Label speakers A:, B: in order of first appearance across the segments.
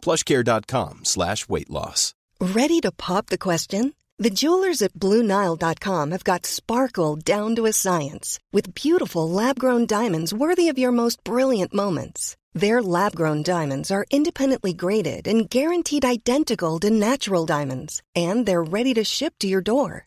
A: Plushcare.com slash weight loss.
B: Ready to pop the question? The jewelers at BlueNile.com have got sparkle down to a science with beautiful lab grown diamonds worthy of your most brilliant moments. Their lab grown diamonds are independently graded and guaranteed identical to natural diamonds, and they're ready to ship to your door.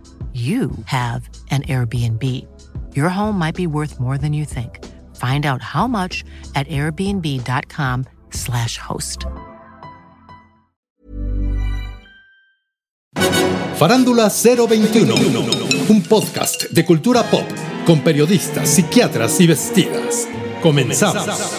C: you have an Airbnb. Your home might be worth more than you think. Find out how much at airbnb.com/slash host.
D: Farándula 021, un podcast de cultura pop con periodistas, psiquiatras y vestidas. Comenzamos.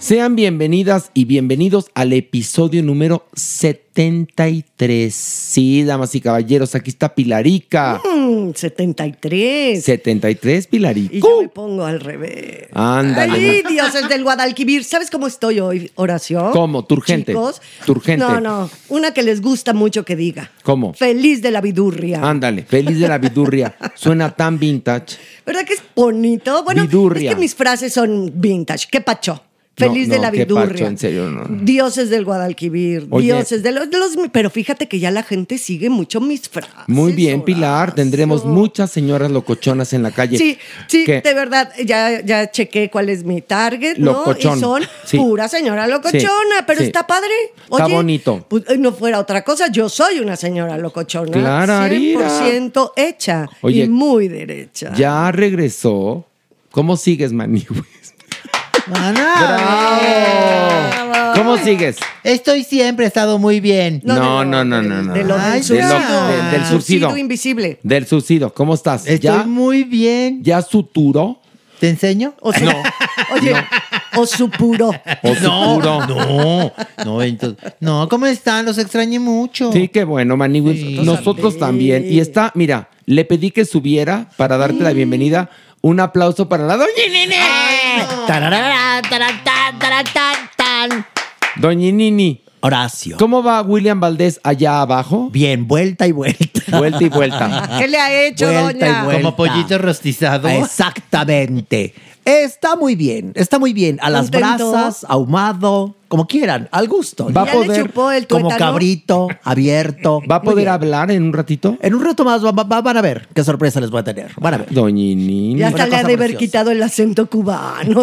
E: Sean bienvenidas y bienvenidos al episodio número 73. Sí, damas y caballeros, aquí está Pilarica.
F: Mm, 73.
E: 73,
F: y
E: Pilarica.
F: yo me pongo al
E: Eh,
F: revés.
E: Ándale.
F: Ay, Dios, es del Guadalquivir. ¿Sabes cómo estoy hoy, oración?
E: ¿Cómo? Turgente.
F: Chicos.
E: Turgente.
F: No, no. Una que les gusta mucho que diga.
E: ¿Cómo?
F: Feliz de la vidurria.
E: Ándale, feliz de la vidurria. Suena tan vintage.
F: ¿Verdad que es bonito? Bueno,
E: Vidurria.
F: es que mis frases son vintage. ¿Qué pacho?
E: No,
F: Feliz
E: no,
F: de la
E: qué
F: vidurria.
E: pacho, en serio, no.
F: Dioses del Guadalquivir,
E: Oye.
F: dioses de los, de los- Pero fíjate que ya la gente sigue mucho mis frases.
E: Muy bien, Pilar.
F: Horacio.
E: Tendremos muchas señoras locochonas en la calle.
F: Sí, sí,
E: que-
F: de verdad, ya, ya chequé cuál es mi target, ¿no?
E: Locochón,
F: Y son
E: sí.
F: pura señora locochona,
E: Sí,
F: pero
E: sí.
F: está padre.
E: Está bonito.
F: pues, eh, no fuera otra cosa, yo soy una señora locochona.
E: Clararira.
F: 100% hecha
E: Oye,
F: y muy derecha.
E: Ya regresó. ¿Cómo sigues, Maniwis?
G: ¡Bravo!
E: ¿Cómo sigues?
G: Estoy siempre he estado muy bien.
E: No, no, no,
F: del-
E: no, no.
F: De lo
G: Ay,
F: del
G: de lo-
F: surcido.
G: de-
E: del surcido.
F: invisible.
E: Del suicidio, ¿cómo estás?
G: Estoy
E: ¿Ya,
G: muy bien.
E: ¿Ya suturó?
G: ¿Te enseño?
F: O su- Oye, o su puro.
E: ¿O suturó?
G: No, no, entonces- no, ¿cómo están? Los extrañé mucho.
E: Sí, qué bueno, Maniwis.
G: Sí.
E: Nosotros también. Y está, mira, le pedí que subiera para darte la bienvenida. Un aplauso para la Doñinini.
G: Tarararán, tarán, tan, tarán, tan, tan.
E: Doñinini.
G: Horacio.
E: ¿Cómo va William Valdés allá abajo?
G: Bien, vuelta y vuelta.
E: Vuelta y vuelta.
F: ¿Qué le ha hecho, doña?
G: Como pollito rostizado.
H: Exactamente. Está muy bien, está muy bien. A las
F: Contento.
H: brasas, ahumado, como quieran, al gusto.
E: Va a
F: ya
E: poder-
F: Pues, le chupó el
H: como
F: tuétano.
H: cabrito, abierto.
E: ¿Va a
H: Muy
E: poder
H: bien.
E: hablar en un ratito?
H: En un rato más va- va- van a ver qué sorpresa les voy a tener. Van a ver.
E: Doñinini.
F: Ya hasta
H: Una
F: le ha
H: cosa
F: de haber
H: preciosa.
F: quitado el acento cubano,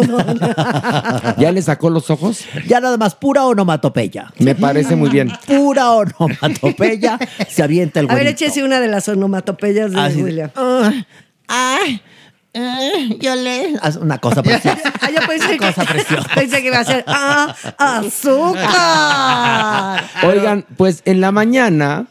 F: doña.
E: ¿Ya le sacó los ojos?
H: Ya nada más, pura onomatopeya.
E: Me parece muy bien.
H: Pura onomatopeya se avienta el
F: A ver,
H: güerito.
F: échese una de las onomatopeyas de
H: Así de-
F: William.
G: Ay, ay, Ah, eh, yo le...
H: Haz Una cosa preciosa.
F: Ah, yo pensé que,
H: Cosa preciosa.
F: pensé que iba a ser ah, azúcar.
E: Oigan, pues en la mañana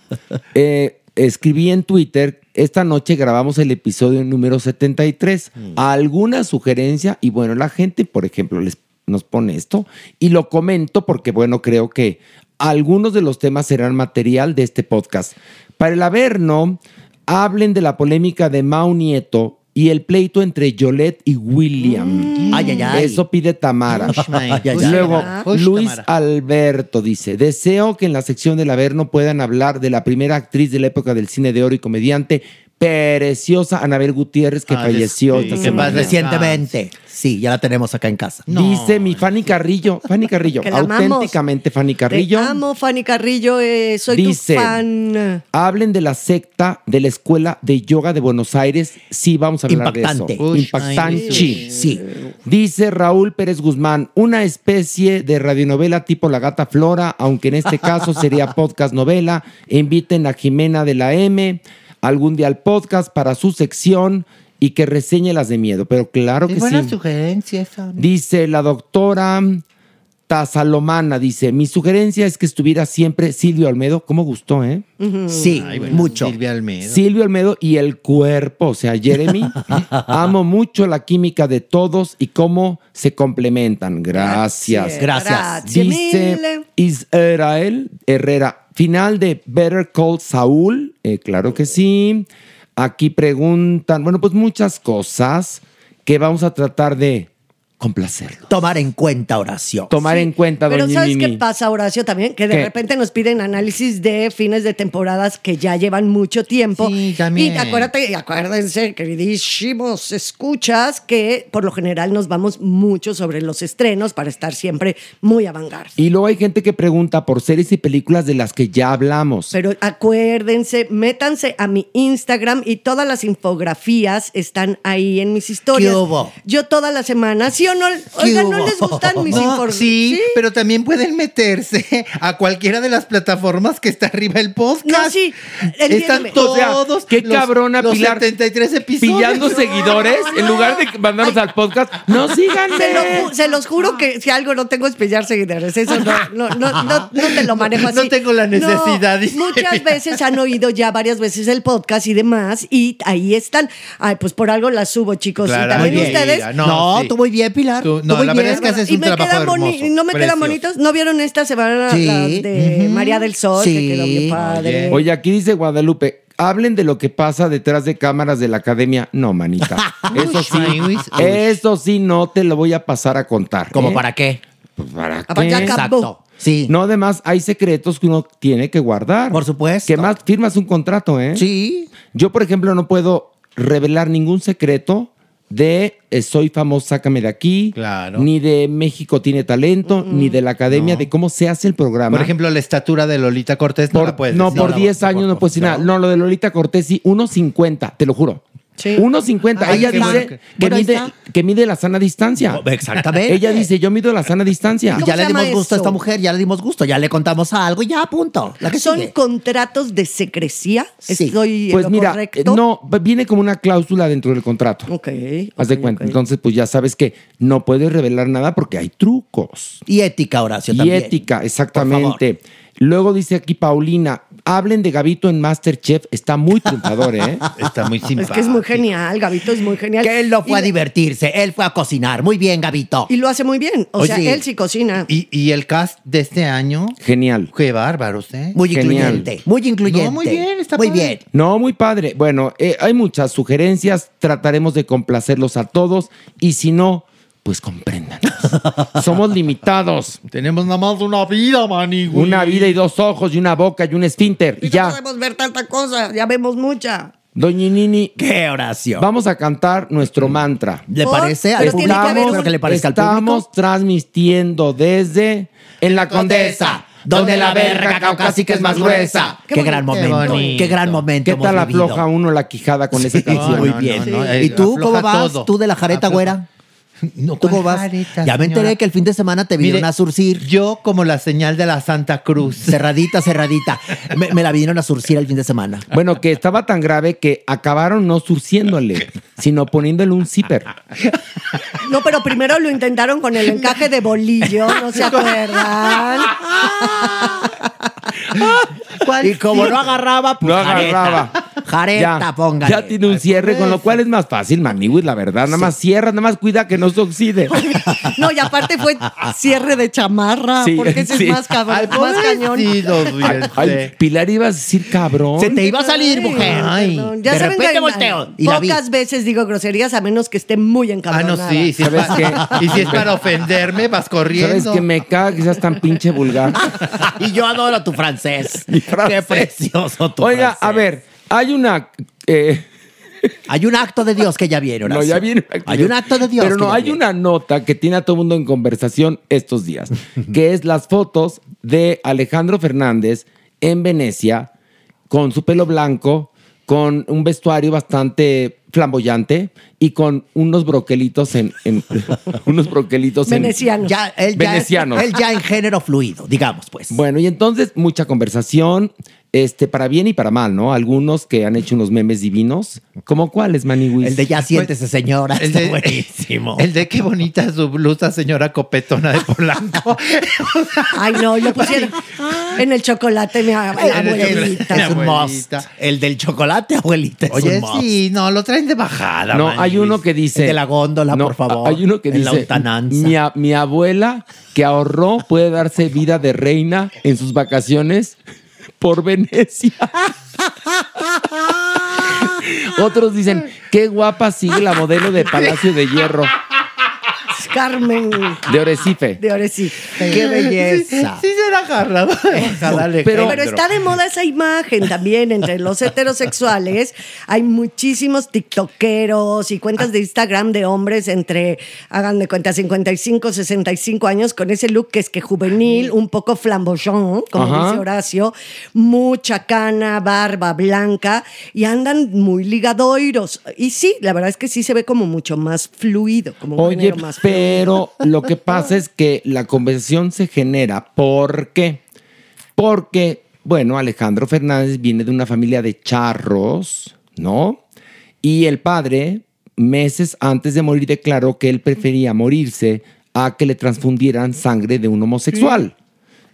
E: eh, escribí en Twitter, esta noche grabamos el episodio número 73.
H: Mm.
E: ¿Alguna sugerencia? Y bueno, la gente, por ejemplo, les, nos pone esto y lo comento porque, bueno, creo que algunos de los temas serán material de este podcast. Para el Averno, hablen de la polémica de Mau Nieto y el pleito entre Yolette y William.
H: Mm. Ay, ay, ay.
E: Eso pide Tamara.
G: Ush, my.
H: Ay, ay,
G: Ush,
H: ay.
E: Luego,
G: Tamara. Ush,
E: Ah, Luis
G: Tamara.
E: Alberto dice, deseo que en la sección del Averno puedan hablar de la primera actriz de la época del cine de oro y comediante, preciosa Anabel Gutiérrez que
H: Ah,
E: falleció
H: des-
E: esta
H: sí, que
E: semana.
H: más recientemente. Sí, ya la tenemos acá en casa.
E: Dice mi Fanny Carrillo, Fanny Carrillo,
F: Que la amamos.
E: auténticamente Fanny Carrillo.
F: Te amo, Fanny Carrillo. eh, soy
E: Dice,
F: tu fan.
E: Hablen de la secta de la Escuela de Yoga de Buenos Aires. Sí, vamos a hablar
H: Impactante.
E: de eso.
H: Uy,
E: Impactante.
H: ay, sí.
E: Dice Raúl Pérez Guzmán, una especie de radionovela tipo La Gata Flora, aunque en este caso sería podcast novela. Inviten a Jimena de la M algún día al podcast para su sección y que reseñe las de miedo. Pero claro que sí.
H: sugerencia esa.
E: Dice la doctora Tazalomana, dice, mi sugerencia es que estuviera siempre Silvio Almedo, ¿cómo gustó, eh?
H: Sí, mucho.
E: Silvio Almedo y el cuerpo, o sea, Jeremy. Amo mucho la química de todos y cómo se complementan. Gracias.
H: Gracias.
F: Grazie
E: Dice
F: mille.
E: Israel Herrera, final de Better Call Saul. Eh, claro que sí. Aquí preguntan, bueno, pues muchas cosas que vamos a tratar de complacerlo.
H: Tomar en cuenta oración.
E: Tomar en cuenta,
F: Pero
E: doña
F: ¿sabes qué
E: Mimi.
F: pasa, Horacio? También que de
E: ¿Qué?
F: repente nos piden análisis de fines de temporadas que ya llevan mucho tiempo.
I: Sí, también.
F: Y acuérdate, acuérdense, queridísimos escuchas, que por lo general nos vamos mucho sobre los estrenos para estar siempre muy avangar.
E: Y luego hay gente que pregunta por series y películas de las que ya hablamos.
F: Pero acuérdense, métanse a mi Instagram y todas las infografías están ahí en mis historias.
H: ¿Qué hubo?
F: Yo todas las semanas, ¿sí o no? Oigan, ¿no
H: hubo?
F: les gustan mis
I: No,
F: infografías?
I: sí, pero también pueden meterse a cualquiera de las plataformas que está arriba el podcast.
F: No, sí, entiéndeme.
I: Están todos.
E: qué
I: los-
E: cabrona,
I: los
E: Pilar.
I: 73 episodios.
E: pillando seguidores en lugar de mandarnos al podcast. No, síganme.
F: Se, lo ju- se los juro que si algo no tengo es pillar seguidores. Eso no, no, no, no, no te lo manejo así.
I: No tengo la necesidad,
F: No,
I: dice.
F: muchas veces han oído ya varias veces el podcast y demás, y ahí están. Ay, pues por algo las subo, chicos.
I: Claro,
F: y también
I: muy bien.
F: ustedes.
I: No,
H: No,
I: sí.
H: tú muy bien, Pilar.
I: Tú-
H: Tú
I: no,
H: muy
I: la
H: bien.
I: verdad es que haces
F: y
I: un
F: me
I: trabajo
F: quedan boni-
I: hermoso.
F: no me quedan
I: precioso.
F: bonitos. ¿No vieron esta semana
H: Sí.
F: las de
H: Ujú.
F: María del Sol? Que
H: Sí.
F: quedó bien padre.
E: Oye, aquí dice Guadalupe. Hablen de lo que pasa detrás de cámaras de la academia. No, manita. Eso sí,
I: Uy, uy, uy.
E: eso sí no te lo voy a pasar a contar.
H: ¿Cómo
E: ¿eh?
H: para qué?
E: Pues, ¿Para
F: Ah, pues, ya
E: qué?
F: acabó.
H: Exacto. Sí.
E: No, además hay secretos que uno tiene que guardar.
H: Por supuesto.
E: Que más firmas un contrato, ¿eh?
H: Sí.
E: Yo, por ejemplo, no puedo revelar ningún secreto de eh, Soy famoso, sácame de aquí,
I: Claro.
E: ni de México tiene talento, ni de la academia, de cómo se hace el programa.
I: Por ejemplo, la estatura de Lolita Cortés no
E: Por-
I: la puedes.
E: no,
I: decir.
E: por 10 años no puedo decir nada. No, lo de Lolita Cortés sí, 1.50, te lo juro.
F: Sí.
E: 1.50.
I: Ay,
E: Ella
I: qué
E: dice
I: bueno que- Oh,
E: que,
H: Bueno, ahí
E: mide,
H: está.
E: que mide la sana distancia.
H: Exactamente.
E: Ella dice, yo mido la sana distancia.
H: Y
F: ¿Cómo
H: ya le
F: se llama
H: dimos gusto a esta
F: eso?
H: mujer, ya le dimos gusto, ya le contamos algo y ya, punto. La que
F: ¿Son
H: sigue.
F: contratos de secrecía?
H: Sí.
F: ah, ¿Estoy en
E: Pues
F: lo
E: mira,
F: correcto?
E: eh, no, viene como una cláusula dentro del contrato.
F: Ok.
E: Haz de
F: ok,
E: cuenta.
F: ok.
E: Entonces, pues ya sabes que no puedes revelar nada porque hay trucos.
H: Y ética, Horacio,
E: Y
H: también.
E: ética, exactamente. Luego dice aquí Paulina, hablen de Gabito en Masterchef, está muy triunfador, ¿eh?
I: Está muy simpático.
F: Es que es muy genial, Gabito es muy genial.
H: Que él no fue a
F: y,
H: divertirse, él fue a cocinar. Muy bien, Gabito.
F: y lo hace muy bien. O
H: Oye.
F: sea, él sí cocina.
I: Y, y el cast de este año,
E: Genial.
I: qué bárbaros, ¿eh?
H: Muy
E: Genial.
H: incluyente, muy incluyente.
I: No, muy bien, está
H: Muy
I: padre.
H: bien.
E: No, muy padre. Bueno, eh, hay muchas sugerencias, trataremos de complacerlos a todos y si no, pues comprendan. Somos limitados.
I: Tenemos nada más una vida, maní. güey.
E: Una vida y dos ojos y una boca y un esfínter. Y
F: Y no
E: ya,
F: podemos ver tanta cosa, ya vemos mucha.
E: Doña Nini,
H: ¿Qué, Horacio?
E: vamos a cantar nuestro mantra.
H: Mm. ¿Le
F: Por-
H: parece al
F: pero tiene
H: público?
F: que haber un-
H: Espero que le parezca al
E: estamos
H: público.
E: transmitiendo desde en la condesa,
H: Condesa,
E: donde la verga caucásica es más gruesa.
H: Qué, gran momento. Qué,
I: bonito.
H: gran momento.
E: ¿Qué
H: hemos
E: tal
H: vivido.
E: afloja uno la quijada con esa
I: No,
E: canción?
H: Muy
I: no,
H: bien.
I: no, no, eh,
H: ¿Y tú cómo
I: afloja
H: vas?
I: todo.
H: ¿Tú de la jareta,
I: Afloja.
H: güera?
I: No,
H: ¿Tú
I: ¿cuál
H: cómo vas?
I: jareta,
H: ya me enteré
I: señora?
H: que el fin de semana te vinieron
I: Mire,
H: a surcir.
I: Yo como la señal de la Santa Cruz.
H: Cerradita, cerradita. Me, me la vinieron a surcir el fin de semana.
E: Bueno, que estaba tan grave que acabaron no surciéndole, sino poniéndole un zipper.
F: No, pero primero lo intentaron con el encaje de bolillo, ¿no se acuerdan?
H: Y como no agarraba, pues
E: No
H: jareta.
E: agarraba.
H: Jareta,
E: ya,
H: póngale.
E: ya tiene un cierre, con lo cual es más fácil, Maniwis, la verdad. Nada más cierra, nada más cuida que no se oxide.
F: No, y aparte fue cierre de chamarra,
E: Sí,
F: porque ese
E: sí.
F: es más cabrón,
I: Ay,
F: más cañón.
I: pobrecitos,
E: Ay,
I: fíjate.
E: ay, Pilar iba a decir cabrón.
H: Se te iba a salir, mujer.
I: Ay,
F: Perdón, ya
H: de
F: saben
H: repente
F: que
H: volteo y la vi.
F: pocas veces digo groserías a menos que esté muy
I: Ah,
F: encabronada.
I: no, sí. sí
E: ¿Sabes
I: pa-
E: qué?
I: Y si es para ofenderme, vas corriendo.
E: ¿Sabes que Me caga que seas tan pinche vulgar.
H: y yo adoro tu francés.
E: francés.
H: Qué precioso tu
E: Oiga,
H: francés.
E: a ver, eh, Hay una.
H: hay un acto de Dios que ya vieron.
E: No, ya viene un acto
H: Hay
E: de
H: un acto de Dios.
E: Pero
H: que
E: no,
H: ya
E: hay
H: vieron.
E: una nota que tiene a todo el mundo en conversación estos días, que es las fotos de Alejandro Fernández en Venecia, con su pelo blanco, con un vestuario bastante flamboyante y con unos broquelitos en, en- unos broquelitos en-
H: Ya, él ya,
E: Venecianos.
H: Él ya en género fluido, digamos, pues.
E: Bueno, y entonces mucha conversación, este, para bien y para mal, ¿no? Algunos que han hecho unos memes divinos. ¿Cómo cuáles, Maniwis?
H: El de ya siéntese, señora.
I: El
H: está
I: de-
H: buenísimo.
I: El de qué bonita su blusa, señora copetona de Polanco.
F: Ay, no, yo pusiera en el chocolate mi ab- la
I: En el
F: abuelita.
I: chocolate.
H: es un must.
I: abuelita.
H: El del chocolate, abuelita. Es
I: Oye,
H: un must.
I: sí, no, lo traen de bajada.
E: No,
I: man.
E: hay uno que dice.
H: El de la góndola, por
E: a-
H: favor.
E: Hay uno que
H: En la
E: dice.
H: lontananza.
E: Mi, a- mi abuela que ahorró puede darse vida de reina en sus vacaciones por Venecia. Otros dicen, qué guapa sigue la modelo de Palacio de Hierro
F: Carmen
E: de Orecife.
F: Ah, de Oresi.
H: Qué belleza.
I: Sí, será agarrado de bajada,
E: pero-
I: Alejandro.
F: Pero está de moda esa imagen también entre los heterosexuales. Hay muchísimos tiktokeros y cuentas de Instagram de hombres entre, hagan de cuenta, 55, 65 años con ese look que es que juvenil, un poco flamboyant, como
E: Ajá.
F: dice Horacio, mucha cana, barba blanca y andan muy ligadoiros. Y sí, la verdad es que sí se ve como mucho más fluido, como un
E: Oye,
F: género más fluido.
E: pero lo que pasa es que la conversación se genera. ¿Por qué? Porque, bueno, Alejandro Fernández viene de una familia de charros, ¿no? Y el padre, meses antes de morir, declaró que él prefería morirse a que le transfundieran sangre de un homosexual.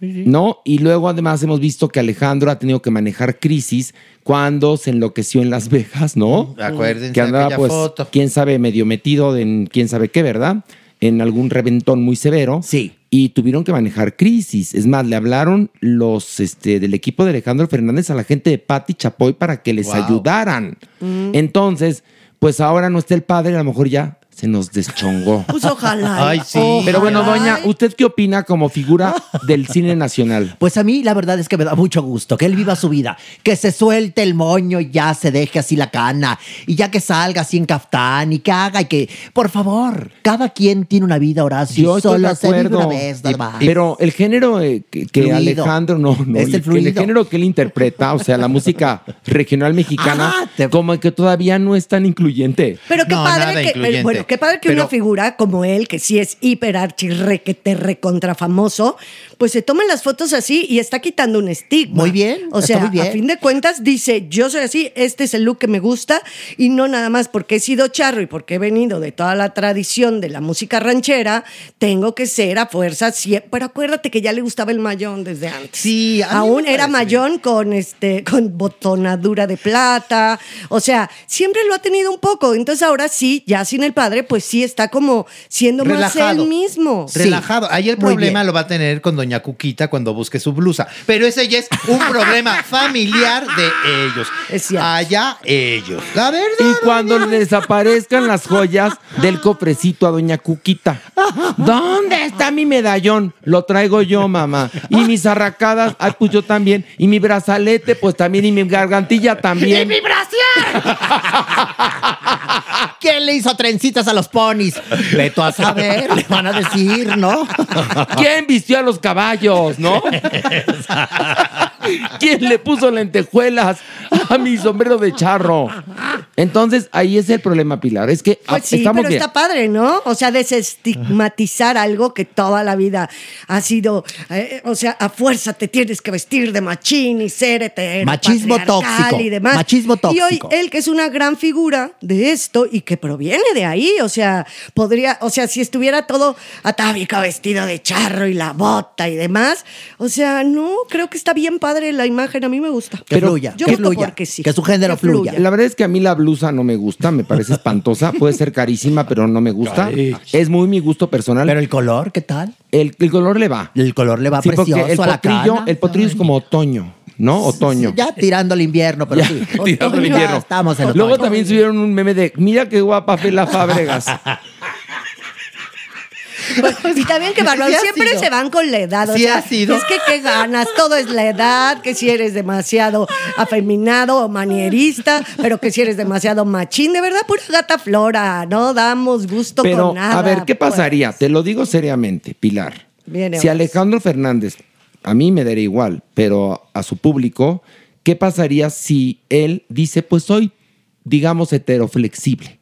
E: ¿No? Y luego además hemos visto que Alejandro ha tenido que manejar crisis cuando se enloqueció en Las Vegas, ¿no?
I: Acuérdense
E: que andaba
I: aquella
E: pues
I: foto.
E: quién sabe medio metido en quién sabe qué, ¿verdad? En algún reventón muy severo.
H: Sí.
E: Y tuvieron que manejar crisis. Es más, le hablaron los este, del equipo de Alejandro Fernández a la gente de Patti Chapoy para que les
I: Wow.
E: ayudaran.
F: Mm.
E: Entonces, pues ahora no está el padre, a lo mejor ya se nos deschongó.
F: Pues ojalá.
I: Ay, sí.
F: ojalá.
E: Pero bueno, doña, ¿usted qué opina como figura del cine nacional?
H: Pues a mí la verdad es que me da mucho gusto que él viva su vida, que se suelte el moño y ya se deje así la cana y ya que salga así en caftán y que haga y que, por favor, cada quien tiene una vida, Horacio,
E: Yo estoy de
H: solo se vive
E: acuerdo.
H: una vez, nada
E: Y-
H: más.
E: pero el género eh, que, que
H: Fluido.
E: Alejandro no, no,
H: Es el
E: que
H: fluido.
E: género que él interpreta, o sea, la música regional mexicana,
H: Ah, te-
E: como que todavía no es tan incluyente.
F: Pero qué
I: No, nada
F: padre que,
I: incluyente.
F: pero bueno, qué padre que
I: Pero-
F: una figura como él, que sí es hiper archi requete recontra famoso, pues se tomen las fotos así y está quitando un estigma.
H: Muy bien,
F: O
H: está
F: sea,
H: muy bien.
F: a fin de cuentas dice, yo soy así, este es el look que me gusta y no nada más porque he sido charro y porque he venido de toda la tradición de la música ranchera, tengo que ser a fuerza siempre. Pero acuérdate que ya le gustaba el mayón desde antes.
I: Sí, a mí
F: aún
I: me
F: era
I: parece bien.
F: mayón pantalón con este con botonadura de plata, o sea, siempre lo ha tenido un poco, entonces ahora sí, ya sin el padre, pues sí está como siendo más
I: Relajado.
F: él mismo.
I: Relajado. Ahí el
H: Muy
I: problema
H: bien.
I: lo va a tener con doña Cuquita cuando busque su blusa. Pero ese ya es un problema familiar de ellos.
F: Es cierto.
I: Allá ellos. La verdad.
E: Y cuando le desaparezcan las joyas del cofrecito a doña Cuquita. ¿Dónde está mi medallón? Lo traigo yo, mamá. Y mis arracadas, ay, pues yo también. Y mi brazalete, pues también. Y mi gargantilla también.
H: ¿Quién le hizo trencitas a los ponis? Veto a saber, le van a decir, ¿no?
E: ¿Quién vistió a los caballos, no? ¿Quién le puso lentejuelas a mi sombrero de charro? Entonces, ahí es el problema, Pilar. Es que ah,
F: Pues sí,
E: estamos
F: pero
E: bien.
F: está padre, ¿no? O sea, desestigmatizar algo que toda la vida ha sido, eh, o sea, a fuerza te tienes que vestir de machín y ser hetero,
H: Machismo
F: patriarcal
H: tóxico,
F: y demás.
H: machismo tóxico.
F: Y hoy él que es una gran figura de esto y que proviene de ahí, o sea, podría, o sea, si estuviera todo atávico vestido de charro y la bota y demás, o sea, no, creo que está bien padre la imagen, a mí me gusta.
H: Que fluya,
F: yo
H: que
F: voto
H: fluya,
F: porque sí.
H: que su género fluya.
E: La verdad es que a mí la blusa no me gusta, me parece espantosa. Puede ser carísima, pero no me gusta. Es muy mi gusto personal.
H: Pero el color, ¿qué tal?
E: el, el color le va.
H: El color le va
E: Sí, porque
H: precioso
E: el
H: a la
E: potrillo,
H: cana.
E: el potrillo es como otoño, ¿no? Otoño.
H: Sí, ya tirando el invierno, pero
E: Ya,
H: sí.
E: tirando el
H: Ya
E: invierno.
H: Estamos en
E: Luego
H: otoño.
E: también subieron un meme de mira qué guapa Fela Fábregas.
F: Pues, y también que bárbaro,
I: Sí ha
F: siempre
I: sido.
F: se van con la edad. O
I: Sí
F: sea,
I: ha sido.
F: Es que qué ganas, todo es la edad, que si eres demasiado afeminado o manierista, pero que si eres demasiado machín, de verdad, pura gata flora, no damos gusto
E: Pero,
F: con nada.
E: a ver, ¿qué
F: pues.
E: pasaría? Te lo digo seriamente, Pilar.
F: Viene
E: si
F: Ox.
E: Alejandro Fernández, a mí me daría igual, pero a su público, ¿qué pasaría si él dice, pues soy, digamos, heteroflexible?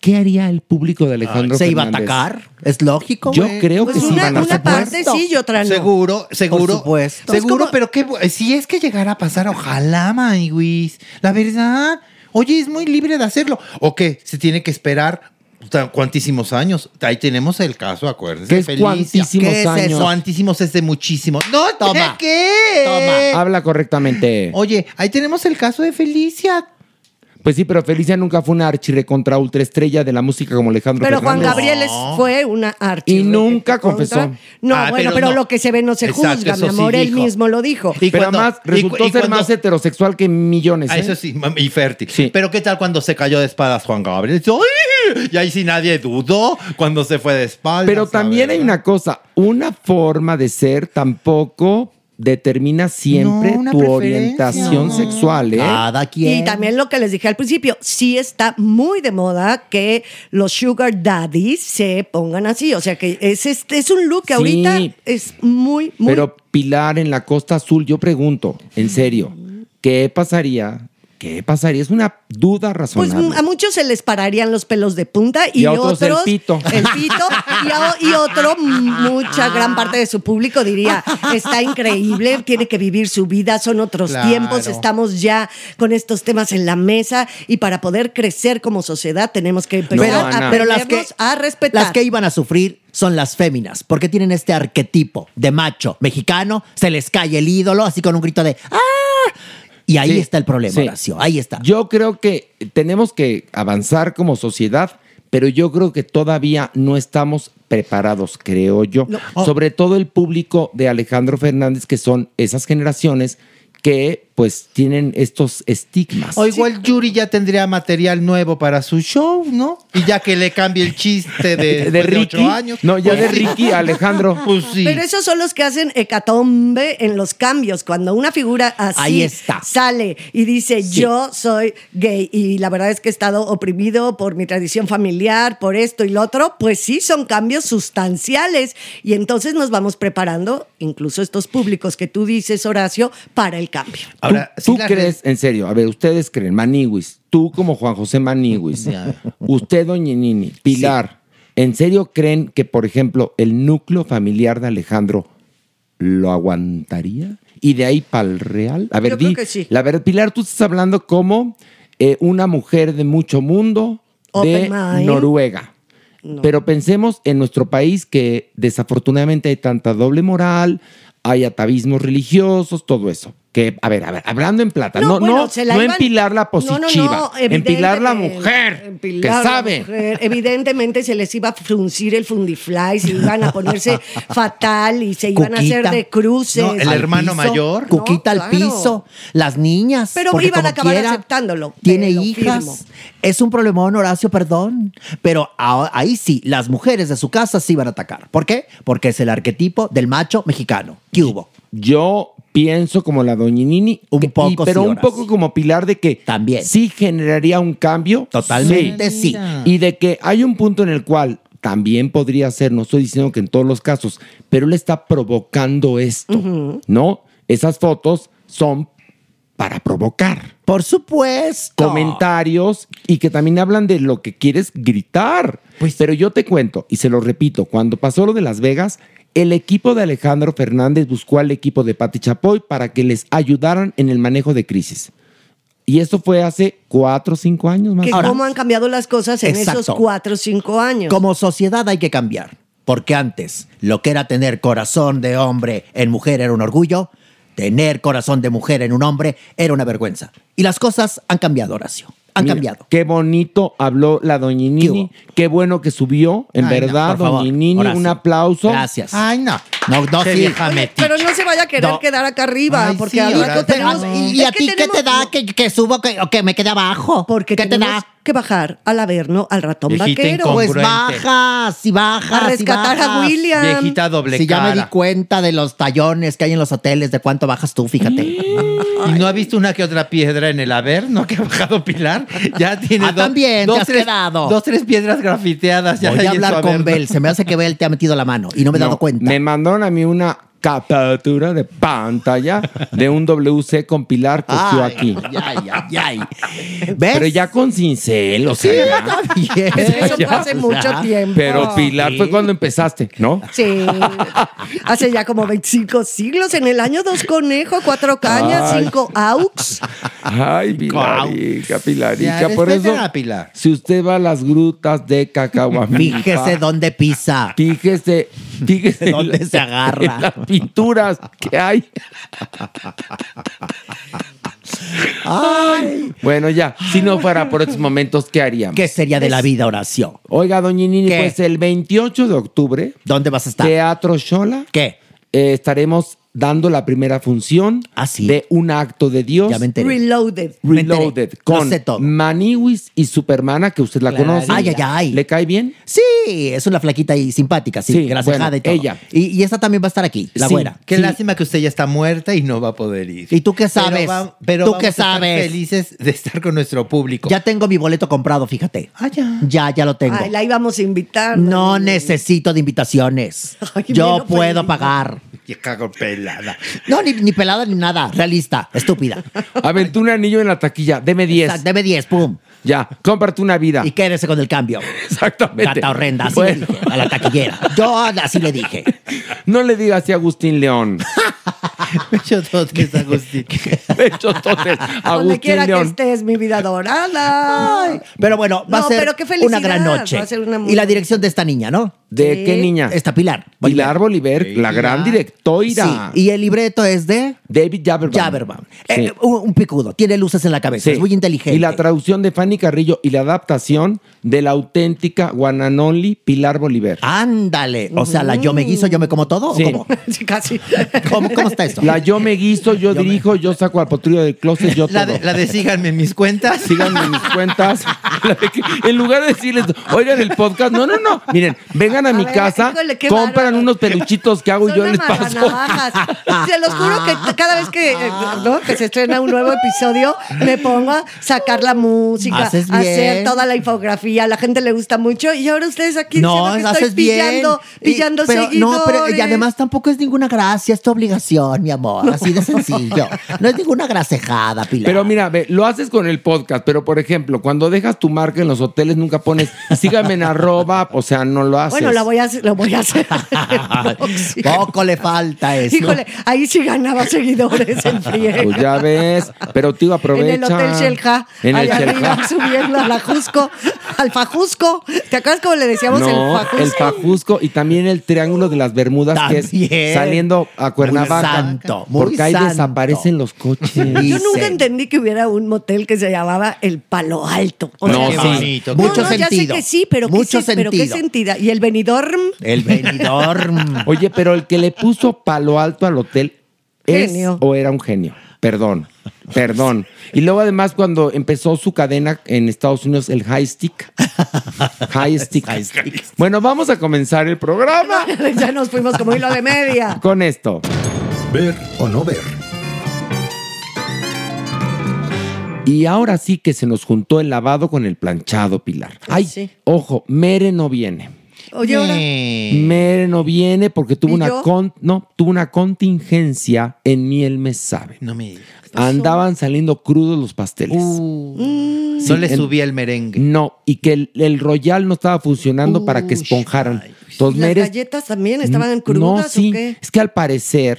E: ¿Qué haría el público de Alejandro
H: ¿Se iba a
E: Fernández?
H: atacar? ¿Es lógico.
E: Yo
H: güey?
E: creo
F: Pues
E: que sí
F: una-
E: van a
F: una
E: atacar.
F: parte sí y otra no.
I: Seguro, seguro.
H: supuesto.
I: Seguro, pero qué bu- eh, si es que llegara a pasar, ojalá, my güis. La verdad. Oye, es muy libre de hacerlo. ¿O qué? Se tiene que esperar tan- cuantísimos años. Ahí tenemos el caso, acuérdense.
E: ¿Qué es
I: Felicia.
E: cuantísimos
I: ¿Qué es eso?
E: años?
I: Cuantísimos es de muchísimos. No,
H: Toma.
I: toma. ¿Qué?
H: Toma.
E: Habla correctamente.
I: Oye, ahí tenemos el caso de Felicia.
E: Pues sí, pero Felicia nunca fue una archirre contra ultraestrella de la música como Alejandro
F: Pero Juan
E: Fernández.
F: Gabriel es- fue una arte.
E: Y nunca confesó.
F: No,
I: Ah,
F: bueno, pero,
I: pero no.
F: lo que se ve no se
I: Exacto,
F: juzga,
I: eso
F: mi
I: sí
F: amor, él
I: dijo.
F: mismo lo dijo.
I: Y
E: Pero
I: cuando-
E: además
I: y cu- y
E: resultó ser
I: cuando-
E: más heterosexual que millones.
I: Ah,
E: ¿eh?
I: eso sí, mam- y fértil.
E: Sí.
I: Pero ¿qué tal cuando se cayó de espadas Juan Gabriel? ¡Ay! Y ahí sí nadie dudó cuando se fue de espaldas.
E: Pero
I: la
E: también hay
I: verdad.
E: una cosa, una forma de ser tampoco determina siempre
I: No, una
E: tu
I: preferencia.
E: orientación
I: No.
E: sexual, ¿eh?
H: Cada quien.
F: Y también lo que les dije al principio, sí está muy de moda que los sugar daddies se pongan así. O sea que es, este, es un look que
E: Sí.
F: ahorita es muy, muy...
E: Pero Pilar en la Costa Azul, yo pregunto, en serio, ¿qué pasaría? ¿Qué pasaría? Es una duda
F: pues
E: razonable.
F: m- a muchos se les pararían los pelos de punta y,
E: Y a otros el pito.
F: el pito, y, a- y otro, mucha gran parte de su público diría, está increíble, tiene que vivir su vida, son otros
I: Claro.
F: tiempos, estamos ya con estos temas en la mesa y para poder crecer como sociedad tenemos que empezar
E: Pero,
F: a
E: Ana.
H: pero las que
F: aprendernos a respetar.
H: Las que iban a sufrir son las féminas, porque tienen este arquetipo de macho mexicano, se les cae el ídolo así con un grito de ¡Ah! Y ahí
E: Sí,
H: está el problema,
E: sí.
H: Horacio, ahí está.
E: Yo creo que tenemos que avanzar como sociedad, pero yo creo que todavía no estamos preparados, creo yo. Sobre todo el público de Alejandro Fernández, que son esas generaciones que pues tienen estos estigmas.
I: O igual Yuri ya tendría material nuevo para su show, ¿no? Y ya que le cambie el chiste de,
E: de
I: después de
E: Ricky.
I: ocho años.
E: No, ya
I: Pues
E: de
I: sí.
E: Ricky, Alejandro.
I: Pues sí.
F: Pero esos son los que hacen hecatombe en los cambios. Cuando una figura así
H: Ahí está.
F: sale y dice, yo soy gay y la verdad es que he estado oprimido por mi tradición familiar, por esto y lo otro, pues sí, son cambios sustanciales. Y entonces nos vamos preparando, incluso estos públicos que tú dices, Horacio, para el cambio.
I: Ahora,
E: ¿Tú,
I: sí
E: tú
I: la-
E: crees, en serio, a ver, ustedes creen, Maniwis, tú como Juan José Maniwis, usted, Doña Nini, Pilar, ¿en serio creen que, por ejemplo, el núcleo familiar de Alejandro lo aguantaría? ¿Y de ahí para el real? A ver,
F: Yo creo
E: di-
F: que sí.
E: la verdad, Pilar, tú estás hablando como eh, una mujer de mucho mundo de
F: Open mind.
E: Noruega. Pero pensemos en nuestro país que desafortunadamente hay tanta doble moral, hay atavismos religiosos, todo eso. Que, a ver, a ver, hablando en plata, no, no,
F: bueno,
E: no,
F: se la iban-
E: empilar la
F: No, no, no,
E: positiva, empilar
F: evidentemente,
E: la
F: Em-
E: mujer,
F: empilar la
E: que sabe.
F: mujer. Evidentemente se les iba a fruncir el fundifly, se iban a ponerse fatal y se iban a
H: Cuquita.
F: hacer de cruces.
I: No, el
H: Al
I: hermano mayor.
H: Cuquita
F: No,
H: al
F: claro.
H: piso, las niñas.
F: Pero
H: porque
F: iban a
H: como
F: acabar
H: quiera,
F: aceptándolo, te
H: Tiene
F: lo
H: hijas.
F: firmo.
H: Es un problemón, Horacio, perdón. Pero a- ahí sí, las mujeres de su casa sí iban a atacar. ¿Por qué? Porque es el arquetipo del macho mexicano. ¿Qué hubo?
E: Yo pienso como la doñinini,
H: Un poco
E: pero
H: sí,
E: un
H: Horacio.
E: poco como Pilar de que
H: También.
E: sí generaría un cambio. sí.
H: Totalmente sí.
E: Y de que hay un punto en el cual también podría ser, no estoy diciendo que en todos los casos, pero él está provocando esto, ¿no? Esas fotos son para provocar
H: Por supuesto.
E: comentarios y que también hablan de lo que quieres gritar.
H: Pues
E: Pero yo te cuento, y se lo repito, cuando pasó lo de Las Vegas, el equipo de Alejandro Fernández buscó al equipo de Pati Chapoy para que les ayudaran en el manejo de crisis. Y esto fue hace cuatro o cinco años más.
F: que
E: o menos.
F: cómo han cambiado las cosas en
H: Exacto.
F: esos cuatro o cinco años.
H: Como sociedad hay que cambiar, porque antes lo que era tener corazón de hombre en mujer era un orgullo, tener corazón de mujer en un hombre era una vergüenza. Y las cosas han cambiado, Horacio, han
E: Mira,
H: cambiado.
E: Qué bonito habló la doñinini.
H: ¿Qué
E: Qué, bueno que subió. En
H: Ay, no,
E: verdad,
H: por favor,
E: doñinini,
H: Horacio,
E: un aplauso.
H: Gracias.
I: Ay, no.
H: No, no,
I: Qué
H: sí.
I: vieja
H: Oye,
I: metiche.
F: Pero no se vaya a querer
H: No.
F: quedar acá arriba,
I: Ay,
F: Ah, porque
I: sí,
F: al rato
I: ahora-
H: Pero,
F: tenemos...
H: Ah, ¿Y
F: es
H: a ti qué
F: tenemos-
H: te da que, que subo que- o que me quede abajo?
F: Porque
H: ¿Qué
F: tenemos
H: te da?
F: que bajar al Averno al ratón
I: Viejita
F: vaquero.
I: Pues incongruente.
H: bajas y bajas.
F: A rescatar
H: y bajas.
F: a William.
I: Viejita doble
H: Si ya me di
I: cara.
H: cuenta de los tallones que hay en los hoteles, de cuánto bajas tú, fíjate.
I: Y no ha visto una que otra piedra en el averno que ha bajado Pilar. Ya tiene
H: Ah,
I: dos,
H: también, te
I: dos,
H: has
I: tres,
H: quedado.
I: dos, tres piedras grafiteadas. Ya
H: Voy
I: ahí
H: a
I: en su
H: hablar con
I: averno.
H: Bel. Se me hace que Bel te ha metido la mano y no me he dado
E: No,
H: cuenta.
E: Me mandaron a mí una captura de pantalla de un WC con Pilar cogió
H: Ay,
E: aquí.
H: ay, ay, ay. ¿Ves?
E: Pero ya con cincel, o
H: Sí,
E: sea. ya.
H: está bien.
F: Eso fue
E: Ya,
F: hace
H: o
F: mucho
H: sea,
F: tiempo.
E: Pero Pilar fue cuando empezaste, ¿no?
F: Sí, hace ya como 25 siglos, en el año dos conejos, cuatro cañas,
E: Ay.
F: cinco aux.
E: Ay, Pilarica,
I: Ya,
E: Pilarica.
I: respeten
E: Por eso,
I: a Pilar.
E: si usted va a las grutas de Cacahuamilpa,
H: Fíjese dónde pisa.
E: fíjese, fíjese en
H: ¿Dónde
E: las-
H: se agarra?
E: en las pinturas que hay.
H: Ay,
E: Bueno, ya, si no fuera por estos momentos, ¿qué haríamos?
H: ¿Qué sería de la vida, Horacio?
E: Oiga, doña Nini,
H: ¿Qué?
E: pues el 28 de octubre,
H: ¿Dónde vas a estar?
E: Teatro Xola.
H: ¿Qué?
E: eh, estaremos dando la primera función
H: Ah, sí.
E: de un acto de Dios.
H: Ya me enteré.
F: Reloaded.
H: me enteré.
E: Reloaded
H: Lo
E: con
H: sé todo.
E: Maniwis y Supermana, que usted la
H: Claro.
E: conoce.
H: Ay, ay, ay.
E: ¿Le cae bien?
H: Sí, es una flaquita y simpática, sí,
E: Sí,
H: grasejada
E: bueno,
H: y todo.
E: ella.
H: Y, y esa también va a estar aquí, la
E: Sí.
H: güera.
I: Qué
E: Sí.
I: lástima que usted ya está muerta y no va a poder ir.
H: ¿Y tú qué sabes?
I: Pero, va- pero
H: ¿Tú
I: vamos
H: qué
I: a estar
H: sabes?
I: felices de estar con nuestro público.
H: Ya tengo mi boleto comprado, fíjate.
I: Ah, ya.
H: Ya, ya lo tengo.
F: Ay, la íbamos a invitar.
H: No
F: doña Nini.
H: necesito de invitaciones.
F: Ay,
H: Yo
F: mira,
H: puedo
F: pues.
H: pagar.
I: Ya cago pelada.
H: No, ni, ni pelada ni nada. Realista, estúpida.
E: Aventó un anillo en la taquilla. Deme 10.
H: Exacto, Deme 10, pum.
E: Ya, cómprate una vida.
H: Y quédese con el cambio.
E: Exactamente.
H: Gata horrenda, así
E: Bueno.
H: le dije. A la taquillera. Yo así le dije.
E: No le digas así a Agustín León.
I: Yo todo que es Agustín.
E: De hecho, entonces,
F: Donde
E: Agustín
F: quiera que
E: León.
F: estés, mi vida dorada.
H: Ay, pero bueno, va
F: No,
H: a ser
F: pero qué
H: una
F: felicidad.
H: gran noche.
F: Va a ser una muy-
H: y la dirección de esta niña, ¿no?
E: ¿De
F: Sí.
E: qué niña?
H: Esta Pilar.
E: Pilar Bolívar, la gran directora.
H: Sí, y el libreto es de
E: David Jaberbaum.
H: Jaberbaum.
E: Sí.
H: Eh, un, un picudo, tiene luces en la cabeza,
E: Sí.
H: es muy inteligente.
E: Y la traducción de Fanny Carrillo y la adaptación de la auténtica One and Only Pilar Bolívar.
H: Ándale, o sea, la yo me guiso, yo me como todo, ¿o
E: Sí.
H: cómo?
F: Sí, Casi.
H: ¿Cómo, cómo está esto?
E: La yo me guiso, yo, dirijo, yo saco al potrillo del closet, yo
I: La
E: todo.
I: de, la de síganme en mis
E: Síganme
I: cuentas.
E: en mis cuentas. La de que- en lugar de decirles, oigan el podcast, no, no, no. Miren, vengan a,
F: A
E: mi
F: ver,
E: casa,
F: híjole, qué
E: compran
F: bárbaro.
E: unos peluchitos que hago y
F: Son
E: yo les
F: unas
E: paso.
F: navajas. Se los juro que
H: Ah.
F: t- cada vez que, eh, ¿no? que se estrena un nuevo episodio, me pongo a sacar la música,
H: Haces
F: a hacer
H: bien.
F: toda la infografía. A la gente le gusta mucho. Y ahora ustedes aquí
H: No,
F: diciendo que
H: haces
F: estoy
H: bien.
F: pillando,
H: Y-
F: pillando
H: pero,
F: seguidores.
H: No, pero y además tampoco es ninguna gracia, es tu obligación, mi amor. Así de sencillo. No es ninguna grasejada, Pilar.
E: Pero mira, ve, lo haces con el podcast, pero por ejemplo, cuando dejas tu marca en los hoteles, nunca pones síganme en arroba, o sea, no lo haces.
F: Bueno, la voy a, hacer- lo voy a hacer. Sí.
H: Poco le falta eso.
F: Híjole, ahí sí ganaba seguidores en friega.
E: Pues ya ves, pero tío, aprovecha.
F: En el Hotel Shelja,
E: En el
F: allá
E: Shelja.
F: arriba, subiendo a la Jusco, al Fajusco. ¿Te acuerdas cómo le decíamos
E: No,
F: el Fajusco?
E: el Pajusco y también el Triángulo de las Bermudas, que
H: También.
E: es saliendo a Cuernavaca.
H: Muy santo, muy
E: porque ahí
H: santo.
E: desaparecen los coches.
F: Yo nunca
H: Dicen.
F: entendí que hubiera un motel que se llamaba El Palo Alto. O
E: No,
F: sea,
E: sí.
I: bonito.
F: no,
H: Mucho
F: no, ya sé
H: sentido.
F: que sí, pero,
H: Mucho
F: qué, sen- pero qué
H: sentido.
F: sentida. Y el Benidorm,
H: El venidor.
E: Oye, pero el que le puso palo alto al hotel es
F: Genio.
E: o era un genio. Perdón, perdón. Y luego además cuando empezó su cadena en Estados Unidos, el High Stick. High Stick.
H: High Stick.
E: Bueno, vamos a comenzar el programa
F: ya nos fuimos como hilo de media.
E: con esto.
D: Ver o no ver.
E: Y ahora sí que se nos juntó el lavado con el planchado, Pilar. Ay,
F: Pues sí.
E: ojo, Mere no viene.
F: Oye, ahora,
I: Eh.
E: Mere no viene porque tuvo
F: ¿Y
E: una
F: yo?
E: con- no, tuvo una contingencia en miel me sabe.
I: No me digas.
E: Andaban saliendo crudos los pasteles.
I: Uh.
F: Mm.
I: no le
E: en-
I: subía el merengue.
E: No, y que el, el royal no estaba funcionando para que esponjaran.
F: ¿las
E: Entonces, Pues Mere-
F: galletas también estaban crudas
E: No, sí.
F: o qué?
E: Es que al parecer,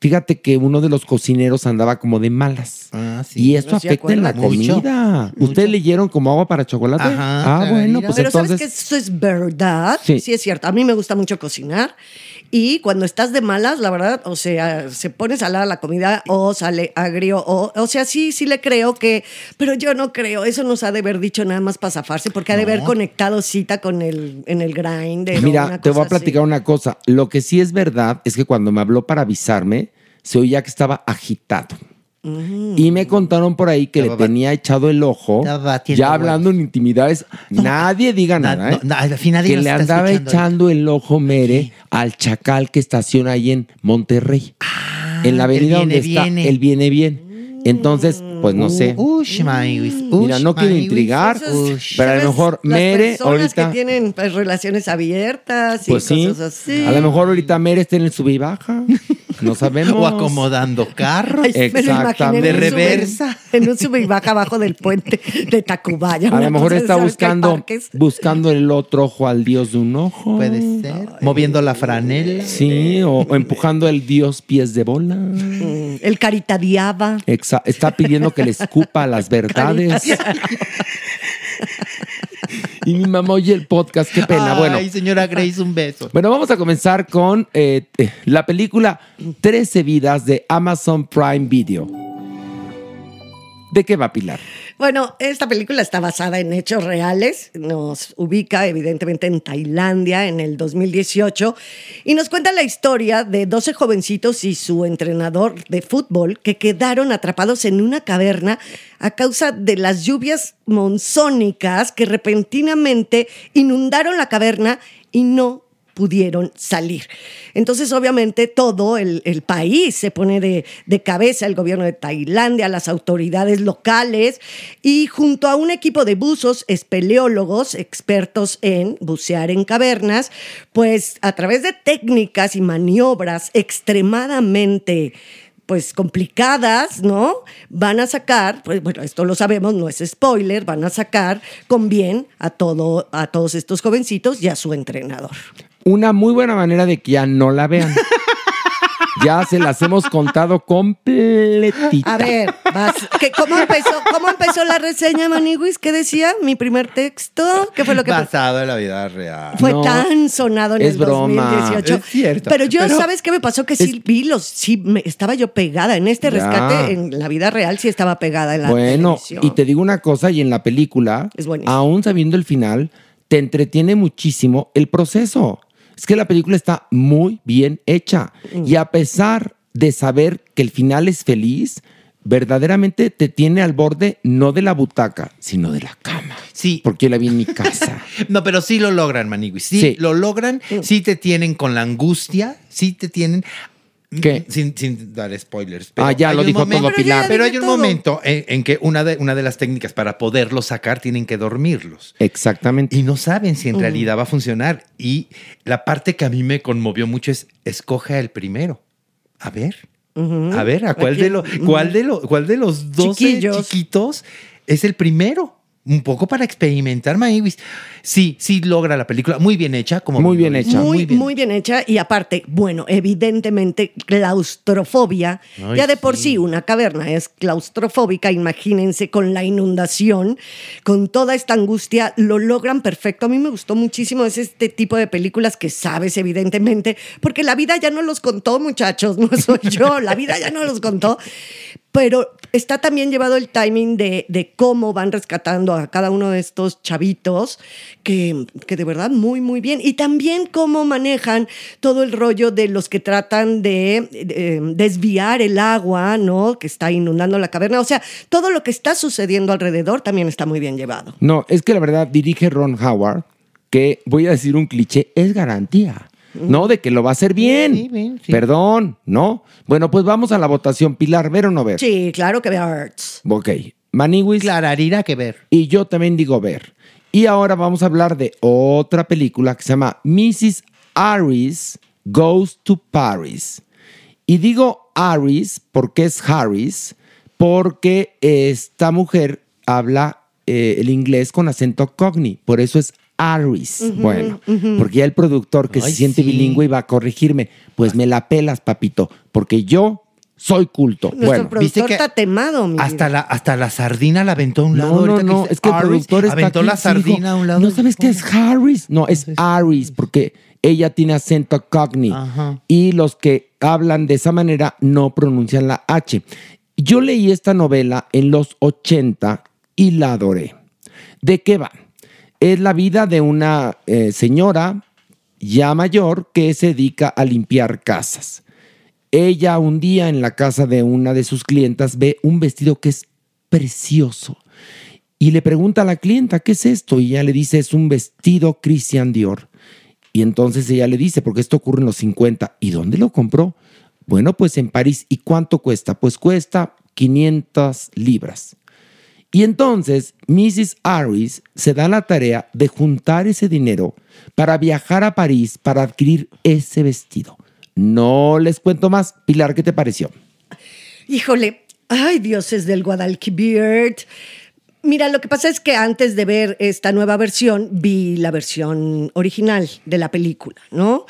E: fíjate que uno de los cocineros andaba como de malas.
I: Ah, sí.
E: Y eso
F: Pero sí
E: afecta en la
I: acuerdas. Mucho.
E: comida. ¿Ustedes leyeron como agua para chocolate?
I: Ajá,
E: ah, bueno,
I: Karina.
E: pues
F: Pero
E: entonces.
F: sabes que eso es verdad.
E: Sí.
F: Sí. es cierto. A mí me gusta mucho cocinar. Y cuando estás de malas, la verdad, o sea, se pone salada la comida o sale agrio. O, o sea, sí, sí le creo que. Pero yo no creo. Eso nos ha de haber dicho nada más para zafarse, porque ha de haber conectado cita con el, en el grinder. o
E: Mira,
F: una
E: te voy
F: cosa
E: a platicar
F: así.
E: una cosa. Lo que sí es verdad es que cuando me habló para avisarme, se oía que estaba agitado. Y me contaron por ahí que le tenía echado el ojo,
H: Estaba batiendo
E: ya
H: huevos.
E: hablando en intimidades, nadie diga
H: Na-
E: nada,
H: no,
E: ¿eh?
H: na- al fin nadie
E: que
H: nos
E: le
H: está
E: andaba
H: escuchando
E: echando el ojo, Mere, al chacal que estaciona ahí en Monterrey, en la
H: el
E: avenida
H: Ah, viene,
E: donde está
H: viene. Uh,
E: el viene bien. Entonces, pues no sé.
H: Ush, my wish,
E: Mira,
H: ush,
E: no quiero
H: my
E: intrigar,
H: wish.
F: Entonces,
E: pero a lo
F: ¿sabes?
E: mejor
F: Las
E: Mere
F: personas
E: ahorita-
F: que tienen pues, relaciones abiertas y
E: Pues sí.
F: cosas así.
E: A lo mejor ahorita Mere está en el sube y baja. No sabemos.
I: O acomodando carros.
F: Ay, me lo imaginé
E: Exactamente.
F: en
I: De
F: un sube-
I: reversa.
F: en un sube y baja abajo del puente de Tacubaya.
E: A
F: una
E: lo mejor
F: cosa
E: está
F: así, ¿sabes? Que hay
E: buscando,
F: parques.
E: buscando el otro ojo al dios de un ojo.
I: Puede ser. Moviendo la franela.
E: Sí, o, o empujando el dios pies de bola.
F: El caritadiaba.
E: Exa- está pidiendo que le escupa las verdades. y mi mamá oye el podcast, qué pena. Bueno,
I: Ay, señora Grace, un beso.
E: bueno vamos a comenzar con eh, eh, la película 13 vidas de Amazon Prime Video. ¿De qué va Pilar?
F: Bueno, esta película está basada en hechos reales, nos ubica evidentemente en Tailandia en el 2018 y nos cuenta la historia de 12 jovencitos y su entrenador de fútbol que quedaron atrapados en una caverna a causa de las lluvias monzónicas que repentinamente inundaron la caverna y no pudieron salir. Entonces, obviamente, todo el, el país se pone de, de cabeza, el gobierno de Tailandia, las autoridades locales, y junto a un equipo de buzos, espeleólogos, expertos en bucear en cavernas, pues a través de técnicas y maniobras extremadamente pues complicadas, ¿no? Van a sacar, pues bueno, esto lo sabemos, no es spoiler, van a sacar con bien a todo a todos estos jovencitos y a su entrenador.
E: Una muy buena manera de que ya no la vean. ya se las hemos contado completita.
F: A ver, vas, ¿qué- cómo, empezó, ¿cómo empezó la reseña, Maniwis? ¿Qué decía? Mi primer texto, ¿qué fue lo que pasó?
I: Basado en la vida real.
F: Fue
E: No,
F: tan sonado en
E: es
F: el
E: broma.
F: 2018.
I: Es cierto,
F: Pero yo,
I: pero-
F: ¿sabes qué me pasó? Que sí vi los, sí me, estaba yo pegada en este
E: Ya.
F: rescate, en la vida real sí estaba pegada en la
E: Bueno,
F: televisión.
E: y te digo una cosa, y en la película,
F: Es buenísimo.
E: aún sabiendo el final, te entretiene muchísimo el proceso. Es que la película está muy bien hecha.
F: Mm.
E: Y a pesar de saber que el final es feliz, verdaderamente te tiene al borde no de la butaca, sino de la cama.
I: Sí.
E: Porque yo la vi en mi casa.
I: No, pero sí lo logran, Manigui. Sí,
E: Sí.
I: lo logran. Sí te tienen con la angustia. Sí te tienen.
E: ¿Qué?
I: Sin, sin dar spoilers.
E: Ah, ya
I: hay
E: lo
I: un
E: dijo
I: momento-
E: todo Pero ya Pilar.
I: Pero hay
F: dije
I: un
F: todo.
I: momento en, en que una de, una de las técnicas para poderlos sacar tienen que dormirlos.
E: Exactamente.
I: Y no saben si en realidad va a funcionar. Y la parte que a mí me conmovió mucho es escoja el primero. A ver. A ver, ¿a cuál
F: Aquí,
I: de, lo, cuál, de lo, ¿cuál de los 12
F: Chiquillos.
I: chiquitos es el primero? Un poco para experimentar, Maywis. Sí, sí logra la película. Muy bien hecha. Como
E: Muy bien hecha.
F: Muy, muy, bien. hecha. Y aparte, bueno, evidentemente claustrofobia.
I: Ay,
F: ya de por
I: sí.
F: sí una caverna es claustrofóbica. Imagínense con la inundación, con toda esta angustia, lo logran perfecto. A mí me gustó muchísimo. Es este tipo de películas que sabes, evidentemente, porque la vida ya no los contó, muchachos. No soy yo. La vida ya no los contó. Pero está también llevado el timing de, de cómo van rescatando a cada uno de estos chavitos, que, que de verdad muy, muy bien. Y también cómo manejan todo el rollo de los que tratan de, eh, desviar el agua, ¿no? Que está inundando la caverna. O sea, todo lo que está sucediendo alrededor también está muy bien llevado.
E: No, es que la verdad dirige Ron Howard, que voy a decir un cliché, es garantía. No, de que lo va a hacer bien.
I: Sí, bien, sí.
E: Perdón, ¿no? Bueno, pues vamos a la votación. Pilar, ¿ver o no ver?
F: Sí, claro que ve Arts.
E: Pues, Ok. Maniwis.
I: Clararira que ver.
E: Y yo también digo ver. Y ahora vamos a hablar de otra película que se llama Mrs. Harris Goes to Paris. Y digo Harris porque es Harris, porque esta mujer habla eh, el inglés con acento cockney, por eso es Harris. bueno, porque ya el productor que
I: Ay,
E: se siente
I: sí.
E: bilingüe iba a corregirme, pues me la pelas, papito, porque yo soy culto.
F: Nuestro
E: bueno,
I: viste
F: productor
I: que
F: está temado, mi
I: Hasta
F: vida.
I: la, hasta la sardina la aventó a un lado.
E: No, no,
I: ahorita
E: no,
I: dice
E: es que el
I: Harris,
E: productor está
I: Aventó
E: aquí,
I: la
E: sí, dijo,
I: sardina a un lado. "Pues,
E: No sabes qué es Harris. No, es Harris, porque ella tiene acento cockney.
I: Ajá.
E: Y los que hablan de esa manera no pronuncian la H. Yo leí esta novela en los 80 y la adoré. ¿De qué va? Es la vida de una eh, señora ya mayor que se dedica a limpiar casas Ella un día en la casa de una de sus clientas ve un vestido que es precioso y le pregunta a la clienta, ¿qué es esto? Y ella le dice, es un vestido Christian Dior. Y entonces ella le dice, porque esto ocurre en los 50, ¿y dónde lo compró? Bueno, pues en París. ¿Y cuánto cuesta? Pues cuesta 500 libras. Y entonces Mrs. Harris se da la tarea de juntar ese dinero para viajar a París para adquirir ese vestido. No les cuento más. Pilar, ¿qué te pareció?
F: Híjole, ay dioses del Guadalquivir. Mira, lo que pasa es que antes de ver esta nueva versión, vi la versión original de la película, ¿no?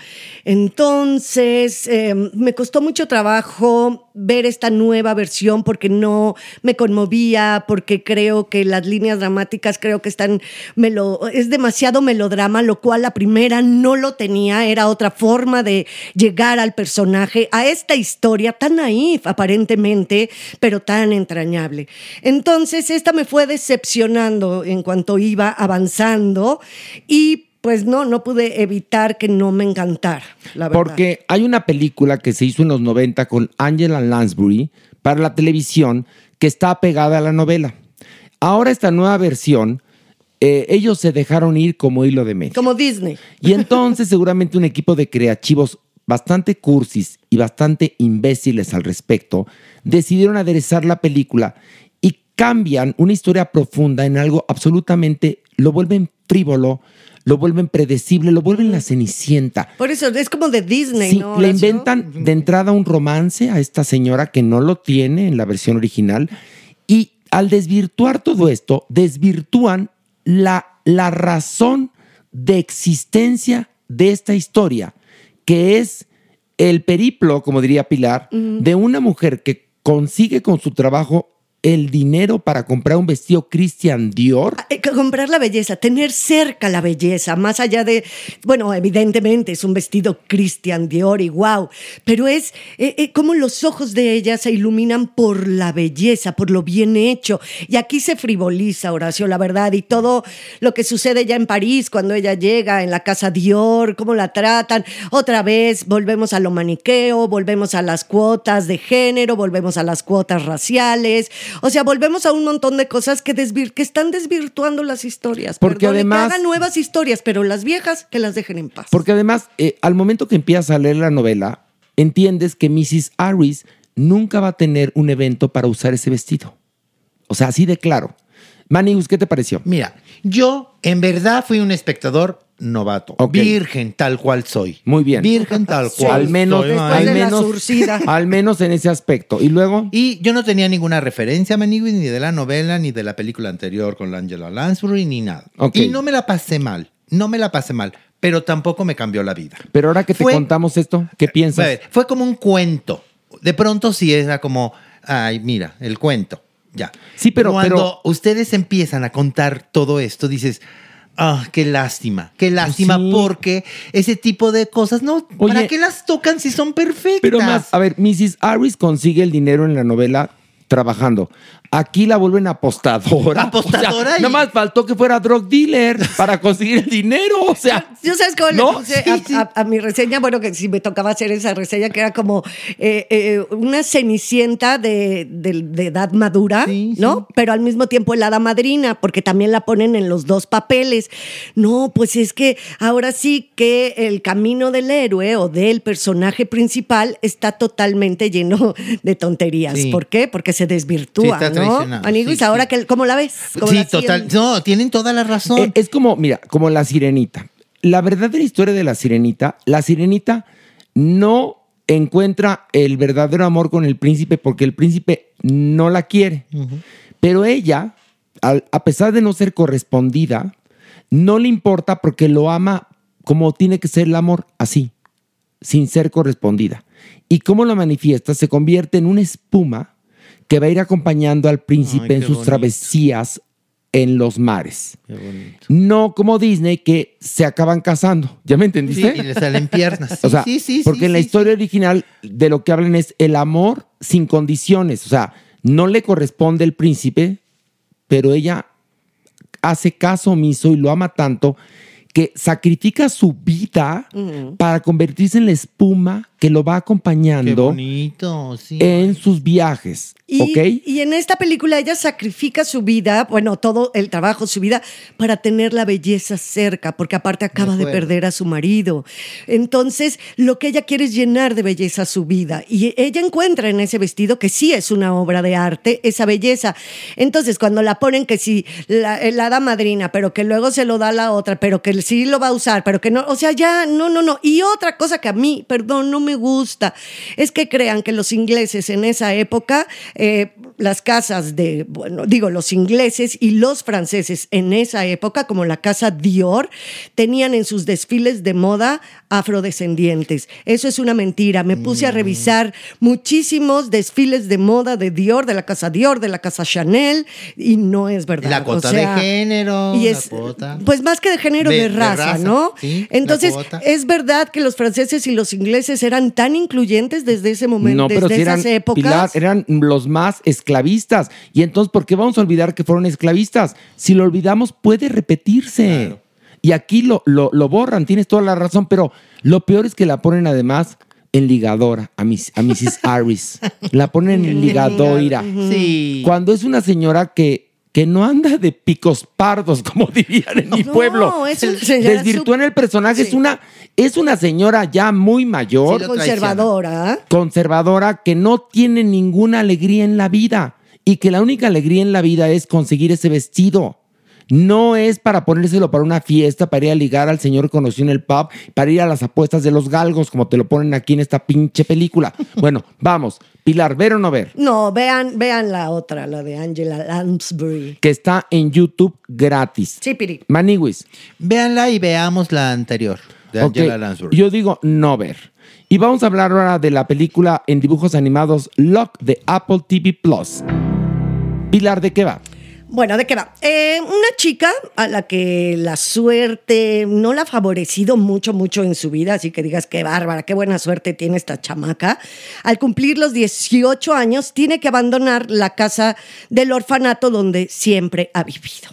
F: Entonces, eh, me costó mucho trabajo ver esta nueva versión porque no me conmovía, porque creo que las líneas dramáticas creo que están, melo- es demasiado melodrama, lo cual la primera no lo tenía, era otra forma de llegar al personaje, a esta historia tan naif aparentemente, pero tan entrañable. Entonces, esta me fue decepcionando en cuanto iba avanzando y pues no, no pude evitar que no me encantara, la verdad.
E: Porque hay una película que se hizo en los 90 con Angela Lansbury para la televisión que está pegada a la novela. Ahora esta nueva versión, eh, ellos se dejaron ir como hilo de medio.
F: Como Disney.
E: Y entonces seguramente un equipo de creativos bastante cursis y bastante imbéciles al respecto, decidieron aderezar la película y cambian una historia profunda en algo absolutamente, lo vuelven frívolo, lo vuelven predecible, lo vuelven la cenicienta.
F: Por eso, es como de Disney,
E: Sí,
F: ¿no?
E: le
F: Horacio?
E: inventan de entrada un romance a esta señora que no lo tiene en la versión original y al desvirtuar todo esto, desvirtúan la, la razón de existencia de esta historia, que es el periplo, como diría Pilar, de una mujer que consigue con su trabajo el dinero para comprar un vestido Christian Dior.
F: Eh, c- Comprar la belleza, tener cerca la belleza, más allá de, bueno, evidentemente es un vestido Christian Dior y wow, pero es eh, eh, como los ojos de ella se iluminan por la belleza, por lo bien hecho. Y aquí se frivoliza, Horacio, la verdad, y todo lo que sucede ya en París cuando ella llega en la casa Dior, cómo la tratan. Otra vez volvemos a lo maniqueo, volvemos a las cuotas de género, volvemos a las cuotas raciales, o sea, volvemos a un montón de cosas que, desvir que están desvirtuando las historias.
E: Porque
F: Perdone, que
E: además-
F: hagan nuevas historias, pero las viejas que las dejen en paz.
E: Porque además, eh, al momento que empiezas a leer la novela, entiendes que Mrs. Harris nunca va a tener un evento para usar ese vestido. O sea, así de claro. Manius, ¿qué te pareció?
I: Mira, yo en verdad fui un espectador novato.
E: Ok.
I: Virgen tal cual soy.
E: Muy bien.
I: Virgen tal
F: Sí,
I: cual.
E: al menos,
I: soy,
F: después
I: man.
E: al,
F: de la
E: menos
F: surcida.
E: al menos en ese aspecto. Y luego,
I: Y yo no tenía ninguna referencia, Manigui, ni de la novela, ni de la película anterior con la Angela Lansbury, ni nada.
E: Ok.
I: Y no me la pasé mal, no me la pasé mal, pero tampoco me cambió la vida.
E: pero ahora que te
I: Fue- Eh,
E: contamos esto, ¿qué piensas?
I: A ver, fue como un cuento. De pronto sí era como, ay, mira, el cuento. Ya.
E: Sí, pero-
I: cuando ustedes empiezan a contar todo esto, dices, ah, qué lástima, qué lástima,
E: Pues Sí.
I: porque ese tipo de cosas, no,
E: Oye,
I: ¿para qué las tocan si son perfectas?
E: Pero más, a ver, Mrs. Harris consigue el dinero en la novela trabajando. Aquí la vuelven apostadora.
I: Apostadora
E: O sea,
I: y-
E: Nada más faltó que fuera drug dealer para conseguir el dinero. O sea,
F: Yo sabes cómo
E: ¿No?
F: le puse
E: Sí,
F: a,
E: sí.
F: a- a mi reseña, bueno, que si me tocaba hacer esa reseña, que era como eh, eh, una cenicienta de, de- de edad madura,
I: Sí, sí.
F: ¿no? Pero al mismo tiempo helada madrina, porque también la ponen en los dos papeles. No, pues es que ahora sí que el camino del héroe o del personaje principal está totalmente lleno de tonterías.
I: Sí.
F: ¿Por qué? Porque se desvirtúa,
I: Sí, está
F: ¿no?
I: traicionado,
F: Maniguis,
I: sí,
F: ahora
I: sí.
F: que, ¿cómo la ves? ¿Cómo
I: Sí,
F: la
I: total.
F: siguen?
I: No, tienen toda la razón.
E: Eh, Es como, mira, como la sirenita. La verdadera historia de la sirenita, la sirenita no encuentra el verdadero amor con el príncipe porque el príncipe no la quiere. Pero ella, al- a pesar de no ser correspondida, no le importa porque lo ama como tiene que ser el amor, así, sin ser correspondida. Y cómo lo manifiesta, se convierte en una espuma que va a ir acompañando al príncipe
I: Ay,
E: en
I: qué
E: sus
I: bonito.
E: travesías en los mares. No como Disney que se acaban casando. ¿Ya me
I: Sí,
E: entendiste?
I: y le salen piernas. Sí,
E: o sea,
I: sí, sí.
E: porque
I: sí,
E: en la
I: sí,
E: historia original de lo que hablan es el amor sin condiciones. O sea, no le corresponde el príncipe, pero ella hace caso omiso y lo ama tanto que sacrifica su vida para convertirse en la espuma que lo va
I: Qué
E: acompañando
I: bonito, sí.
E: en sus viajes,
F: Y,
E: ¿ok?
F: y en esta película ella sacrifica su vida, bueno, todo el trabajo, su vida, para tener la belleza cerca, porque aparte acaba de,
I: acuerdo.
F: perder a su marido. Entonces, lo que ella quiere es llenar de belleza su vida. Y ella encuentra en ese vestido, que sí es una obra de arte, esa belleza. Entonces, cuando la ponen que sí, la, eh, la da madrina, pero que luego se lo da la otra, pero que sí lo va a usar, pero que no, o sea, ya, no, no, no. Y otra cosa que a mí, perdón, no me gusta, es que crean que los ingleses en esa época, eh, las casas de, bueno, digo, los ingleses y los franceses en esa época, como la casa Dior, tenían en sus desfiles de moda afrodescendientes. Eso es una mentira. Me puse
I: Mm.
F: a revisar muchísimos desfiles de moda de Dior, de la casa Dior, de la casa Chanel, y no es verdad.
I: La cuota
F: O sea,
I: de género.
F: y
I: la
F: es,
I: cuota.
F: pues más que de género,
I: De-
F: de,
I: de
F: raza,
I: raza,
F: ¿no?
I: sí, la
F: Entonces,
I: cuota.
F: es verdad que los franceses y los ingleses eran tan incluyentes desde ese momento,
E: No, pero
F: desde
E: si eran,
F: esas épocas.
E: Pilar, eran los más esclavistas. Y entonces, ¿por qué vamos a olvidar que fueron esclavistas? Si lo olvidamos, puede repetirse. Y aquí lo, lo, lo borran, tienes toda la razón, pero lo peor es que la ponen además en ligadora a, mis, a Mrs. Harris. La ponen en ligadoira.
I: Sí.
E: Cuando es una señora que, que no anda de picos pardos, como dirían en mi
F: No,
E: pueblo.
F: es un-
E: Desvirtúan el personaje. Es,
F: Sí.
E: una, es una señora ya muy mayor
I: Sí, lo-
F: conservadora. ¿eh?
E: conservadora que no tiene ninguna alegría en la vida y que la única alegría en la vida es conseguir ese vestido. No es para ponérselo para una fiesta, para ir a ligar al señor que conoció en el pub, para ir a las apuestas de los galgos, como te lo ponen aquí en esta pinche película. Bueno, vamos, Pilar, ver o no ver,
F: No, vean, vean la otra, la de Angela Lansbury.
E: que está en YouTube gratis.
F: Sí, Piri.
E: Maniwis.
I: Véanla y veamos la anterior de
E: Ok,
I: Angela Lansbury.
E: Yo digo no ver. Y vamos a hablar ahora de la película en dibujos animados Lock de Apple TV Plus. Pilar, ¿de qué va?
F: Bueno, ¿de qué va? Eh, una chica a la que la suerte no la ha favorecido mucho, mucho en su vida, así que digas, qué bárbara, qué buena suerte tiene esta chamaca. Al cumplir los 18 años, tiene que abandonar la casa del orfanato donde siempre ha vivido.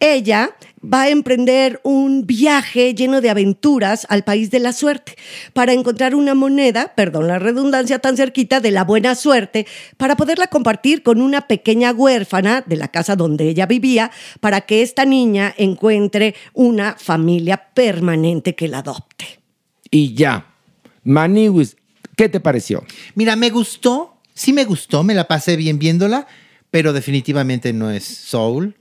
F: Ella va a emprender un viaje lleno de aventuras al país de la suerte para encontrar una moneda, perdón la redundancia, tan cerquita de la buena suerte para poderla compartir con una pequeña huérfana de la casa donde ella vivía para que esta niña encuentre una familia permanente que la adopte.
E: y ya. Maniwis, ¿qué te pareció?
I: Mira, me gustó, sí me gustó, me la pasé bien viéndola, pero definitivamente no es soul,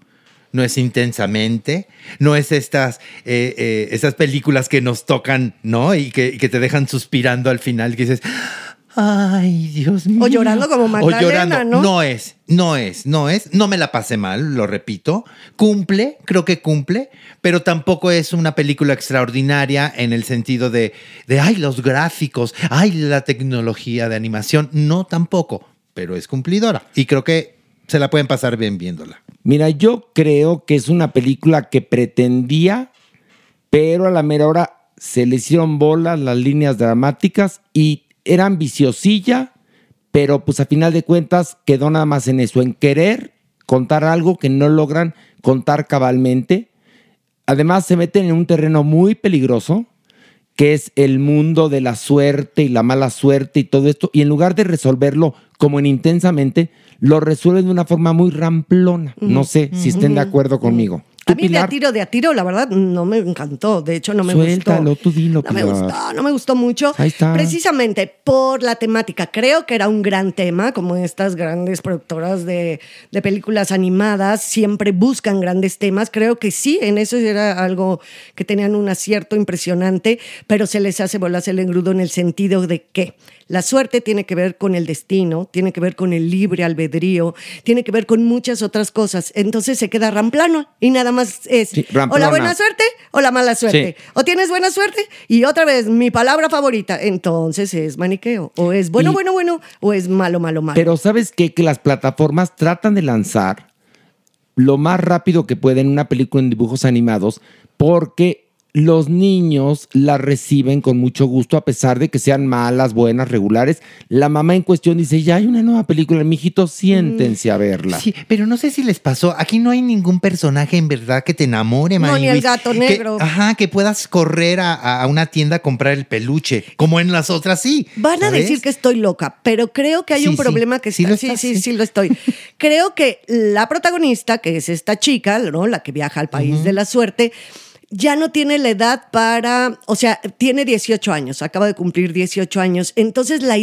I: no es intensamente, no es estas, eh, eh, estas películas que nos tocan, ¿no? Y que, y que te dejan suspirando al final, que dices, ay, Dios mío.
F: llorando como Magdalena, ¿no?
I: No es, no es, no es. No me la pasé mal, lo repito. Cumple, creo que cumple, pero tampoco es una película extraordinaria en el sentido de, de ay, los gráficos, ay, la tecnología de animación. No, tampoco, pero es cumplidora. Y creo que se la pueden pasar bien viéndola.
E: Mira, yo creo que es una película que pretendía, pero a la mera hora se le hicieron bolas las líneas dramáticas y era ambiciosilla, pero pues a final de cuentas quedó nada más en eso, en querer contar algo que no logran contar cabalmente. Además se meten en un terreno muy peligroso, que es el mundo de la suerte y la mala suerte y todo esto, y en lugar de resolverlo como en intensamente, lo resuelven de una forma muy ramplona. No sé si estén de acuerdo conmigo.
F: A
E: Tú,
F: mí de a
E: Pilar,
F: tiro, de a tiro, la verdad, no me encantó. De hecho, no me
E: Suéltalo,
F: gustó.
E: tú dilo,
F: No me
E: Pilar.
F: gustó, no me gustó mucho.
E: Ahí está.
F: Precisamente por la temática. Creo que era un gran tema, como estas grandes productoras de, de películas animadas siempre buscan grandes temas. Creo que sí, en eso era algo que tenían un acierto impresionante, pero se les hace volarse el engrudo en el sentido de que la suerte tiene que ver con el destino, tiene que ver con el libre albedrío, tiene que ver con muchas otras cosas. Entonces se queda ramplano y nada más es
E: Sí,
F: o
E: ramplona.
F: la buena suerte o la mala suerte.
E: Sí.
F: O tienes buena suerte y otra vez mi palabra favorita. Entonces es maniqueo. O es bueno,
E: Y-
F: bueno, bueno, o es malo, malo, malo.
E: pero ¿sabes qué? Que las plataformas tratan de lanzar lo más rápido que pueden una película en dibujos animados porque los niños la reciben con mucho gusto, a pesar de que sean malas, buenas, regulares. La mamá en cuestión dice, ya hay una nueva película, mijito,
F: Mm.
E: siéntense a verla.
I: Mm. Sí, pero no sé si les pasó. Aquí no hay ningún personaje en verdad que te enamore,
F: No,
I: Manny
F: ni el
I: Luis.
F: gato
I: Que-
F: negro.
I: ajá, que puedas correr a, a- a una tienda a comprar el peluche, como en las otras sí.
F: Van a
I: ¿sabes?
F: decir que estoy loca, pero creo que hay
I: Sí,
F: un
I: sí.
F: problema que
I: Sí
F: está-
I: lo
F: sí,
I: estás,
F: sí,
I: sí.
F: sí lo estoy. creo que la protagonista, que es esta chica, ¿no? La que viaja al país de la suerte, ya no tiene la edad para, o sea, tiene 18 años, acaba de cumplir 18 años. Entonces la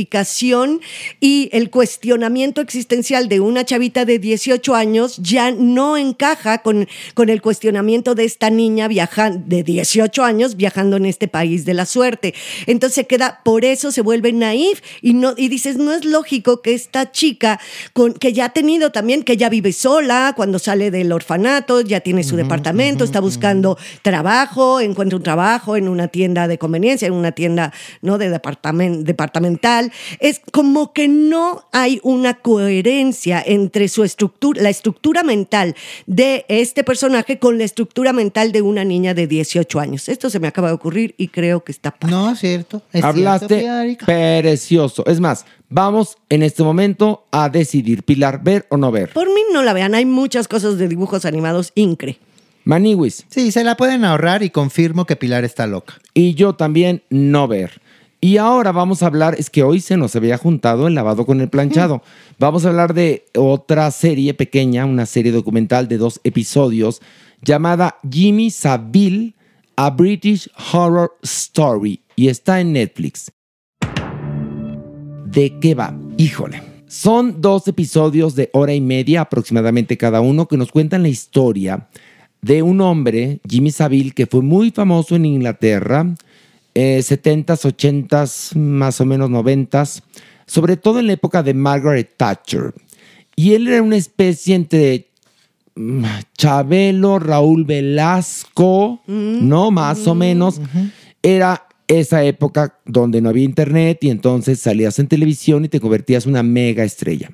F: identificación y el cuestionamiento existencial de una chavita de 18 años ya no encaja con, con el cuestionamiento de esta niña viajan, de 18 años viajando en este país de la suerte. Entonces se queda, por eso se vuelve naif y, no, y dices, no es lógico que esta chica, con, que ya ha tenido también, que ya vive sola, cuando sale del orfanato, ya tiene su departamento, está buscando trabajo, encuentra un trabajo en una tienda de conveniencia, en una tienda ¿no? de departamen- departamental. Es como que no hay una coherencia entre su estructura, la estructura mental de este personaje con la estructura mental de una niña de 18 años. Esto se me acaba de ocurrir y creo que está padre.
I: No, es cierto. es
E: Hablaste
I: cierto, Piarica.
E: precioso. Es más, vamos en este momento a decidir, Pilar, ver o no ver.
F: Por mí no la vean, hay muchas cosas de dibujos animados incre.
E: Maniwis,
I: Sí, se la pueden ahorrar y confirmo que Pilar está loca.
E: y yo también no ver. Y ahora vamos a hablar, es que hoy se nos había juntado el lavado con el
I: Mm.
E: planchado. Vamos a hablar de otra serie pequeña, una serie documental de dos episodios llamada Jimmy Savile, A British Horror Story, y está en Netflix. ¿De qué va? Híjole. Son dos episodios de hora y media aproximadamente cada uno que nos cuentan la historia de un hombre, Jimmy Savile, que fue muy famoso en Inglaterra, eh, 70s, 80s, más o menos 90s, sobre todo en la época de Margaret Thatcher. Y él era una especie entre mm, Chabelo, Raúl Velasco, ¿no? Más o menos. Era esa época donde no había internet y entonces salías en televisión y te convertías en una mega estrella.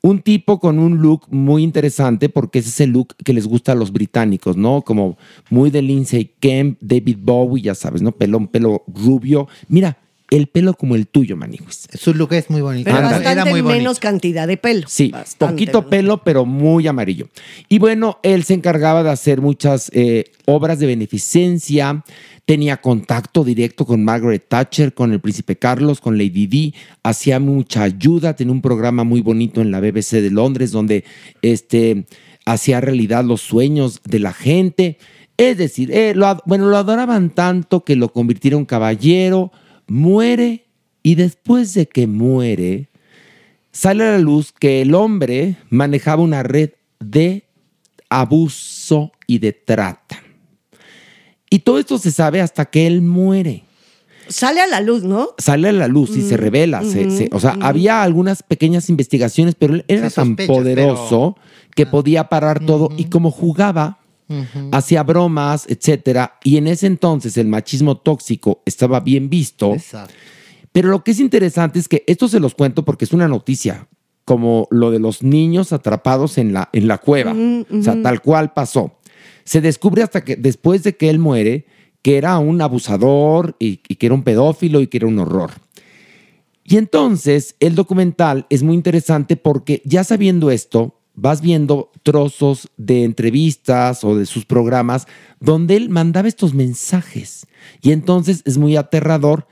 E: Un tipo con un look muy interesante porque ese es el look que les gusta a los británicos, ¿no? Como muy de Lindsay Kemp, David Bowie, ya sabes, ¿no? Pelón, pelo rubio. Mira, el pelo como el tuyo, Maniguis.
I: Su look es muy bonito.
F: Pero
E: Ándale.
F: bastante
I: Era muy bonito.
F: menos cantidad de pelo.
E: Sí,
F: Bastante
E: poquito
F: menos.
E: pelo, pero muy amarillo. Y bueno, él se encargaba de hacer muchas eh, obras de beneficencia, tenía contacto directo con Margaret Thatcher, con el príncipe Carlos, con Lady Di, hacía mucha ayuda, tenía un programa muy bonito en la BBC de Londres donde este, hacía realidad los sueños de la gente. Es decir, eh, lo ad- bueno, lo adoraban tanto que lo convirtieron en caballero, muere y después de que muere, sale a la luz que el hombre manejaba una red de abuso y de trata. Y todo esto se sabe hasta que él muere.
F: Sale a la luz, ¿no?
E: Sale a la luz y se revela. se- se- o sea, había algunas pequeñas investigaciones, pero él era
I: Sí,
E: tan
I: sospechas,
E: poderoso que podía parar todo. Y como jugaba, hacía bromas, etcétera. Y en ese entonces el machismo tóxico estaba bien visto.
I: Exacto.
E: Pero lo que es interesante es que esto se los cuento porque es una noticia, como lo de los niños atrapados en la, en la cueva. O sea, tal cual pasó. Se descubre hasta que después de que él muere, que era un abusador y, y que era un pedófilo y que era un horror. Y entonces el documental es muy interesante porque ya sabiendo esto, vas viendo trozos de entrevistas o de sus programas donde él mandaba estos mensajes. Y entonces es muy aterrador.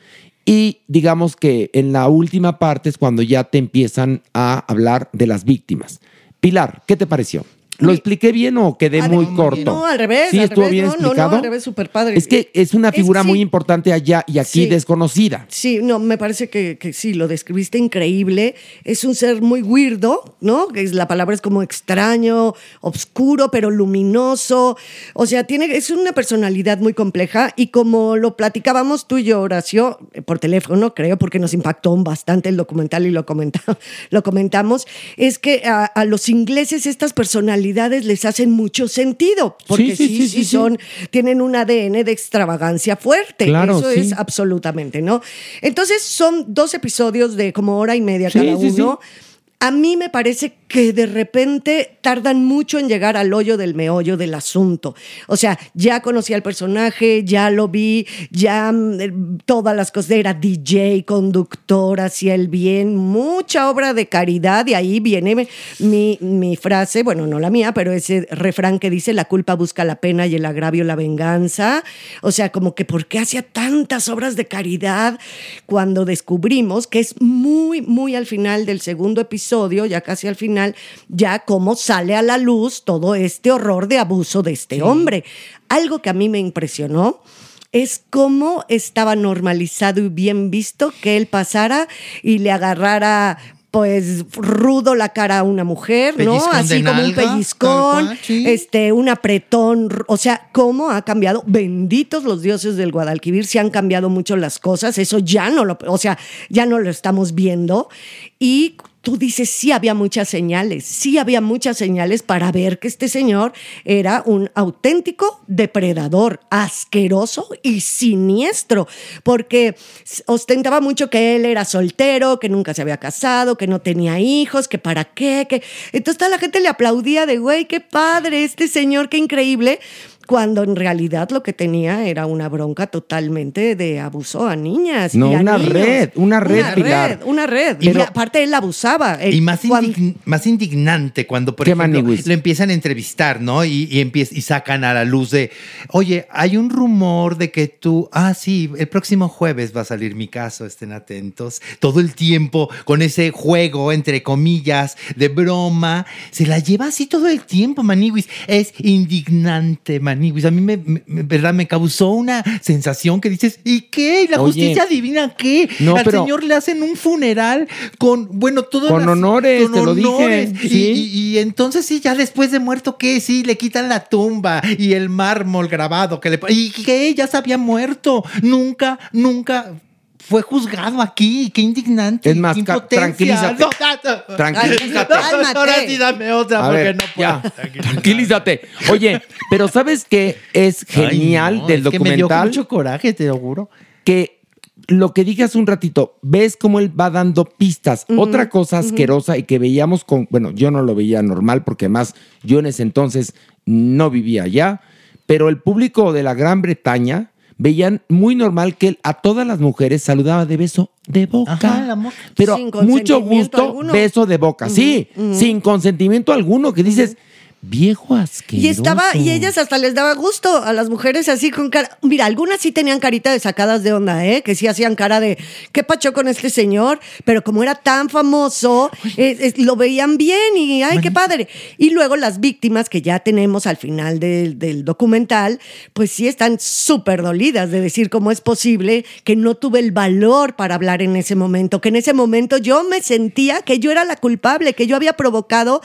E: Y digamos que en la última parte es cuando ya te empiezan a hablar de las víctimas. Pilar, ¿qué te pareció? ¿Lo expliqué bien o quedé
F: Ah,
E: muy
F: no,
E: corto?
F: no, al revés,
E: Sí,
F: al
E: estuvo
F: revés,
E: bien
F: no, no, no,
E: explicado.
F: al revés, superpadre.
E: Es que es una
F: Es que
E: figura muy
F: sí.
E: importante allá y aquí
F: Sí.
E: desconocida.
F: Sí, no, me parece que, que sí, lo describiste increíble. Es un ser muy weirdo, ¿no? Que es, la palabra es como extraño, oscuro, pero luminoso. O sea, tiene, es una personalidad muy compleja y como lo platicábamos tú y yo, Horacio, eh, por teléfono, creo, porque nos impactó bastante el documental y lo, comenta- lo comentamos, es que a, a los ingleses estas personalidades les hacen mucho sentido, porque sí,
E: sí,
F: sí,
E: sí, sí, sí.
F: son, tienen un ADN de extravagancia fuerte.
E: Claro,
F: Eso
E: sí.
F: es absolutamente, ¿no? Entonces son dos episodios de como hora y media
E: Sí,
F: cada
E: sí, sí.
F: uno. A mí me parece que de repente tardan mucho en llegar al hoyo del meollo del asunto. O sea, ya conocí al personaje, ya lo vi, ya mm, eh, todas las cosas, era DJ, conductor, hacía el bien, mucha obra de caridad y ahí viene mi, mi frase, bueno, no la mía, pero ese refrán que dice, la culpa busca la pena y el agravio la venganza. O sea, como que ¿por qué hacía tantas obras de caridad cuando descubrimos que es muy, muy al final del segundo episodio, ya casi al final, ya cómo sale a la luz todo este horror de abuso de este hombre? Algo que a mí me impresionó es cómo estaba normalizado y bien visto que él pasara y le agarrara pues rudo la cara a una mujer, ¿no?
I: Pellizcón
F: Así
I: de
F: como un
I: nalga, tal
F: pellizcón,
I: cual, sí.
F: este, un apretón, r- o sea, cómo ha cambiado, benditos los dioses del Guadalquivir, se han cambiado mucho las cosas, eso ya no lo, o sea, ya no lo estamos viendo y tú dices, sí había muchas señales, sí había muchas señales para ver que este señor era un auténtico depredador, asqueroso y siniestro, porque s- ostentaba mucho que él era soltero, que nunca se había casado, que no tenía hijos, que para qué, que... Entonces toda la gente le aplaudía de, güey, qué padre, este señor, qué increíble, cuando en realidad lo que tenía era una bronca totalmente de abuso a niñas.
E: No,
F: y a
E: una
F: niños.
E: red, una red, Pilar.
F: red, una red.
I: Pero-
F: y aparte él abusaba. eh, Él-
I: Y más,
F: cuan-
I: indign- más indignante cuando, por
E: ¿Qué,
I: ejemplo,
E: Maniwis?
I: lo empiezan a entrevistar, ¿no? Y, y, empie- y sacan a la luz de, oye, hay un rumor de que tú, ah, sí, el próximo jueves va a salir mi caso, estén atentos. Todo el tiempo con ese juego, entre comillas, de broma, se la lleva así todo el tiempo, Maniwis. Es indignante, Maniwis. A mí, me, me- me- ¿verdad? Me causó una sensación que dices, ¿y qué? ¿Y la
E: Oye.
I: justicia adivina qué?
E: No,
I: Al
E: pero-
I: señor le hacen un funeral con, bueno, todo
E: Con
I: las-
E: honores, te lo dije,
I: Y-
E: sí.
I: Y, y entonces sí, ya después de muerto, ¿qué? Sí, le quitan la tumba y el mármol grabado que le pon- Y que ya se había muerto. Nunca, nunca fue juzgado aquí. Qué indignante.
E: Es más,
I: qué
E: ca-
I: impotencia.
E: tranquilízate.
I: No, no, no.
E: Tranquilízate.
F: Cálmate.
I: Ahora sí dame otra
E: A
I: porque
E: ver,
I: no puedo.
E: ya. Tranquilízate. Oye, pero ¿sabes qué es genial
I: Ay, no,
E: del
I: es que me dio
E: documental?
I: mucho coraje, te lo juro.
E: que lo que dije hace un ratito, ves cómo él va dando pistas. Otra cosa asquerosa y que veíamos con, bueno, yo no lo veía normal porque además yo en ese entonces no vivía allá, pero el público de la Gran Bretaña veían muy normal que él a todas las mujeres saludaba de beso de boca.
I: Ajá, el amor.
E: Pero
F: Sin
E: mucho
F: consentimiento
E: gusto,
F: alguno.
E: beso de boca. Sí, sin consentimiento alguno, que dices, viejo asqueroso.
F: Y estaba, y ellas hasta les daba gusto a las mujeres así con cara. Mira, algunas sí tenían carita de sacadas de onda, ¿eh? Que sí hacían cara de qué pacho con este señor, pero como era tan famoso, eh, eh, lo veían bien y ay, qué padre. Y luego las víctimas que ya tenemos al final del, del documental, pues sí están súper dolidas de decir cómo es posible que no tuve el valor para hablar en ese momento, que en ese momento yo me sentía que yo era la culpable, que yo había provocado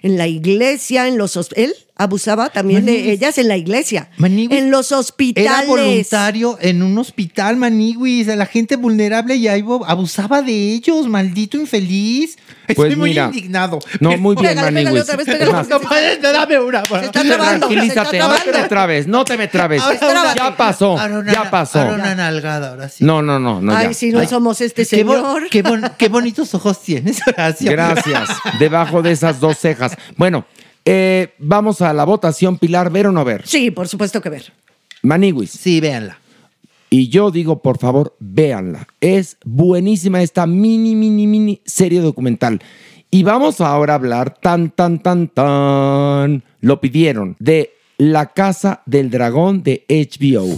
F: en la iglesia, en los hos- él abusaba también de
I: Maniguis.
F: ellas en la iglesia,
I: Maniguis.
F: en los
I: Era
F: hospitales.
I: voluntario en un hospital, Maniguis, a la gente vulnerable y ahí bo- abusaba de ellos, maldito infeliz.
E: Pues
I: Estoy
E: mira.
I: muy indignado.
E: No, muy bien,
F: Pégale, pégale
E: Maniwis.
F: otra vez,
E: Es
F: pégale
E: más,
F: otra
I: No, puedes, dame una. pues.
F: Se está trabando, se está
E: Tranquilízate, no te me
F: trabando.
E: trabes, no te me trabes.
I: Ahora
F: una-
E: pues, Ya pasó,
I: Ahora una-
E: ya pasó.
I: Ahora una nalgada, ahora sí.
E: No, no, no, no.
F: Ay,
E: ya.
F: si no
E: Ay,
F: somos este
I: Qué, bo-
F: señor.
I: qué bon- qué bonitos ojos tienes, Horacio.
E: Gracias. Debajo de esas dos cejas. Bueno, eh, vamos a la votación, Pilar, ver o no ver.
F: Sí, por supuesto que ver.
E: Maniwis.
I: Sí, véanla.
E: Y yo digo, por favor, véanla. Es buenísima esta mini, mini, mini serie documental. Y vamos ahora a hablar, tan, tan, tan, tan. Lo pidieron, de La Casa del Dragón de HBO,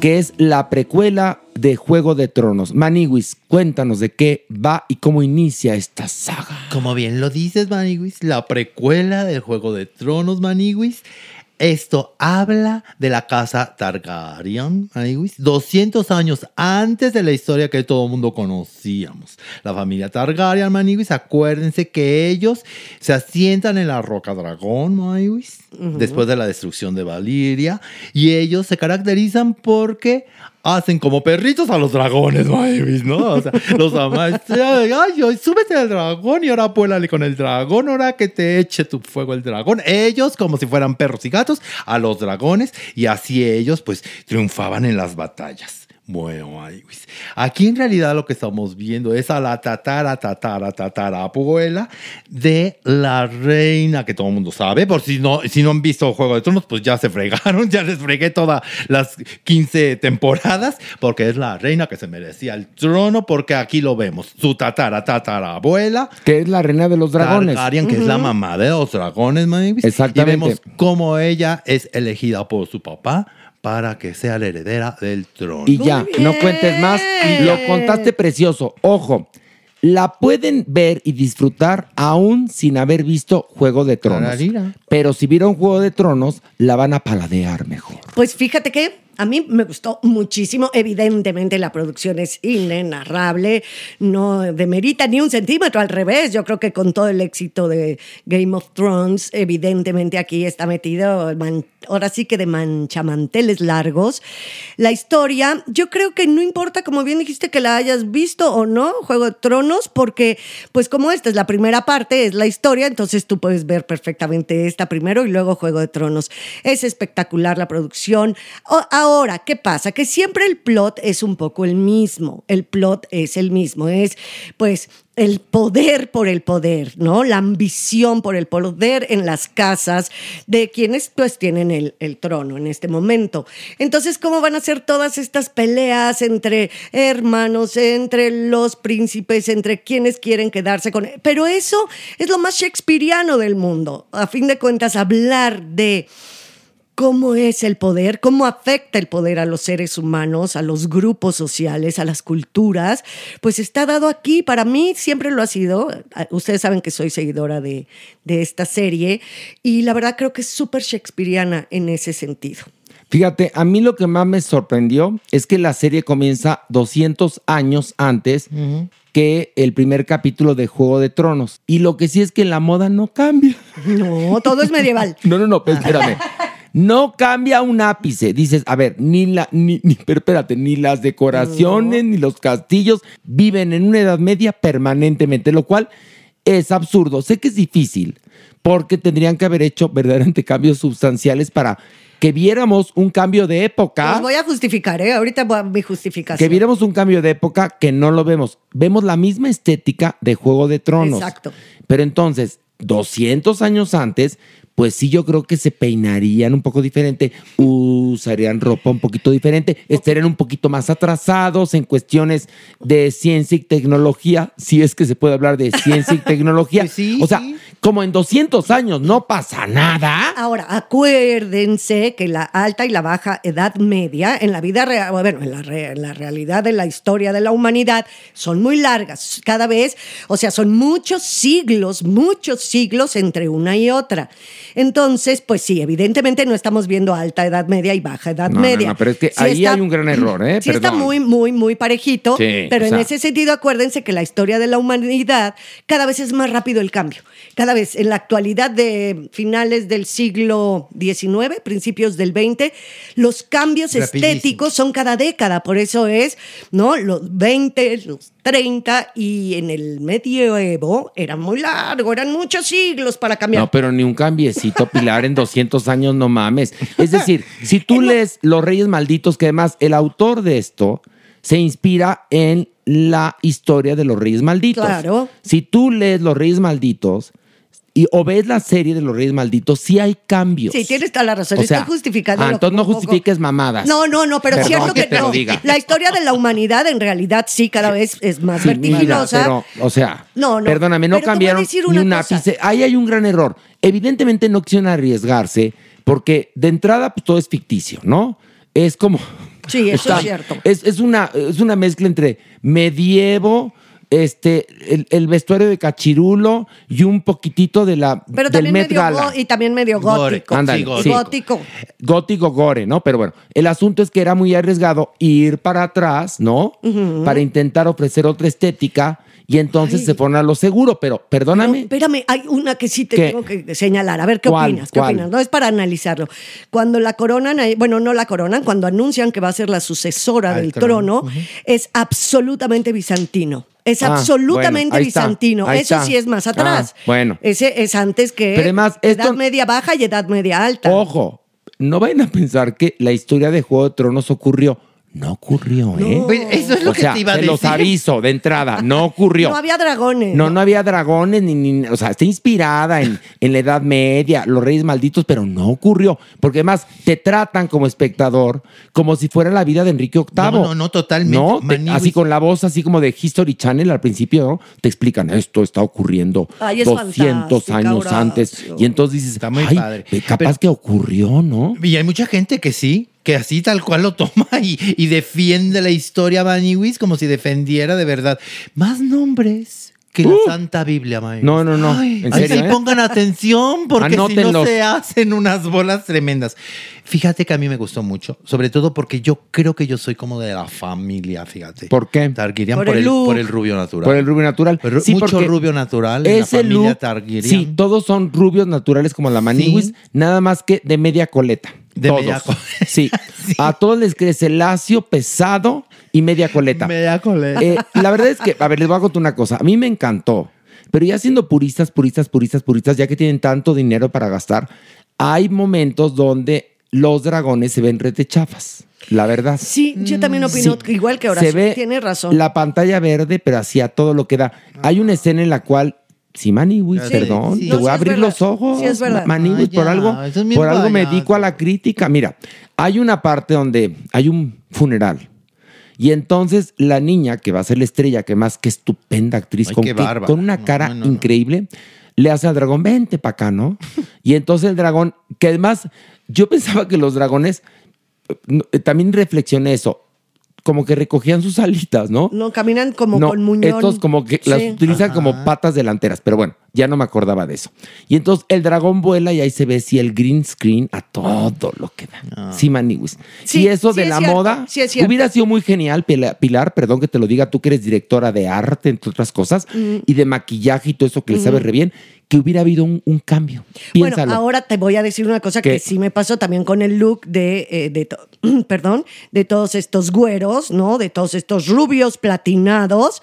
E: que es la precuela de Juego de Tronos. Maniwis, cuéntanos de qué va y cómo inicia esta saga.
I: Como bien lo dices, Maniguis, la precuela del Juego de Tronos, Maniguis. Esto habla de la casa Targaryen, Maniguis, 200 años antes de la historia que todo el mundo conocíamos. La familia Targaryen, Maniguis, acuérdense que ellos se asientan en la Roca Dragón, Maniguis, después de la destrucción de Valyria, y ellos se caracterizan porque hacen como perritos a los dragones, Mavis, ¿no? O sea, los amas. Ay, ay, súbete al dragón y ahora vuélale con el dragón, ahora que te eche tu fuego el dragón. Ellos, como si fueran perros y gatos, a los dragones, y así ellos, pues, triunfaban en las batallas. Bueno, ay, güey. aquí en realidad lo que estamos viendo es a la tatara, tatara, tatara abuela de la reina, que todo el mundo sabe. Por si no, si no han visto Juego de Tronos, pues ya se fregaron, ya les fregué todas las 15 temporadas, porque es la reina que se merecía el trono, porque aquí lo vemos, su tatara, tatara abuela.
E: Que es la reina de los dragones.
I: Targaryen, que es la
E: Ujú.
I: mamá de los dragones, man.
E: Exactamente.
I: Y vemos cómo ella es elegida por su papá para que sea la heredera del trono.
E: Y ya, no cuentes más. Lo contaste precioso. Ojo, la pueden ver y disfrutar aún sin haber visto Juego de Tronos.
F: Tararira.
E: Pero si vieron Juego de Tronos, la van a paladear mejor.
F: Pues fíjate que a mí me gustó muchísimo. Evidentemente la producción es inenarrable, no demerita ni un centímetro, al revés. Yo creo que con todo el éxito de Game of Thrones, evidentemente aquí está metido, man- ahora sí que de manchamanteles largos. La historia, yo creo que no importa, como bien dijiste, que la hayas visto o no, Juego de Tronos, porque pues como esta es la primera parte, es la historia, entonces tú puedes ver perfectamente esta primero y luego Juego de Tronos. Es espectacular la producción. O- ahora, ¿qué pasa? Que siempre el plot es un poco el mismo. El plot es el mismo. Es pues el poder por el poder, ¿no? La ambición por el poder en las casas de quienes pues tienen el, el trono en este momento. Entonces, ¿cómo van a ser todas estas peleas entre hermanos, entre los príncipes, entre quienes quieren quedarse con... e-? Pero eso es lo más shakespeariano del mundo. A fin de cuentas, hablar de cómo es el poder, cómo afecta el poder a los seres humanos, a los grupos sociales, a las culturas, pues está dado aquí. Para mí siempre lo ha sido. Ustedes saben que soy seguidora de, de esta serie y la verdad creo que es súper shakespeariana en ese sentido.
E: Fíjate, a mí lo que más me sorprendió es que la serie comienza 200 años antes
F: Mm.
E: que el primer capítulo de Juego de Tronos. Y lo que sí es que la moda no cambia.
F: No, todo es medieval.
E: No, no, no, pero espérame. No cambia un ápice. Dices, a ver, ni la, ni, ni- pero espérate, ni las decoraciones, ni los castillos viven en una edad media permanentemente, lo cual es absurdo. Sé que es difícil, porque tendrían que haber hecho verdaderamente cambios sustanciales para que viéramos un cambio de época.
F: Los voy a justificar, ¿eh? Ahorita voy a mi justificación.
E: Que viéramos un cambio de época que no lo vemos. Vemos la misma estética de Juego de Tronos.
F: Exacto.
E: Pero entonces, 200 años antes, pues sí yo creo que se peinarían un poco diferente, usarían ropa un poquito diferente, estarían un poquito más atrasados en cuestiones de ciencia y tecnología, si es que se puede hablar de ciencia y tecnología. o sea, como en 200 años no pasa nada.
F: Ahora, acuérdense que la alta y la baja edad media en la vida real, bueno, en la, re- en la realidad de la historia de la humanidad, son muy largas cada vez, o sea, son muchos siglos, muchos siglos entre una y otra. Entonces, pues sí, evidentemente no estamos viendo alta edad media y baja edad
E: No, no,
F: media.
E: no, pero es que
F: Sí
E: ahí
F: está-
E: hay un gran error, ¿eh?
F: Sí está
E: Perdón.
F: muy, muy, muy parejito,
E: Sí,
F: pero
E: o
F: en
E: sea-
F: ese sentido acuérdense que la historia de la humanidad cada vez es más rápido el cambio. Cada vez en la actualidad de finales del siglo XIX, principios del XX, los cambios
J: Rapidísimo.
F: estéticos son cada década, por eso es, ¿no? Los 20, los 30 y en el medioevo era muy largo, eran muchos siglos para cambiar.
E: No, pero ni un cambiecito, Pilar, en 200 años, no mames. Es decir, si tú lees Los Reyes Malditos, que además el autor de esto se inspira en la historia de los Reyes Malditos.
F: Claro.
E: Si tú lees Los Reyes Malditos y, o ves la serie de los Reyes Malditos, sí hay cambios.
F: Sí, tienes toda la razón.
E: O sea,
F: Estoy justificando.
E: ah,
F: lo
E: entonces
F: que
E: no
F: un poco-
E: justifiques mamadas.
F: No, no, no, pero es
E: Perdón
F: cierto que,
E: te
F: no.
E: lo diga.
F: La historia de la humanidad en realidad sí cada vez es más
E: Sí, mira,
F: vertiginosa.
E: pero, o sea,
F: No, no,
E: perdóname, no
F: pero te voy a
E: cambiaron
F: decir
E: ni
F: una
E: un
F: cosa.
E: ápice. Ahí hay un gran error. Evidentemente no quisieron arriesgarse porque de entrada pues, todo es ficticio, ¿no? Es como...
F: Sí, eso es cierto.
E: Es, es una, es una mezcla entre medievo, este, el, el vestuario de Cachirulo y un poquitito de la,
F: Pero
E: del
F: también
E: Met
F: medio
E: Gala.
F: go- y también medio
E: Gore,
F: gótico.
E: ándale, sí.
F: Gótico.
E: Gótico gore, ¿no? Pero bueno, el asunto es que era muy arriesgado ir para atrás, ¿no?
F: Ujú.
E: Para intentar ofrecer otra estética y entonces se ponen a lo seguro, pero perdóname.
F: Espérame, hay una que sí te
E: ¿Qué?
F: tengo que señalar. A ver, ¿qué
E: ¿Cuál?
F: opinas? ¿Qué
E: ¿Cuál?
F: opinas? No es para analizarlo. Cuando la coronan, ahí- bueno, no la coronan, cuando anuncian que va a ser la sucesora
E: Al
F: del
E: trono.
F: trono, es absolutamente bizantino. Es
E: Ah,
F: absolutamente
E: bueno, ahí está,
F: bizantino.
E: ahí
F: Eso
E: está.
F: sí es más
E: Ah,
F: atrás.
E: bueno.
F: Ese es antes que
E: Pero además,
F: edad
E: esto-
F: media baja y edad media alta.
E: Ojo, no vayan a pensar que la historia de Juego de Tronos ocurrió. No ocurrió,
F: No.
E: ¿eh?
F: Pues, eso es lo
E: O
F: que
E: sea,
F: te iba a
E: se los
F: decir.
E: aviso de entrada, no ocurrió.
F: No había dragones.
E: No, no había dragones, ni, ni- o sea, está inspirada en, en la Edad Media, los Reyes Malditos, pero no ocurrió. Porque además te tratan como espectador, como si fuera la vida de Enrique VIII.
I: No, no, no, totalmente,
E: No, Te-
I: Maniguis.
E: así con la voz, así como de History Channel al principio, ¿no? te explican esto está ocurriendo
I: Ay, es
E: 200
I: fantástico,
E: años
I: Horacio.
E: antes. Y entonces dices,
I: muy
E: "Ay,
I: padre".
E: eh, capaz que ocurrió, ¿no?
I: Y hay mucha gente que sí, que así tal cual lo toma y, y defiende la historia Baniwis como si defendiera de verdad. Más nombres que la
E: Uh.
I: Santa Biblia, Baniwis.
E: No, no, no. en
I: Ay,
E: serio,
I: sí,
E: ¿eh?
I: pongan atención, porque si no
E: Anótenlos.
I: se hacen unas bolas tremendas. Fíjate que a mí me gustó mucho, sobre todo porque yo creo que yo soy como de la familia, fíjate.
E: ¿Por qué?
I: Targaryen por, el, por el rubio natural.
E: Por el rubio natural.
I: Pero
E: Sí,
I: mucho
E: porque
I: rubio natural en la
E: ese
I: familia
E: look,
I: Targaryen.
E: Sí, todos son rubios naturales como la maniwis, nada más que de media coleta.
I: De
E: todos.
I: media coleta.
E: Sí. A todos les crece lacio, pesado y media coleta.
I: Media coleta.
E: Eh, la verdad es que, a ver, les voy a contar una cosa. A mí me encantó. Pero ya siendo puristas, puristas, puristas, puristas, ya que tienen tanto dinero para gastar, hay momentos donde los dragones se ven rete chafas. La verdad.
F: Sí, yo también opino
E: Sí.
F: igual que
E: Se ve
F: Horacio. Tiene razón.
E: La pantalla verde, pero hacia todo lo que da. Hay una escena en la cual. Sí, Maniwis,
I: Sí,
E: perdón,
I: sí.
E: te
I: No,
E: voy
I: sí
E: a
I: es
E: abrir
I: verdad.
E: los ojos.
I: Sí, es verdad.
E: Maniwis,
I: Ah,
E: por
I: ya,
E: algo,
I: eso es bien
E: por algo me
I: payaso.
E: dedico a la crítica. Mira, hay una parte donde hay un funeral. Y entonces la niña, que va a ser la estrella, que más que estupenda actriz,
I: Ay,
E: con,
I: qué
E: que-
I: bárbara.
E: con una
I: No,
E: cara
I: no, no, no.
E: increíble, le hace al dragón, vente para acá, ¿no? y entonces el dragón, que además yo pensaba que los dragones, no, eh, también reflexioné eso, como que recogían sus alitas, ¿no?
F: No, caminan como
E: No,
F: con muñón.
E: Estos como que las
F: Sí.
E: utilizan como patas delanteras, pero bueno, ya no me acordaba de eso. Y entonces el dragón vuela y ahí se ve si el green screen a todo lo que da. Sí, Maniwis.
F: Sí,
E: y eso
F: sí
E: de
F: es
E: la
F: cierto,
E: moda
F: sí es cierto.
E: hubiera sido muy genial, Pila- Pilar, perdón que te lo diga, tú que eres directora de arte, entre otras cosas,
F: Mm.
E: y de maquillaje y todo eso que le sabes re bien, que hubiera habido un, un cambio. Piénsalo.
F: Bueno, ahora te voy a decir una cosa que
E: ¿Qué?
F: sí me pasó también con el look de, eh, de to- perdón, de todos estos güeros, ¿no? De todos estos rubios platinados,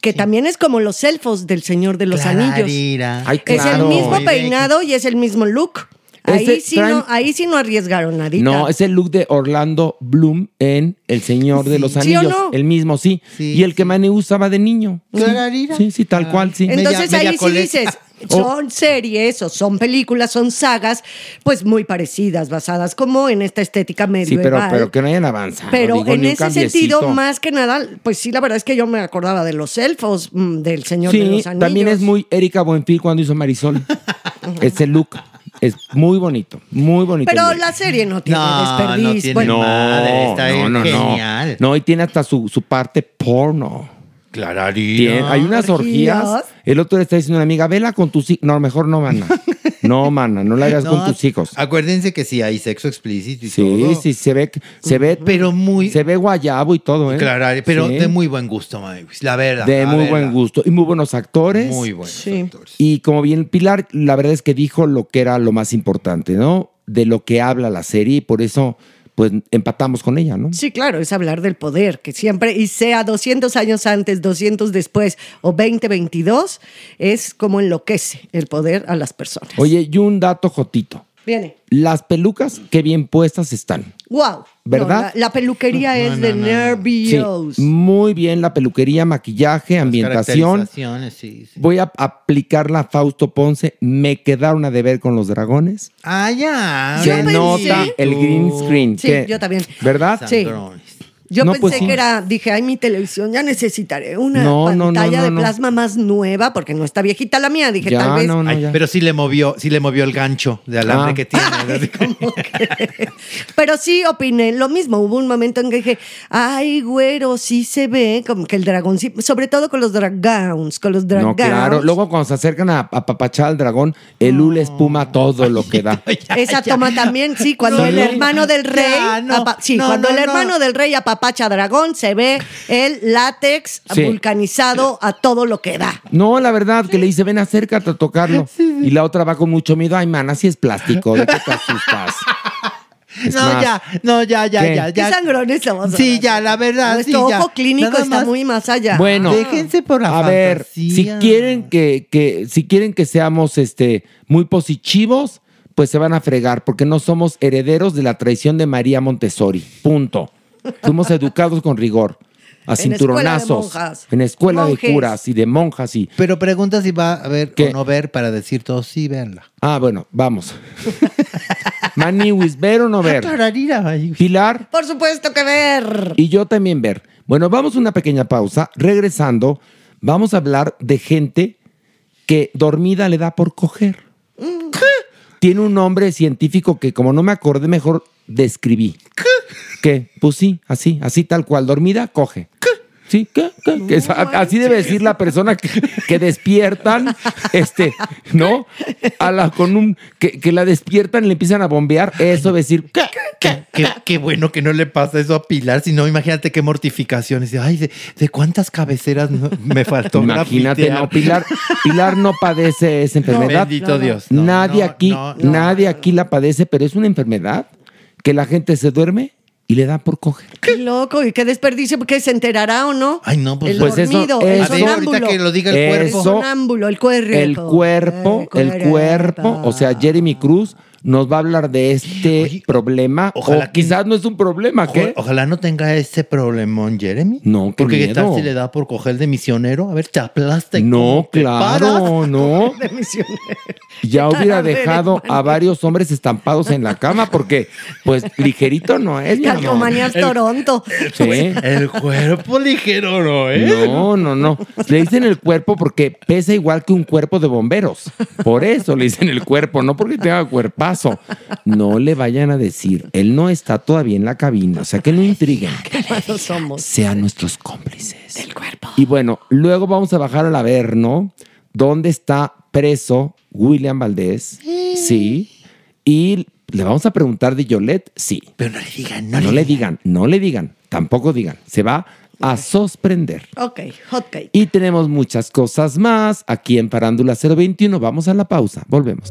F: que también es como los elfos del Señor de los Anillos.
I: Clararira.
E: Ay,
F: Es el
E: claro.
F: mismo
I: Muy bien.
F: peinado y es el mismo look. Ahí,
E: Ese
F: sí
E: traen-
F: no, ahí sí no arriesgaron nadita.
E: No, es el look de Orlando Bloom en El Señor de los
F: ¿Sí o
E: Anillos.
F: no?
E: El mismo, sí.
I: Sí,
E: y el que Mane usaba de niño. Sí,
I: Clararira.
E: Sí, sí, tal cual, sí.
F: Ah. Entonces
I: Media-
F: ahí
I: media
F: sí
I: coleta.
F: dices,
E: Oh.
F: son series o son películas, son sagas, pues muy parecidas, basadas como en esta estética
E: Sí, pero,
F: medieval.
E: pero que no hayan avanzado.
F: Pero
E: Ah, digo,
F: en
E: ni un
F: ese
E: cambiecito.
F: sentido, más que nada, pues sí, la verdad es que yo me acordaba de los elfos, mm, del Señor de
E: Sí,
F: los Anillos.
E: también es muy Erika Buenfil cuando hizo Marisol. Ese look es muy bonito, muy bonito.
F: Pero
E: el look.
F: la serie no tiene
I: No, Ah, no
F: desperdicio.
I: tiene
F: Bueno,
E: No,
I: Madre, está
E: no, no,
I: genial.
E: no. No, y tiene hasta su, su parte porno.
I: Clararira.
E: Tiene- hay unas orgías.
F: orgías.
E: El otro le está diciendo a una amiga, vela con tus hijos. No, mejor no, mana. No, mana, no la hagas
I: No,
E: con tus hijos.
I: Acuérdense que sí hay sexo explícito y
E: Sí,
I: todo.
E: sí, se ve, se ve,
I: Oh. Pero muy.
E: se ve guayabo y todo, ¿eh?
I: Clararira, pero
E: Sí.
I: de muy buen gusto, Maywis. La verdad.
E: De
I: la
E: muy buen
I: verdad.
E: gusto. Y muy buenos actores.
I: Muy buenos
F: Sí.
I: actores.
E: Y como bien Pilar, la verdad es que dijo lo que era lo más importante, ¿no? De lo que habla la serie y por eso, pues, empatamos con ella, ¿no?
F: Sí, claro, es hablar del poder, que siempre, y sea 200 años antes, 200 después o 2022, es como enloquece el poder a las personas.
E: Oye, y un dato jotito.
F: Viene.
E: Las pelucas, qué bien puestas están.
F: Wow.
E: ¿Verdad?
F: la, la peluquería es de
E: Sí,
F: nervios.
E: muy bien la peluquería, maquillaje, ambientación.
I: Caracterizaciones, sí, sí.
E: Voy a aplicar la Fausto Ponce. Me quedaron a deber con los dragones.
I: Ah, ya.
E: Se
I: ahora
E: nota
I: sí.
E: el green screen.
F: Oh. Sí,
E: que-
F: yo también.
E: ¿Verdad?
F: Sí.
I: Sandrones.
F: Yo
E: No,
F: pensé
E: pues, sí.
F: que era, dije, ay, mi televisión, ya necesitaré una
E: No, no, no,
F: pantalla
E: no,
F: de
E: no.
F: plasma más nueva, porque no está viejita la mía. Dije,
E: Ya,
F: tal vez.
E: no, no,
I: Ay,
E: ya.
I: pero sí le movió, sí le movió el gancho de alambre
E: Ah.
I: que tiene. ¿verdad?
F: Pero sí opiné lo mismo. Hubo un momento en que dije, ay, güero, sí se ve como que el dragón, sí", sobre todo con los dragons, con los dragons.
E: No, claro. Luego cuando se acercan a, a papachar al dragón, el hule espuma todo lo que da.
F: Esa toma también, sí, cuando
I: No,
F: el
I: no.
F: hermano del rey,
I: Ya, no,
F: apa- sí,
I: no,
F: cuando
I: no,
F: el
I: no.
F: hermano del rey apapacha dragón, se ve el látex
E: Sí.
F: vulcanizado a todo lo que da.
E: No, la verdad, que le dice, ven, acércate a tocarlo. Y la otra va con mucho miedo. Ay, man, así es plástico. ¿De qué te asustas? Es
I: No,
E: más,
I: ya, no, ya, ya,
E: ¿Qué?
I: ya,
F: Qué
I: ya.
F: sangrones estamos
I: Sí,
F: hablando.
I: ya, la verdad.
F: Nuestro
I: sí, ya.
F: ojo clínico
I: Nada
F: está
I: más.
F: muy más allá. Ah,
E: Bueno,
I: Déjense por la
E: a ver, si
I: fantasía.
E: quieren que, que- si quieren que seamos este, muy positivos, pues se van a fregar, porque no somos herederos de la traición de María Montessori. Punto. Fuimos educados con rigor, a
F: En escuela de
E: cinturonazos,
F: monjas.
E: en escuela
F: Monjes.
E: de curas y de monjas y...
I: Pero pregunta si va a ver
E: ¿Qué?
I: o no ver para decir todo, sí, véanla.
E: Ah, bueno, vamos. Maniwis, ver o no ver. Pilar
F: Por supuesto que ver.
E: y yo también ver. Bueno, vamos a una pequeña pausa. Regresando, vamos a hablar de gente que dormida le da por coger. Tiene un nombre científico que como no me acordé, mejor describí. ¿Qué? Pues sí, así, así tal cual. Dormida, coge. Sí, ¿qué? ¿Qué? Que es- a- así debe decir la persona que, que despiertan, este, ¿no? A la, con un, que, que la despiertan y le empiezan a bombear. Eso debe decir, ¿qué?
I: Qué, qué- qué bueno que no le pasa eso a Pilar, si no, imagínate qué mortificaciones. de, Ay, de, de cuántas cabeceras no- me faltó.
E: Imagínate,
I: grafitear".
E: no, Pilar, Pilar no padece esa enfermedad.
I: Bendito Dios. No,
E: nadie
I: no,
E: aquí,
I: no, no.
E: nadie aquí la padece, pero es una enfermedad que la gente se duerme y le da por coger.
F: Qué loco y qué desperdicio, porque se enterará o no.
I: Ay, no, pues,
F: el
E: Pues eso-
F: dormido,
E: eso-
F: el
I: A ver,
F: sonámbulo.
I: ahorita que lo diga el
E: Eso-
F: el
I: cuerpo.
F: sonámbulo, el cuerpo.
E: El cuerpo, el cuerpo, o sea, Jeremy Cruz nos va a hablar de este
I: Oye,
E: problema.
I: ojalá
E: o
I: que-
E: quizás no es un problema,
I: Ojo-
E: ¿qué?
I: Ojalá no tenga ese problemón, Jeremy.
E: No, qué
I: Porque qué tal
E: miedo.
I: si le da por coger de misionero. A ver, te aplasta. y
E: No,
I: cómo te paras.
E: claro, no. Ya hubiera
F: Calavera,
E: dejado a varios hombres estampados en la cama porque, pues, ligerito no es, mi amor.
F: Calcomanías Toronto.
E: este Sí.
I: El cuerpo ligero, ¿no? ¿eh?
E: No, no, no. Le dicen el cuerpo porque pesa igual que un cuerpo de bomberos. Por eso le dicen el cuerpo, no porque tenga cuerpazo. No le vayan a decir, él no está todavía en la cabina, o sea que no intriguen.
F: No somos.
E: Sean nuestros cómplices. Del cuerpo. Y bueno, luego vamos a bajar al Averno, donde está preso William Valdés. Sí. Y le vamos a preguntar de Yolette, sí.
I: Pero no le digan,
E: No, le digan, no le digan, tampoco digan. Se va a sorprender.
F: Ok, hot cake.
E: Y tenemos muchas cosas más aquí en Parándula 021. Vamos a la pausa, volvemos.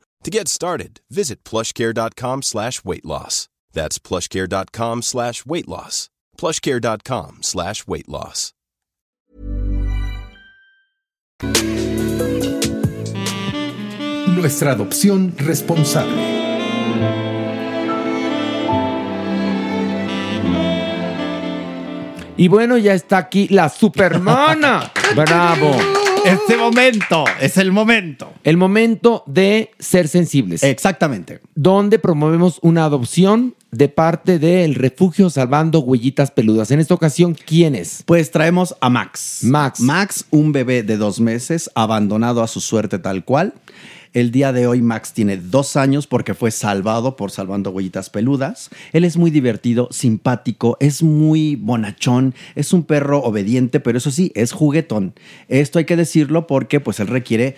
A: To get started, visit plushcare.com slash weight loss. That's plushcare.com slash weight loss. plushcare.com slash weight loss.
D: Nuestra adopción responsable.
E: Y bueno, ya está aquí la supermana. Bravo.
H: Este momento es el momento.
E: El momento de ser sensibles,
H: Exactamente.
E: donde promovemos una adopción de parte del refugio salvando huellitas peludas. En esta ocasión, ¿quién es?
K: Pues traemos a Max.
E: Max.
K: Max, un bebé de dos meses, abandonado a su suerte tal cual. El día de hoy Max tiene dos años porque fue salvado por Salvando Huellitas Peludas. Él es muy divertido, simpático, es muy bonachón, es un perro obediente, pero eso sí, es juguetón. Esto hay que decirlo porque pues él requiere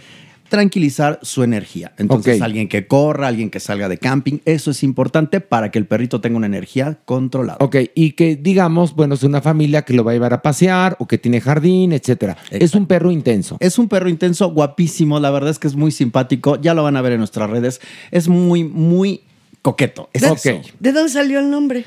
K: tranquilizar su energía. Entonces
E: Ok.
K: alguien que corra, alguien que salga de camping, eso es importante para que el perrito tenga una energía controlada.
E: Ok, y que digamos, bueno, es una familia que lo va a llevar a pasear o que tiene jardín, etcétera. Es un perro intenso.
K: Es un perro intenso, guapísimo, la verdad es que es muy simpático, ya lo van a ver en nuestras redes, es muy, muy coqueto. Es
E: Ok.
K: eso.
F: ¿De dónde salió el nombre?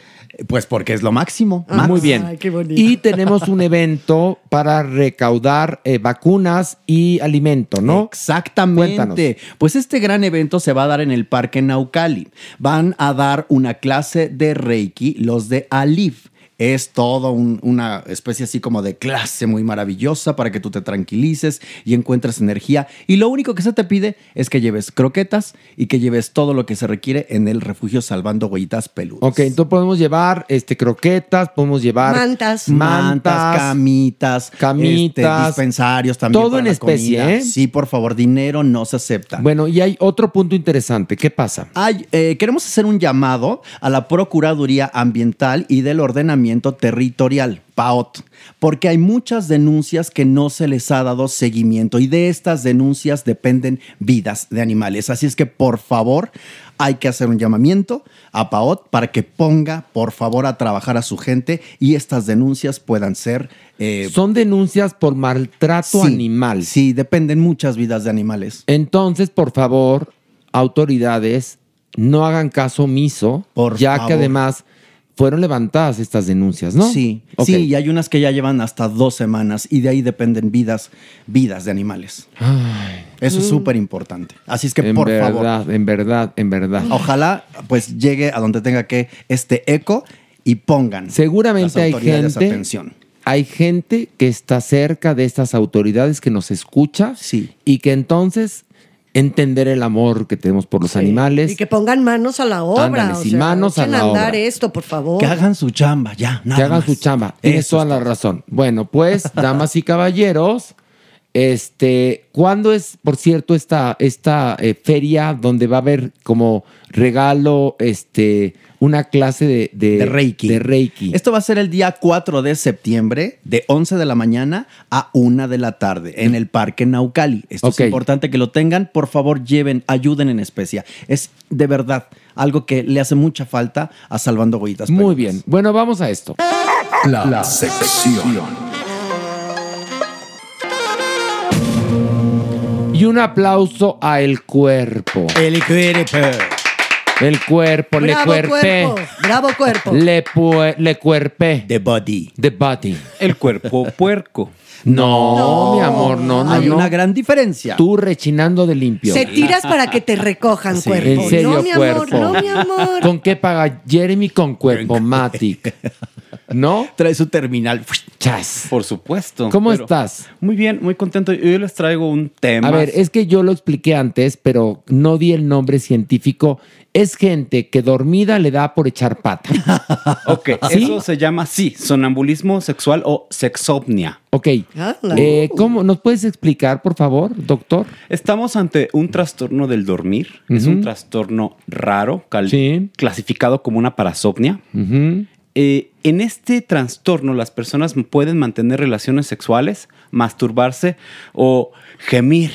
K: Pues porque es lo máximo.
E: Ah, Muy bien.
F: Ay, qué bonito.
E: Y tenemos un evento para recaudar eh, vacunas y alimento, ¿no?
K: Exactamente. Pues este gran evento se va a dar en el Parque Naucali. Van a dar una clase de Reiki, los de Alif. Es todo un- una especie así como de clase muy maravillosa para que tú te tranquilices y encuentres energía. Y lo único que se te pide es que lleves croquetas y que lleves todo lo que se requiere en el refugio salvando huellitas peludas.
E: Ok, entonces podemos llevar este, croquetas, podemos llevar
F: Mantas.
K: Mantas,
E: mantas,
K: camitas,
E: camitas,
K: este, dispensarios también.
E: Todo
K: para
E: en
K: la
E: especie,
K: comida.
E: ¿eh?
K: Sí, por favor, dinero no se acepta.
E: Bueno, y hay otro punto interesante. ¿Qué pasa?
K: Ay, eh, queremos hacer un llamado a la Procuraduría Ambiental y del Ordenamiento Territorial, PAOT, porque hay muchas denuncias que no se les ha dado seguimiento y de estas denuncias dependen vidas de animales. Así es que, por favor, hay que hacer un llamamiento a PAOT para que ponga, por favor, a trabajar a su gente y estas denuncias puedan ser...
E: Son denuncias por maltrato
K: animal. Sí, dependen muchas vidas de animales.
E: Entonces, por favor, autoridades, no hagan caso omiso, ya
K: favor.
E: que además fueron levantadas estas denuncias, ¿no?
K: Sí,
E: Ok.
K: sí, y hay unas que ya llevan hasta dos semanas y de ahí dependen vidas, vidas de animales. Eso es
E: Mm.
K: súper importante. Así es que,
E: En
K: por
E: verdad,
K: favor.
E: En verdad, en verdad.
K: Ojalá pues llegue a donde tenga que este eco y pongan
E: Seguramente
K: las
E: hay
K: autoridades
E: gente-
K: atención.
E: Hay gente que está cerca de estas autoridades que nos escucha y que entonces entender el amor que tenemos por los animales.
F: Y que pongan manos a la obra.
E: Ándale,
F: o
E: sí,
F: sea,
E: manos a
F: echen
E: la
F: andar
E: obra.
F: esto, por favor.
K: su chamba, ya.
E: que hagan su chamba. Tienes toda la razón. Bueno, pues, damas y caballeros, este, ¿cuándo es, por cierto, esta, esta eh, feria donde va a haber como regalo, este, una clase de, de,
K: De Reiki.
E: de Reiki?
K: Esto va a ser el día 4 de septiembre, de 11 de la mañana a 1 de la tarde, en el Parque Naucali. Esto
E: Ok.
K: es importante que lo tengan. Por favor, lleven, ayuden en especia. Es de verdad algo que le hace mucha falta a Salvando Goyitas. Muy bien.
E: Bueno, vamos a esto.
K: La, sección.
E: Y un aplauso a el cuerpo.
K: El cuerpo.
E: El cuerpo, le
F: Bravo
E: cuerpé.
F: cuerpo. Bravo cuerpo.
E: Le, pue- le cuerpé.
K: The body.
E: The body.
L: El cuerpo puerco.
E: No, mi amor, no, no.
L: Hay
E: no.
L: una
K: gran diferencia.
E: Tú rechinando de limpio.
F: Se tiras para que te recojan,
E: Sí,
F: cuerpo.
E: En serio,
F: no, mi amor,
E: cuerpo.
F: no, mi amor.
E: ¿Con qué paga Jeremy con cuerpo Matic? ¿No?
K: Trae su terminal.
E: Chas.
L: Por supuesto.
E: ¿Cómo
L: pero-
E: estás?
L: Muy bien, muy contento. Y Hoy les traigo un tema.
E: A ver, es que yo lo expliqué antes, pero no di el nombre científico. Es gente que dormida le da por echar pata.
L: Ok,
E: ¿Sí?
L: eso se llama, sí, sonambulismo sexual o sexopnia.
E: Ok. Eh, ¿Cómo? ¿Nos puedes explicar, por favor, doctor?
L: Estamos ante un trastorno del dormir. Es un trastorno raro, cal- clasificado como una parasopnia. Eh, en este trastorno, las personas pueden mantener relaciones sexuales, masturbarse o gemir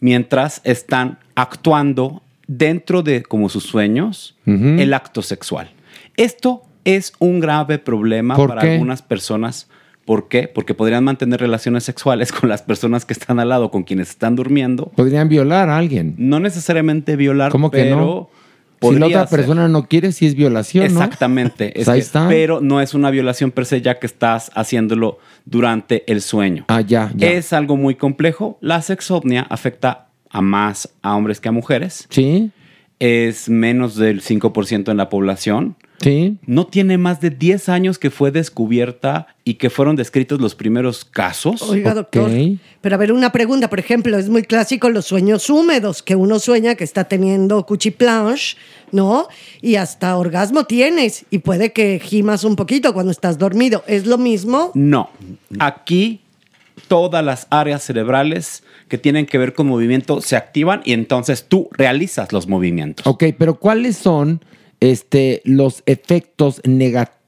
L: mientras están actuando dentro de como sus sueños
E: Ujú.
L: el acto sexual. Esto es un grave problema
E: ¿Por
L: para
E: qué?
L: algunas personas. ¿Por qué? Porque podrían mantener relaciones sexuales con las personas que están al lado, con quienes están durmiendo.
E: Podrían violar a alguien.
L: No necesariamente violar,
E: ¿Cómo que
L: pero
E: no? Si
L: podría
E: la otra
L: ser.
E: persona no quiere, si es violación, ¿no?
L: Exactamente.
E: Pues ahí
L: que-
E: está.
L: Pero no es una violación per se, ya que estás haciéndolo durante el sueño.
E: Ah, ya, ya.
L: Es algo muy complejo. La sexopnia afecta a más a hombres que a mujeres.
E: Sí.
L: Es menos del 5% en la población.
E: Sí.
L: No tiene más de 10 años que fue descubierta y que fueron descritos los primeros casos.
F: Oiga, doctor. Pero a ver, una pregunta, por ejemplo, es muy clásico los sueños húmedos, que uno sueña que está teniendo cuchiplanche, ¿no? Y hasta orgasmo tienes y puede que gimas un poquito cuando estás dormido. ¿Es lo mismo?
L: No. Aquí todas las áreas cerebrales que tienen que ver con movimiento se activan y entonces tú realizas los movimientos.
E: Ok, pero ¿cuáles son este, los efectos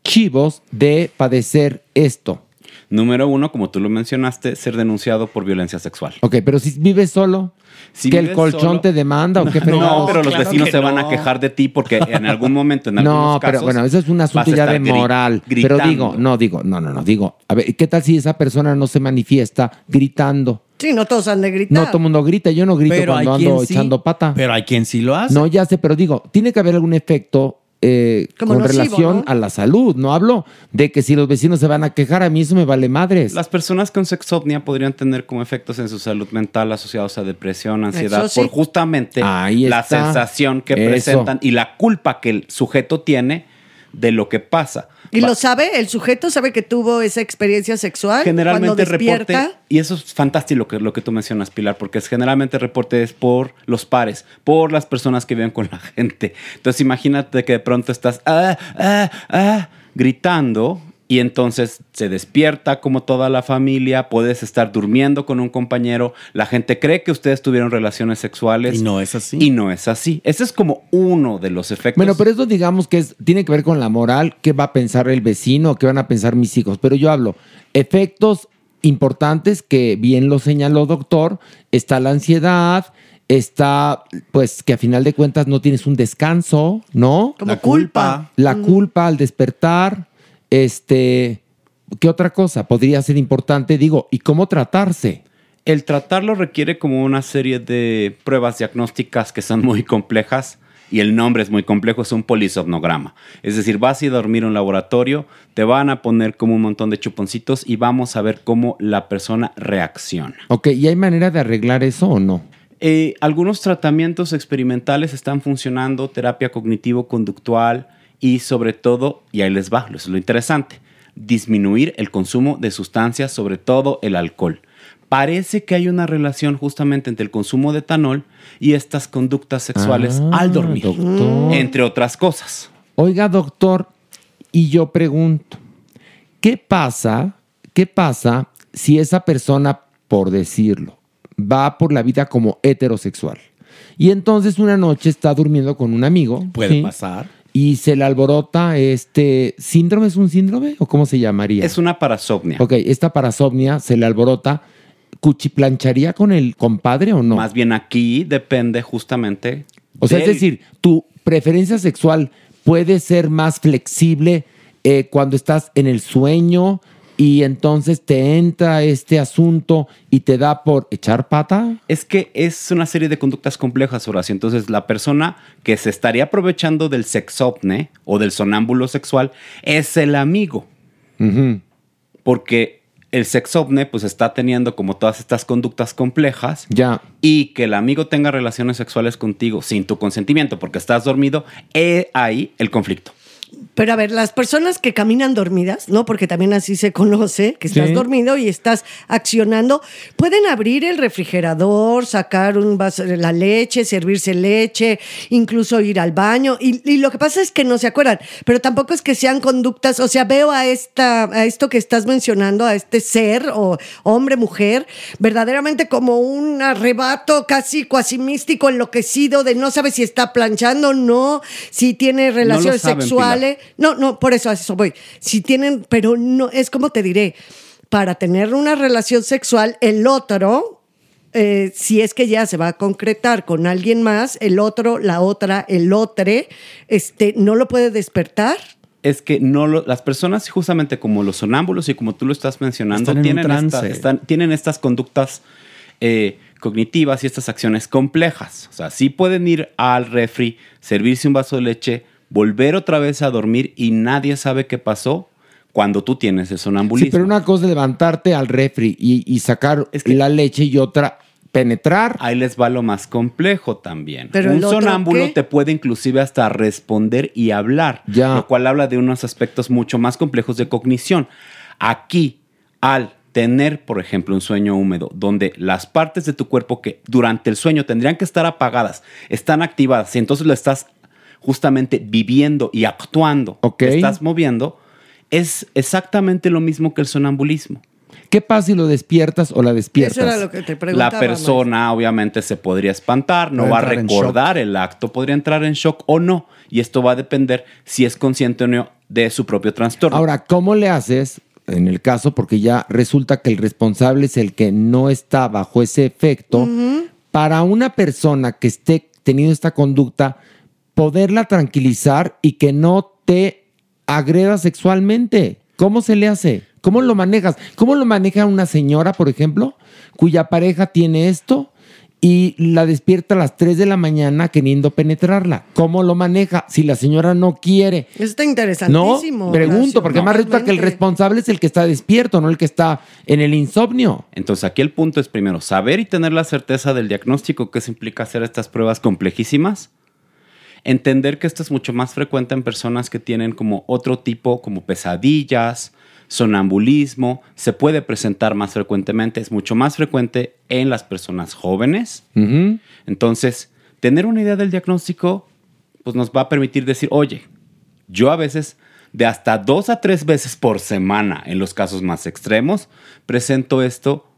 E: negativos de padecer esto?
L: Número uno, como tú lo mencionaste, ser denunciado por violencia sexual.
E: Ok, pero si vives solo,
L: Si
E: que el
L: vives
E: colchón
L: solo-
E: te demanda o qué
L: No,
E: fregados?
L: pero los vecinos
E: que
L: se van
E: no.
L: a quejar de ti porque en algún momento, en algunos
E: No, pero
L: casos,
E: bueno, eso es un
L: vas a
E: asunto ya
L: estar
E: de
L: gri-
E: moral.
L: gritando.
E: Pero digo, no, digo, no, no, no, digo, a ver, ¿qué tal si esa persona no se manifiesta gritando?
F: Sí, no todos han de
E: No
F: gritar.
E: todo el mundo grita, yo no grito
F: Pero hay
E: cuando
F: quien
E: ando
F: sí.
E: echando pata.
K: Pero hay quien sí lo hace.
E: No, ya sé, pero digo, tiene que haber algún efecto eh,
L: Como
E: con
L: nocivo,
E: relación
L: ¿no?
E: a la salud. No hablo de que si los vecinos se van a quejar, a mí eso me vale madres.
L: Las personas con sexopnia podrían tener como efectos en su salud mental asociados a depresión, ansiedad,
E: Eso sí.
L: por justamente
E: Ahí
L: la
E: está.
L: sensación que
E: Eso.
L: presentan y la culpa que el sujeto tiene de lo que pasa.
F: ¿Y lo sabe? ¿El sujeto sabe que tuvo esa experiencia sexual?
L: Generalmente
F: cuando
L: el reporte,
F: despierta?
L: y eso es fantástico lo que, lo que tú mencionas, Pilar, porque es generalmente el reporte es por los pares, por las personas que viven con la gente. Entonces imagínate que de pronto estás "Ah, ah, ah", gritando y entonces se despierta como toda la familia, puedes estar durmiendo con un compañero, la gente cree que ustedes tuvieron relaciones sexuales. Y no
K: es así.
L: Y no es así. Ese es como uno de los efectos.
E: Bueno, pero eso digamos que es, tiene que ver con la moral, qué va a pensar el vecino, qué van a pensar mis hijos. Pero yo hablo, efectos importantes que bien lo señaló doctor, está la ansiedad, está pues que a final de cuentas no tienes un descanso, ¿no?
F: Como La culpa. culpa.
E: La culpa al despertar, este, ¿qué otra cosa podría ser importante? Digo, ¿y cómo tratarse?
L: El tratarlo requiere como una serie de pruebas diagnósticas que son muy complejas y el nombre es muy complejo, es un polisomnograma. Es decir, vas a ir a dormir a un laboratorio, te van a poner como un montón de chuponcitos y vamos a ver cómo la persona reacciona.
E: Ok, ¿y hay manera de arreglar eso o no?
L: Eh, algunos tratamientos experimentales están funcionando, terapia cognitivo-conductual y sobre todo, y ahí les va, es lo interesante, disminuir el consumo de sustancias, sobre todo el alcohol. Parece que hay una relación justamente entre el consumo de etanol y estas conductas sexuales
E: Ah,
L: al dormir,
E: doctor.
L: entre otras cosas.
E: Oiga, doctor, y yo pregunto, ¿qué pasa? ¿Qué pasa si esa persona, por decirlo, va por la vida como heterosexual? Y entonces una noche está durmiendo con un amigo.
K: Puede
E: ¿sí?
K: pasar.
E: Y se le alborota este síndrome, ¿es un síndrome? ¿O cómo se llamaría?
L: Es una parasomnia.
E: Ok, esta parasomnia se le alborota. ¿Cuchiplancharía con el compadre o no?
L: Más bien aquí depende justamente.
E: O sea, es
L: del-
E: decir, tu preferencia sexual puede ser más flexible eh, cuando estás en el sueño y entonces te entra este asunto y te da por echar pata.
L: Es que es una serie de conductas complejas, Horacio. Entonces, la persona que se estaría aprovechando del sexopne o del sonámbulo sexual es el amigo, porque el sexopne pues está teniendo como todas estas conductas complejas
E: Ya.
L: y que el amigo tenga relaciones sexuales contigo sin tu consentimiento porque estás dormido, he ahí el conflicto.
F: Pero a ver, las personas que caminan dormidas, ¿no? Porque también así se conoce, que estás
L: Sí.
F: dormido y estás accionando, pueden abrir el refrigerador, sacar un vaso de la leche, servirse leche, incluso ir al baño. Y, y lo que pasa es que no se acuerdan, pero tampoco es que sean conductas, o sea, veo a esta, a esto que estás mencionando, a este ser o hombre, mujer, verdaderamente como un arrebato casi cuasi místico, enloquecido, de no sabe si está planchando o no, si tiene relaciones
G: saben,
F: sexuales. No, no, por eso a eso voy. Si tienen, pero no, es como te diré, para tener una relación sexual, el otro, eh, si es que ya se va a concretar con alguien más, el otro, la otra, el otre, este, no lo puede despertar.
L: es que no lo- las personas justamente como los sonámbulos y como tú lo estás mencionando
K: Están en un
L: tienen,
K: trance.
L: esta- están- tienen estas conductas eh, cognitivas y estas acciones complejas. O sea, sí pueden ir al refri, servirse un vaso de leche, volver otra vez a dormir y nadie sabe qué pasó cuando tú tienes el
E: Sí,
L: sonambulismo.
E: pero una cosa es levantarte al refri y, y sacar la leche y otra penetrar.
L: Ahí les va lo más complejo también.
E: Pero
L: un
E: el otro,
L: sonámbulo
E: ¿qué?
L: te puede inclusive hasta responder y hablar, lo cual habla de unos aspectos mucho más complejos de cognición. Aquí, al tener, por ejemplo, un sueño húmedo, donde las partes de tu cuerpo que durante el sueño tendrían que estar apagadas, están activadas, y entonces lo estás justamente viviendo y actuando, te estás moviendo, es exactamente lo mismo que el sonambulismo.
E: ¿Qué pasa si lo despiertas o la despiertas?
L: La persona obviamente se podría espantar, no
E: Puede
L: va a
E: entrar en
L: recordar el acto, podría entrar en shock o no. Y esto va a depender si es consciente o no de su propio trastorno.
E: Ahora, ¿cómo le haces en el caso? Porque ya resulta que el responsable es el que no está bajo ese efecto. Para una persona que esté teniendo esta conducta, poderla tranquilizar y que no te agreda sexualmente. ¿Cómo se le hace? ¿Cómo lo manejas? ¿Cómo lo maneja una señora, por ejemplo, cuya pareja tiene esto y la despierta a las 3 de la mañana queriendo penetrarla. ¿Cómo lo maneja? Si la señora no quiere.
F: Está
E: No,
F: interesantísimo.
E: pregunto, porque más resulta que el responsable es el que está despierto, no el que está en el insomnio.
L: Entonces aquí el punto es primero saber y tener la certeza del diagnóstico que eso implica hacer estas pruebas complejísimas. Entender que esto es mucho más frecuente en personas que tienen como otro tipo, como pesadillas, sonambulismo, se puede presentar más frecuentemente, es mucho más frecuente en las personas jóvenes. Entonces, tener una idea del diagnóstico pues nos va a permitir decir, oye, yo a veces, de hasta dos a tres veces por semana, en los casos más extremos, presento esto,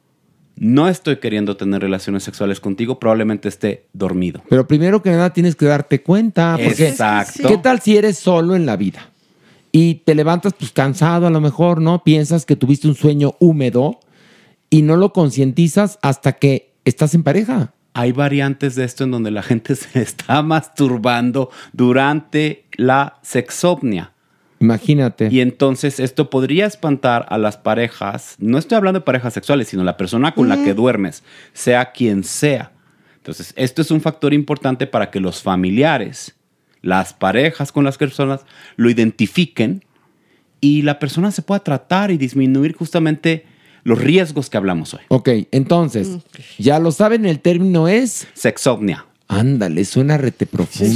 L: no estoy queriendo tener relaciones sexuales contigo, probablemente esté dormido.
E: Pero primero que nada tienes que darte cuenta. Porque
L: Exacto.
E: ¿Qué tal si eres solo en la vida? Y te levantas pues cansado a lo mejor, ¿no? Piensas que tuviste un sueño húmedo y no lo concientizas hasta que estás en pareja.
L: Hay variantes de esto en donde la gente se está masturbando durante la sexopnia.
E: Imagínate.
L: Y entonces esto podría espantar a las parejas, no estoy hablando de parejas sexuales, sino la persona con la que duermes, sea quien sea. Entonces, esto es un factor importante para que los familiares, las parejas con las personas, lo identifiquen y la persona se pueda tratar y disminuir justamente los riesgos que hablamos hoy.
E: Ok, entonces, ya lo saben, el término es...
L: Sexopnia.
E: Ándale, suena rete profundo.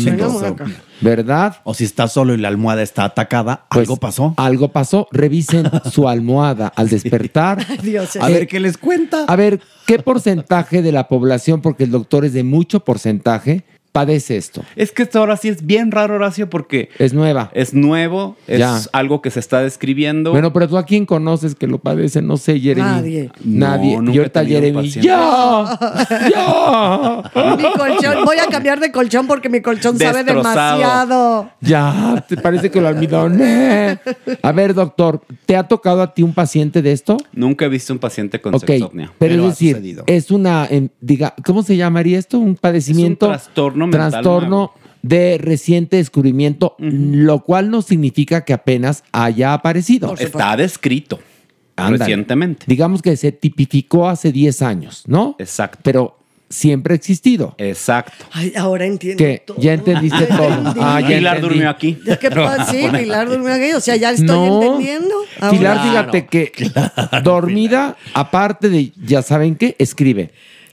E: ¿Verdad?
K: O
E: Pues,
K: si está solo y la almohada está atacada, algo pasó.
E: Algo pasó. Revisen su almohada al despertar.
F: Dios,
K: A ver qué les cuenta.
E: A ver, ¿qué porcentaje de la población, porque el doctor es de mucho porcentaje, padece esto?
L: Es que esto ahora sí es bien raro, Horacio, porque
E: Es nueva.
L: es nuevo, es
E: Ya.
L: algo que se está describiendo.
E: Bueno, pero tú a quién conoces que lo padece, no sé, Jeremy.
F: Nadie.
E: Nadie.
L: No, nunca
E: y ahorita
L: he tenido un
E: Jeremy.
L: paciente.
E: ¡Ya! ¡Ya!
F: Mi colchón, voy a cambiar de colchón porque mi colchón sabe
E: Destrozado.
F: demasiado.
E: Ya, te parece que lo almidoné. A ver, doctor, ¿te ha tocado a ti un paciente de esto?
L: Nunca he visto un paciente con
E: ok,
L: sexopnia.
E: pero, es decir, es una, em, diga, ¿cómo se llamaría esto? Un padecimiento.
L: trastorno mental
E: trastorno
L: nuevo.
E: de reciente descubrimiento, lo cual no significa que apenas haya aparecido.
L: Está descrito
E: Ándale.
L: recientemente.
E: Digamos que se tipificó hace 10 años, ¿no?
L: Exacto.
E: Pero siempre ha existido.
L: Exacto.
F: Ay, ahora entiendo.
E: Que ya entendiste todo. Ah, ya
L: Pilar
E: entendí.
L: durmió aquí.
F: Es que pues, sí, Pilar durmió aquí. O sea, ya estoy
E: No.
F: entendiendo. Ahora.
E: Pilar, fíjate que dormida, aparte de, ya saben qué, escribe.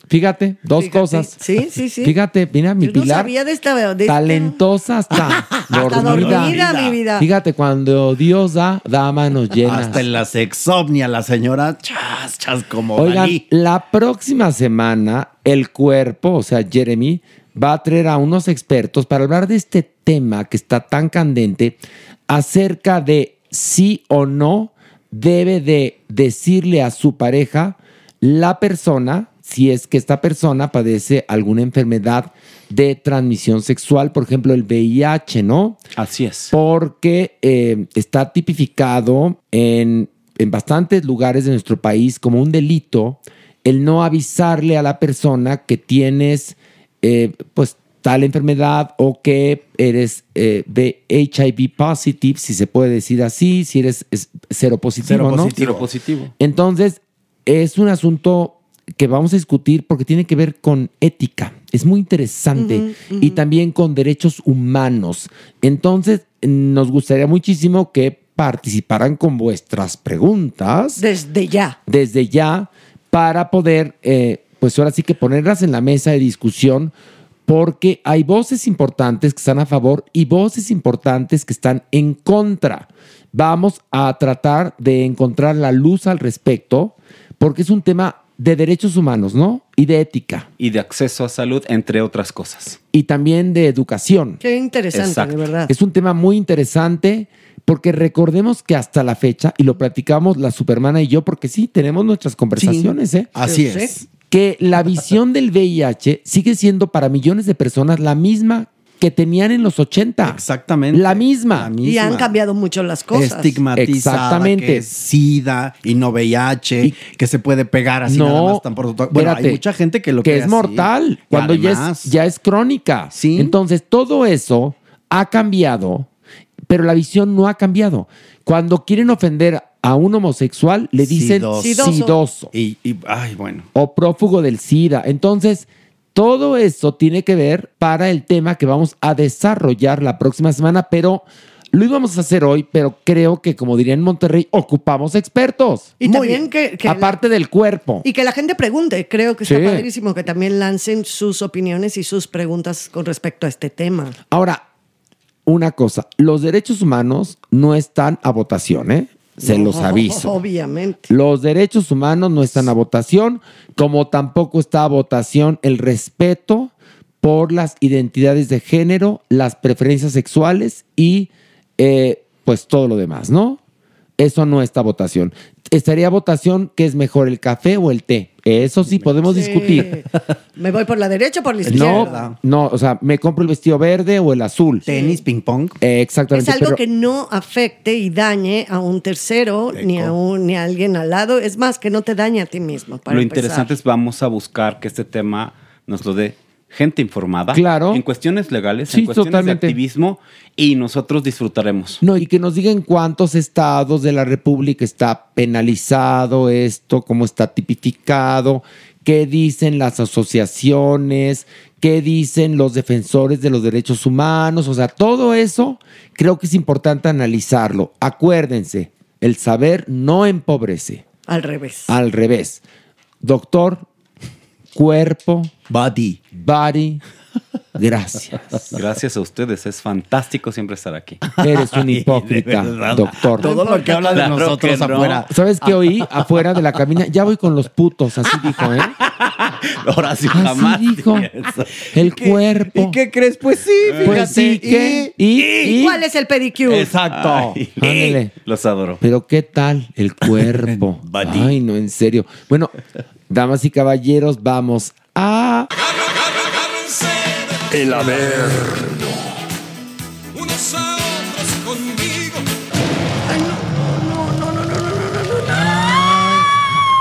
E: Fíjate, dos
F: Fíjate,
E: cosas.
F: sí, sí, sí.
E: Fíjate, mira, mi
F: Yo no
E: Pilar.
F: sabía de esta. De este esta-
E: Talentosa hasta dormida.
F: dormida, mi vida.
E: Fíjate, cuando Dios da, dama nos llena.
K: Hasta en la sexomnia, la señora, chas, chas, como
E: Oigan,
K: Dalí.
E: la próxima semana el cuerpo, o sea, Jeremy, va a traer a unos expertos para hablar de este tema que está tan candente acerca de si o no debe de decirle a su pareja la persona, si es que esta persona padece alguna enfermedad de transmisión sexual, por ejemplo, el VIH, ¿no?
L: Así es.
E: Porque eh, está tipificado en, en bastantes lugares de nuestro país como un delito el no avisarle a la persona que tienes eh, pues tal enfermedad o que eres eh, de HIV positive, si se puede decir así, si eres es- cero positivo, ¿no?
L: Cero positivo.
E: Entonces, es un asunto que vamos a discutir porque tiene que ver con ética. Es muy interesante. Y también con derechos humanos. Entonces, nos gustaría muchísimo que participaran con vuestras preguntas
F: Desde ya.
E: desde ya para poder, eh, pues ahora sí que ponerlas en la mesa de discusión, porque hay voces importantes que están a favor y voces importantes que están en contra. Vamos a tratar de encontrar la luz al respecto, porque es un tema de derechos humanos, ¿no? Y de ética,
L: Y de acceso a salud, entre otras cosas.
E: y también de educación.
F: Qué interesante, de verdad.
E: Es un tema muy interesante porque recordemos que hasta la fecha, y lo platicamos la Supermana y yo, porque sí, tenemos nuestras conversaciones, ¿eh?
K: así Yo es. sé.
E: Que la visión del VIH sigue siendo para millones de personas la misma que tenían en los 80.
K: Exactamente.
E: La misma.
F: Y han cambiado mucho las cosas.
K: Estigmatizada,
E: Exactamente.
K: que es SIDA y no VIH, que se puede pegar así
E: No,
K: nada más tan por- Bueno,
E: espérate,
K: hay mucha gente que lo
E: que
K: cree
E: es
K: así.
E: mortal,
K: Y
E: cuando ya
K: además-
E: es, ya es crónica. Entonces, todo eso ha cambiado, pero la visión no ha cambiado. Cuando quieren ofender a un homosexual, le dicen
K: Sidoso.
E: sidoso.
K: Y, y- ay, bueno.
E: o prófugo del SIDA. Entonces, Todo eso tiene que ver para el tema que vamos a desarrollar la próxima semana, pero lo íbamos a hacer hoy, pero creo que como diría en Monterrey, ocupamos expertos.
F: Y también que, que la-
E: aparte del cuerpo.
F: y que la gente pregunte. Creo que está
E: Sí.
F: padrísimo que también lancen sus opiniones y sus preguntas con respecto a este tema.
E: Ahora, una cosa, los derechos humanos no están a votación, ¿eh? Se los aviso.
F: Obviamente.
E: Los derechos humanos no están a votación, como tampoco está a votación el respeto por las identidades de género, las preferencias sexuales y eh, pues todo lo demás, ¿no? Eso no está a votación. Estaría a votación que es mejor el café o el té. Eso sí podemos
F: Sí.
E: discutir.
F: ¿Me voy por la derecha o por la izquierda?
E: No, no, o sea, me compro el vestido verde o el azul. Tenis,
K: ping pong.
E: exactamente.
F: Es algo
E: pero-
F: que no afecte y dañe a un tercero ni a, un, ni a alguien al lado. Es más, que no te dañe a ti mismo. para
L: Lo
F: empezar.
L: interesante es vamos a buscar que este tema nos lo dé gente informada.
E: Claro.
L: En cuestiones legales,
E: Sí,
L: en cuestiones
E: totalmente.
L: de activismo y nosotros disfrutaremos.
E: No, y que nos digan cuántos estados de la República está penalizado esto, cómo está tipificado, qué dicen las asociaciones, qué dicen los defensores de los derechos humanos, o sea, todo eso creo que es importante analizarlo. Acuérdense, el saber no empobrece,
F: Al revés.
E: al revés. Doctor, cuerpo,
K: body,
E: body, gracias.
L: Gracias a ustedes, es fantástico siempre estar aquí.
E: Eres un hipócrita, doctor.
K: Todo lo que habla de
L: Claro
K: nosotros
L: que no.
K: afuera.
E: ¿Sabes qué oí afuera de la cabina? Ya voy con los putos, así dijo, ¿eh?
L: Ahora sí,
E: Así
L: jamás.
E: dijo. El cuerpo. ¿Y
K: qué crees? Pues sí,
E: Pues sí, ¿qué? ¿Y?
F: ¿Y cuál es el pedicure?
E: Exacto.
L: Ay,
E: Ándale.
L: Los adoro.
E: Pero ¿qué tal el cuerpo? Ay, no, en serio. Bueno, damas y caballeros, vamos a...
M: El averno. Unos a otros conmigo.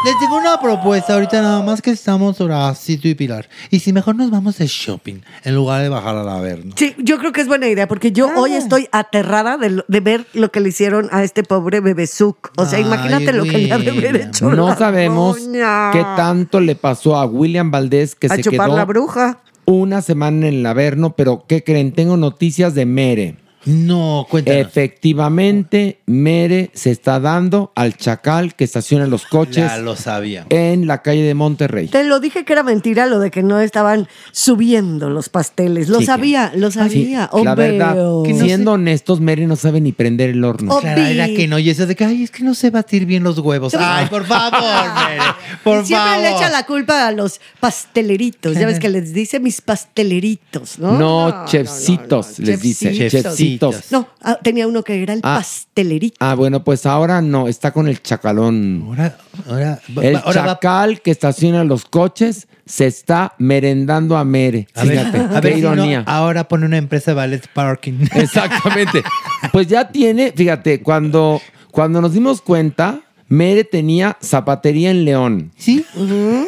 I: Les digo una propuesta ahorita nada más que estamos Horacito y Pilar. Y si mejor nos vamos de shopping en lugar de bajar al averno.
F: Sí, yo creo que es buena idea porque yo hoy estoy aterrada de, lo- de ver lo que le hicieron a este pobre bebezuk. O sea,
E: Ay,
F: imagínate lo que le ha de haber hecho.
E: No
F: la
E: sabemos
F: doña.
E: qué tanto le pasó a William Valdés que
F: A
E: se
F: chupar
E: quedó
F: la bruja.
E: una semana en el Averno, pero ¿qué creen? Tengo noticias de Mere.
I: No, cuéntanos.
E: Efectivamente, Mere se está dando al chacal que estaciona los coches
I: Ya lo sabía.
E: en la calle de Monterrey.
F: Te lo dije que era mentira lo de que no estaban subiendo los pasteles. Lo
E: Sí,
F: sabía, lo sabía.
E: Sí, la
F: obvio.
E: verdad, siendo honestos, Mere no sabe ni prender el horno.
I: Clara, era que no. Y eso de que, ay, es que no sé batir bien los huevos. Ay, por favor, Mere. Por
F: Siempre
I: favor.
F: le echa la culpa a los pasteleritos. Ya ves que les dice mis pasteleritos, ¿no?
E: No, chefcitos, les dice. Chefcitos.
F: No, ah, tenía uno que era el
E: Ah.
F: pasteleritos.
E: Ah, bueno, pues ahora no, está con el chacalón.
I: Ahora,
E: el
I: va- ahora va-
E: chacal que estaciona los coches se está merendando a Mere.
I: a ver,
E: Fíjate,
I: a
E: qué
I: ver si no,
E: ironía.
I: ahora pone una empresa de ballet parking.
E: Exactamente. Pues ya tiene, fíjate, cuando, cuando nos dimos cuenta, Mere tenía zapatería en León.
I: Sí.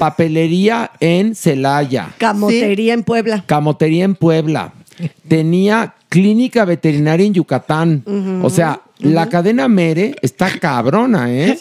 E: Papelería en Celaya.
F: Camotería en Puebla.
E: Camotería en Puebla. Tenía clínica veterinaria en Yucatán.
F: Ujú.
E: O sea, la cadena Mere está cabrona, ¿eh?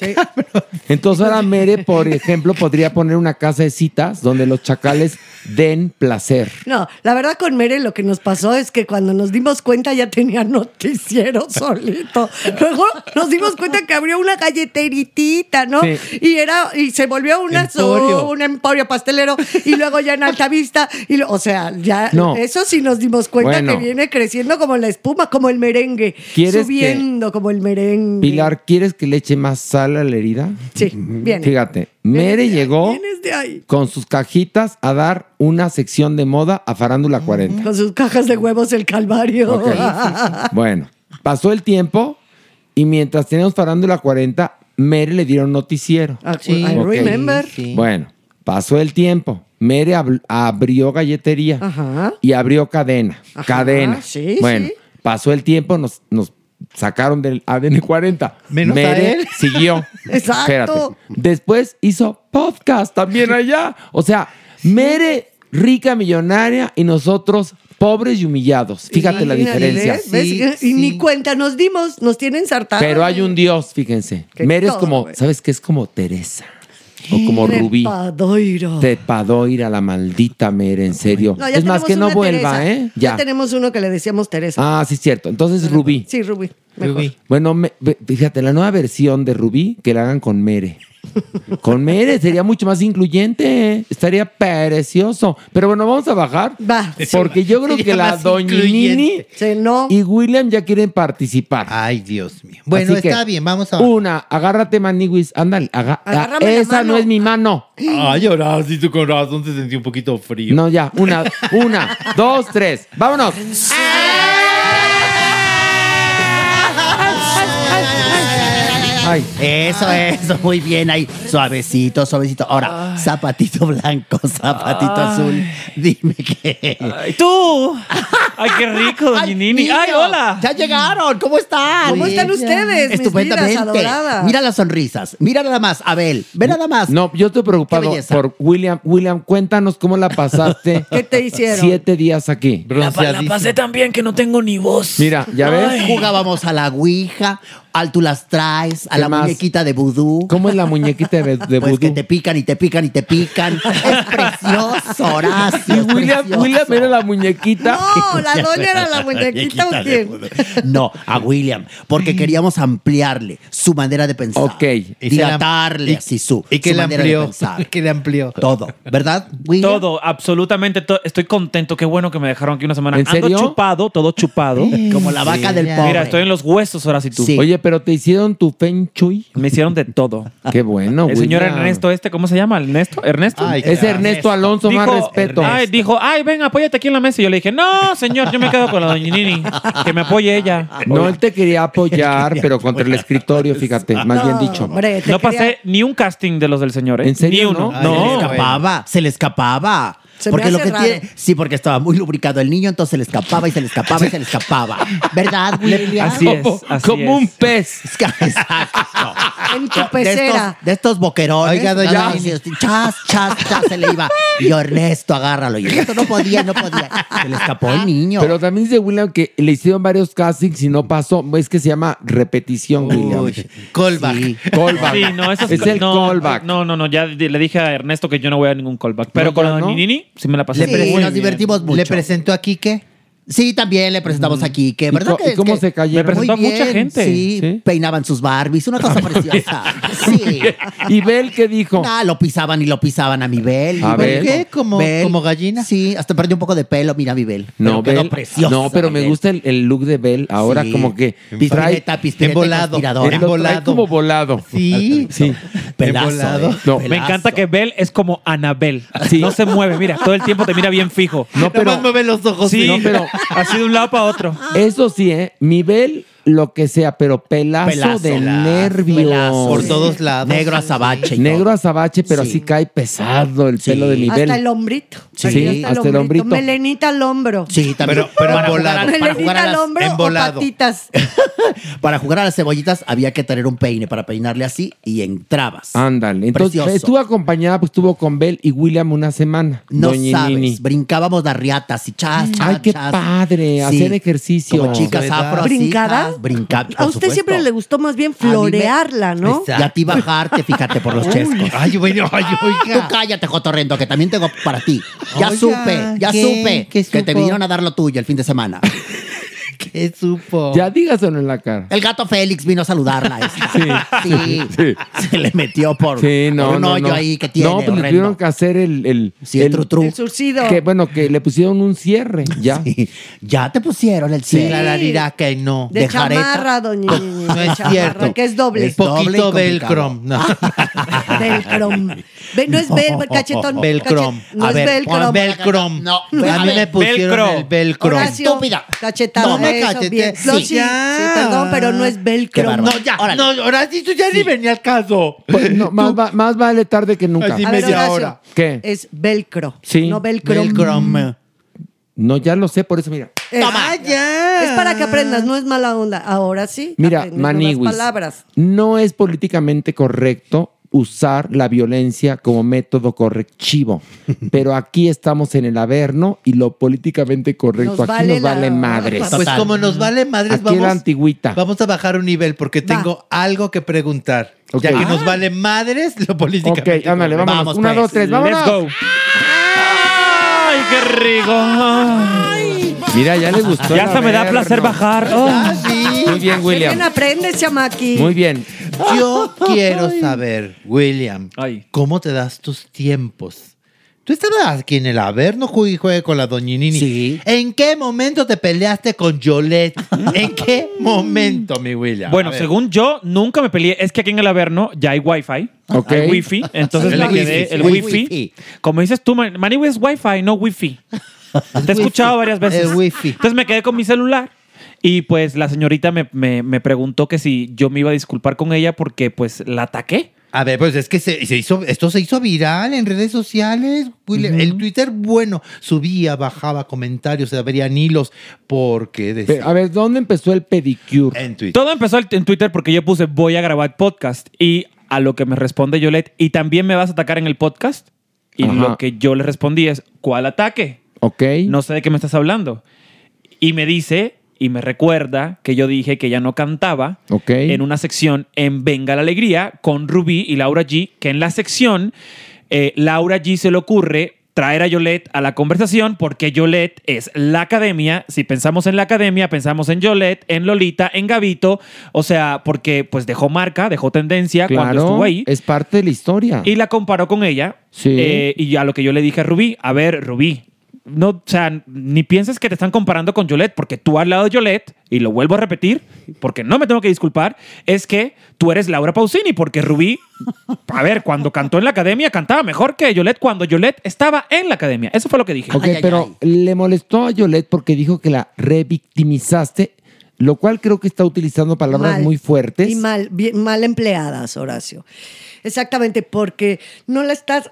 E: Entonces ahora Mere, por ejemplo, podría poner una casa de citas donde los chacales den placer.
F: No, la verdad con Mere lo que nos pasó es que cuando nos dimos cuenta ya tenía noticiero solito. Luego nos dimos cuenta que abrió una galleteritita, ¿no?
G: Sí.
F: Y era y se volvió una
G: Emporio.
F: un emporio pastelero y luego ya en Altavista y lo- o sea, ya
E: No.
F: eso sí nos dimos cuenta
E: Bueno.
F: que viene creciendo como la espuma, como el merengue,
E: ¿Quieres
F: subiendo como el merengue.
E: Pilar, ¿quieres que le eche más sal a la herida?
F: Sí, viene.
E: Fíjate, Mere llegó
F: Desde ahí,
E: con sus cajitas a dar una sección de moda a Farándula 40.
F: con sus cajas de huevos el calvario.
E: Ok. Bueno, pasó el tiempo y mientras teníamos Farándula 40, Mere le dieron noticiero.
F: Ah, Sí. I
E: Ok.
F: remember. Sí.
E: Bueno, pasó el tiempo. Mere abl- abrió galletería
F: Ajá.
E: y abrió cadena. cadena.
F: sí,
E: bueno,
F: sí.
E: pasó el tiempo, nos, nos sacaron del ADN 40.
I: Menos a
E: Mere
I: él.
E: siguió.
I: Exacto.
E: Después hizo podcast también allá. O sea, Mere rica millonaria y nosotros pobres y humillados. Fíjate la
F: Imagínate,
E: diferencia.
F: ¿ves? ¿Ves? y ni cuenta nos dimos, nos tienen sartado.
E: Pero hay un Dios, fíjense.
F: Que
E: Mere es
F: todo,
E: como,
F: güey.
E: ¿sabes qué? Es como Teresa. O como Rubí.
F: Trepadoiro.
E: Tepadoira, la maldita mera, en serio.
F: No, ya
E: es más,
F: tenemos
E: que no
F: una
E: vuelva,
F: Teresa.
E: ¿eh?
F: Ya.
E: Ya.
F: tenemos uno que le decíamos Teresa.
E: Ah, sí, cierto. Entonces,
I: pues,
E: Rubí.
F: Sí, Rubí. mejor.
E: Bueno, me- ve- fíjate, la nueva versión de Rubí, que la hagan con Mere. Con Mere sería mucho más incluyente. ¿eh? Estaría precioso. Pero bueno, vamos a bajar. Porque yo creo
F: Sería
E: que la
F: más
E: doña
F: incluyente.
E: Nini y William ya quieren participar. Ay, Dios mío.
I: Bueno, está bien, vamos a bajar.
E: Una, agárrate, Maniwis. Ándale, aga-
I: Agárrame la
E: esa no
I: mano.
E: es mi mano.
I: Ay, ahora sí, tú con razón te sentí un poquito frío.
E: No, ya. Una, una, dos, tres. Vámonos.
H: Eso, eso, muy bien ahí. Suavecito, suavecito. Ahora, zapatito blanco, zapatito
L: Ay.
H: azul. Dime qué.
L: ¡Tú! ¡Ay, qué rico, doña Nini! ¡Ay,
H: niño,
L: hola!
H: Ya llegaron, ¿cómo están?
F: ¿Cómo están
H: Bien.
F: ustedes, mis vidas adoradas?
H: Mira las sonrisas, mira nada más, Abel, ve nada más.
E: No, yo estoy
H: Qué
E: preocupado
H: belleza.
E: por William. William, cuéntanos cómo la pasaste.
F: ¿Qué te hicieron?
E: Siete días aquí.
N: La, pa- la pasé tan bien que no tengo ni voz.
E: Mira, ya ves.
H: Jugábamos a la Ouija, al tú las traes, a
E: ¿Qué
H: la
E: más?
H: muñequita de vudú.
E: ¿Cómo es la muñequita de, de
H: Pues que te pican y te pican y te pican. Es precioso, Horacio. es
E: William, William era la muñequita.
F: No, la doña era la muñequita o
H: de
F: quién.
H: vudú. No, a William, porque queríamos ampliarle su manera de pensar. Ok.
I: Y se la-
H: Dilatarle
I: y-
H: así su,
I: y que
H: su
I: le
H: manera
I: amplió,
H: de pensar. que le amplió. Todo, ¿verdad, William?
N: Todo, absolutamente todo. Estoy contento. Qué bueno que me dejaron aquí una semana.
E: ¿En serio?
N: Ando chupado, todo chupado.
H: Como la vaca del pobre.
N: Mira, estoy en los huesos ahora sí tú.
E: Oye, pero te hicieron tu feng shui.
N: Me hicieron de todo.
E: Qué bueno,
N: el señor
E: William.
N: Ernesto este, ¿cómo se llama? ¿Ernesto? ¿Ernesto?
E: Ay, Es claro. Ernesto Alonso, más respeto.
N: Ay, dijo, ay, ven, apóyate aquí en la mesa. Y yo le dije, no, señor, yo me quedo con la doña Nini. Que me apoye ella.
E: No, él te quería apoyar, pero contra el escritorio, fíjate, más bien dicho.
N: no pasé ni un casting de los del señor, ¿eh?
E: ¿En serio,
N: Ni uno.
E: no?
H: Se le
N: No.
H: escapaba, se le escapaba.
N: Se me
H: porque lo
N: hace
H: que
N: raro.
H: tiene, sí, porque estaba muy lubricado el niño, entonces se le escapaba y se le escapaba y se le escapaba. ¿Verdad,
F: Le-
H: William?
F: así es, Como- así como es. un
E: pez.
F: En tu
H: De estos,
F: pecera.
H: de estos boquerones.
F: Oiga, doña
H: nada más,
F: Nini.
H: así, chas, chas, chas, se le iba. Y yo, Ernesto, agárralo. Y Ernesto no podía, no podía. Se le escapó el niño.
E: Pero también dice William que le hicieron varios castings y no pasó. Es que se llama repetición, William.
H: Callback.
E: Callback.
N: Sí, no, eso
E: es el
N: no,
E: callback.
N: No, no, no, ya di- le dije a Ernesto que yo no voy a ningún callback. Pero
E: No,
N: con
E: ya
N: la
E: no.
N: Nini Nini sí me la pasé.
H: Sí,
N: muy
H: nos
N: bien.
H: divertimos mucho.
N: Le
H: presentó a Quique? Sí, también le presentamos a Quique. ¿Verdad
N: co-
H: que,
N: y cómo
H: que-
N: se cayeron? Me presentó a
H: Muy
N: mucha
H: bien,
N: gente.
H: Sí, peinaban sus Barbies, una cosa preciosa.
E: ¿Y Bel qué dijo?
H: Ah, lo pisaban y lo pisaban a mi Bel.
E: A
H: Y Bel
E: Bel.
H: dijo,
E: ¿Qué? ¿Como-
H: Bel, Sí, hasta perdió un poco de pelo, mira mi Bel.
E: No,
H: pero
E: Bel-
H: quedó preciosa.
E: no, pero me
H: Bel.
E: gusta el, el look de Bell ahora
H: Sí.
E: como que
H: Pispireta, pispireta
E: Envolado,
H: conspiradora.
E: envolado.
H: Envolado.
E: como volado.
H: Sí.
E: Sí.
H: Pelazo, Envolado. ¿eh?
E: No,
N: Me encanta que Bel es como Anabel.
E: Sí.
N: No se mueve, mira, todo el tiempo te mira bien fijo. No,
E: pero- Nomás
N: mueve los ojos. Sí,
E: No, pero-
N: así de un lado para otro.
E: Eso sí, ¿eh? Mi Bell, lo que sea, pero pelazo,
N: Pelazo.
E: de
N: Pelazo,
E: nervios.
H: pelazo. Por todos lados. Negro azabache y
E: Negro azabache, pero así cae pesado el pelo de mi Bel.
F: Hasta el hombrito.
E: Sí,
F: Aquí
E: hasta el hombrito.
F: Melenita al hombro.
H: Sí, también.
F: Pero
H: Para jugar a-
F: volado.
H: para jugar
F: Melenita
H: a
F: al
H: las-
F: hombro o
H: envolado.
F: patitas.
H: Para jugar a las cebollitas había que tener un peine para peinarle así y entrabas.
E: Ándale. Entonces, eh,
H: Precioso.
E: estuvo acompañada, pues estuvo con Bell y William una semana.
H: No
E: Doña
H: sabes,
E: Nini.
H: brincábamos de riatas y chas, chas,
E: Ay, qué
H: chas.
E: padre,
H: Sí,
E: hacer ejercicio.
H: Como chicas afro.
F: ¿Brincada?
H: Brincar,
F: A usted siempre le gustó más bien florearla, ¿no?
H: Y a ti bajarte, fíjate, por los
F: Uy.
H: chescos.
I: Ay, bueno, ay,
H: Tú cállate, Jotorrendo, que también tengo para ti. Ya
I: Oiga,
H: supe, ya
I: ¿qué?
H: supe
I: ¿Qué
H: que te
I: supo?
H: vinieron a dar lo tuyo el fin de semana. ¿Qué supo?
E: Ya dígaselo en la cara.
H: El gato Félix vino a saludarla. esta. Sí. Se le metió por,
E: Sí, no,
H: por un
E: no,
H: hoyo
E: no.
H: ahí que tiene.
E: No, pues le
H: horrendo.
E: tuvieron que hacer el... El,
H: el trutru. El surcido.
E: Que, bueno, que le pusieron un cierre, ya.
H: Ya te pusieron el
E: Sí.
H: cierre.
E: La larira
H: que no.
F: De, chamarra, doña Nini,
I: No
F: de
I: es
F: chamarra,
I: cierto.
F: Que es doble.
I: Es poquito velcro. No.
F: Velcrom. Ve- no es vel- cachetón.
I: Velcrom.
F: Cachet- no
I: A
F: es
I: ver,
F: velcrom.
I: pon velcrom.
H: No,
I: a mí me pusieron el velcrom.
F: Horacio, Cachetada.
I: No me
F: eso,
I: cachetees.
F: bien.
I: Sí.
F: No, sí, sí,
I: Ya.
F: perdón, pero no es velcrom.
I: No, ya. No, Horacio, tú ya ni venía al caso.
E: Pues, no, más, va- más vale tarde que nunca.
F: Así Eh, A ver, media Horacio. hora.
E: ¿Qué?
F: Es velcro.
E: Sí.
F: No velcrom.
E: No, ya lo sé, por eso, mira.
F: Es-
I: Ah,
F: Es para que aprendas, no es mala onda. Ahora sí.
E: Mira,
F: aprendes nuevas
E: Maniwis.
F: palabras.
E: No es políticamente correcto usar la violencia como método correctivo. Pero aquí estamos en el averno y lo políticamente correcto
I: Nos
E: aquí
I: vale
E: nos
I: la-
E: vale madres.
I: Pues como nos vale madres,
E: Aquí la
I: vamos,
E: antigüita.
I: vamos a bajar un nivel porque tengo algo que preguntar. Ya
E: Ok.
I: que
E: Ah.
I: nos vale madres lo político.
E: Ok, ándale, vámonos. Una,
I: pues.
E: dos, tres, vámonos.
N: ¡Ay, qué rico!
E: Mira, ya le gustó.
N: Ya
E: el
N: hasta me da
E: averno.
N: placer bajar.
I: Ah,
E: Oh.
I: sí.
E: Muy bien, William.
F: Bien aprendes, chamaqui.
E: Muy bien.
I: Yo quiero saber, William, ¿cómo te das tus tiempos? Tú estabas aquí en el Averno, juegue y juegue con la doñinini. ¿En qué momento te peleaste con Yolette? ¿En qué momento, mi William?
N: Bueno,
I: A ver.
N: según yo, nunca me peleé. Es que aquí en el Averno ya hay wifi.
I: Ok.
N: Hay wifi. Entonces
I: El
N: me
I: wifi,
N: quedé
I: sí,
N: el
I: sí.
N: wifi.
I: Wifi.
N: Como dices tú, Man- Maniwis es wifi, no wifi. Te he escuchado varias veces.
I: El wifi.
N: Entonces me quedé con mi celular. Y pues la señorita me, me- me preguntó que si yo me iba a disculpar con ella porque pues la ataqué.
I: A ver, pues es que se, se hizo, esto se hizo viral en redes sociales. William. El Twitter, bueno, subía, bajaba comentarios, se abrían hilos. Porque
E: Pe- A ver, ¿dónde empezó el pedicure?
I: En Twitter.
N: Todo empezó el- en Twitter porque yo puse voy a grabar podcast y a lo que me responde Yolette, ¿y también me vas a atacar en el podcast? Y
E: Ajá.
N: lo que yo le respondí es, ¿cuál ataque?
E: Ok.
N: No sé de qué me estás hablando. Y me dice y me recuerda que yo dije que ya no cantaba
E: Ok.
N: en una sección en Venga la Alegría con Rubí y Laura G, que en la sección eh, Laura G se le ocurre traer a Yolette a la conversación porque Yolette es la academia. Si pensamos en la academia, pensamos en Yolette, en Lolita, en Gavito. O sea, porque pues dejó marca, dejó tendencia cuando
E: Claro,
N: estuvo ahí.
E: es parte de la historia.
N: Y la comparó con ella.
E: Sí.
N: Eh, y a lo que yo le dije a Rubí, a ver, Rubí, no, o sea, ni pienses que te están comparando con Yolette, porque tú al lado de Yolette, y lo vuelvo a repetir, porque no me tengo que disculpar, es que tú eres Laura Pausini, porque Rubí, a ver, cuando cantó en la academia, cantaba mejor que Yolette cuando Yolette estaba en la academia. Eso fue lo que dije.
E: Ok, pero le molestó a Yolette porque dijo que la revictimizaste, lo cual creo que está utilizando palabras
F: Mal.
E: muy fuertes.
F: Y mal, bien- mal empleadas, Horacio. Exactamente, porque no la estás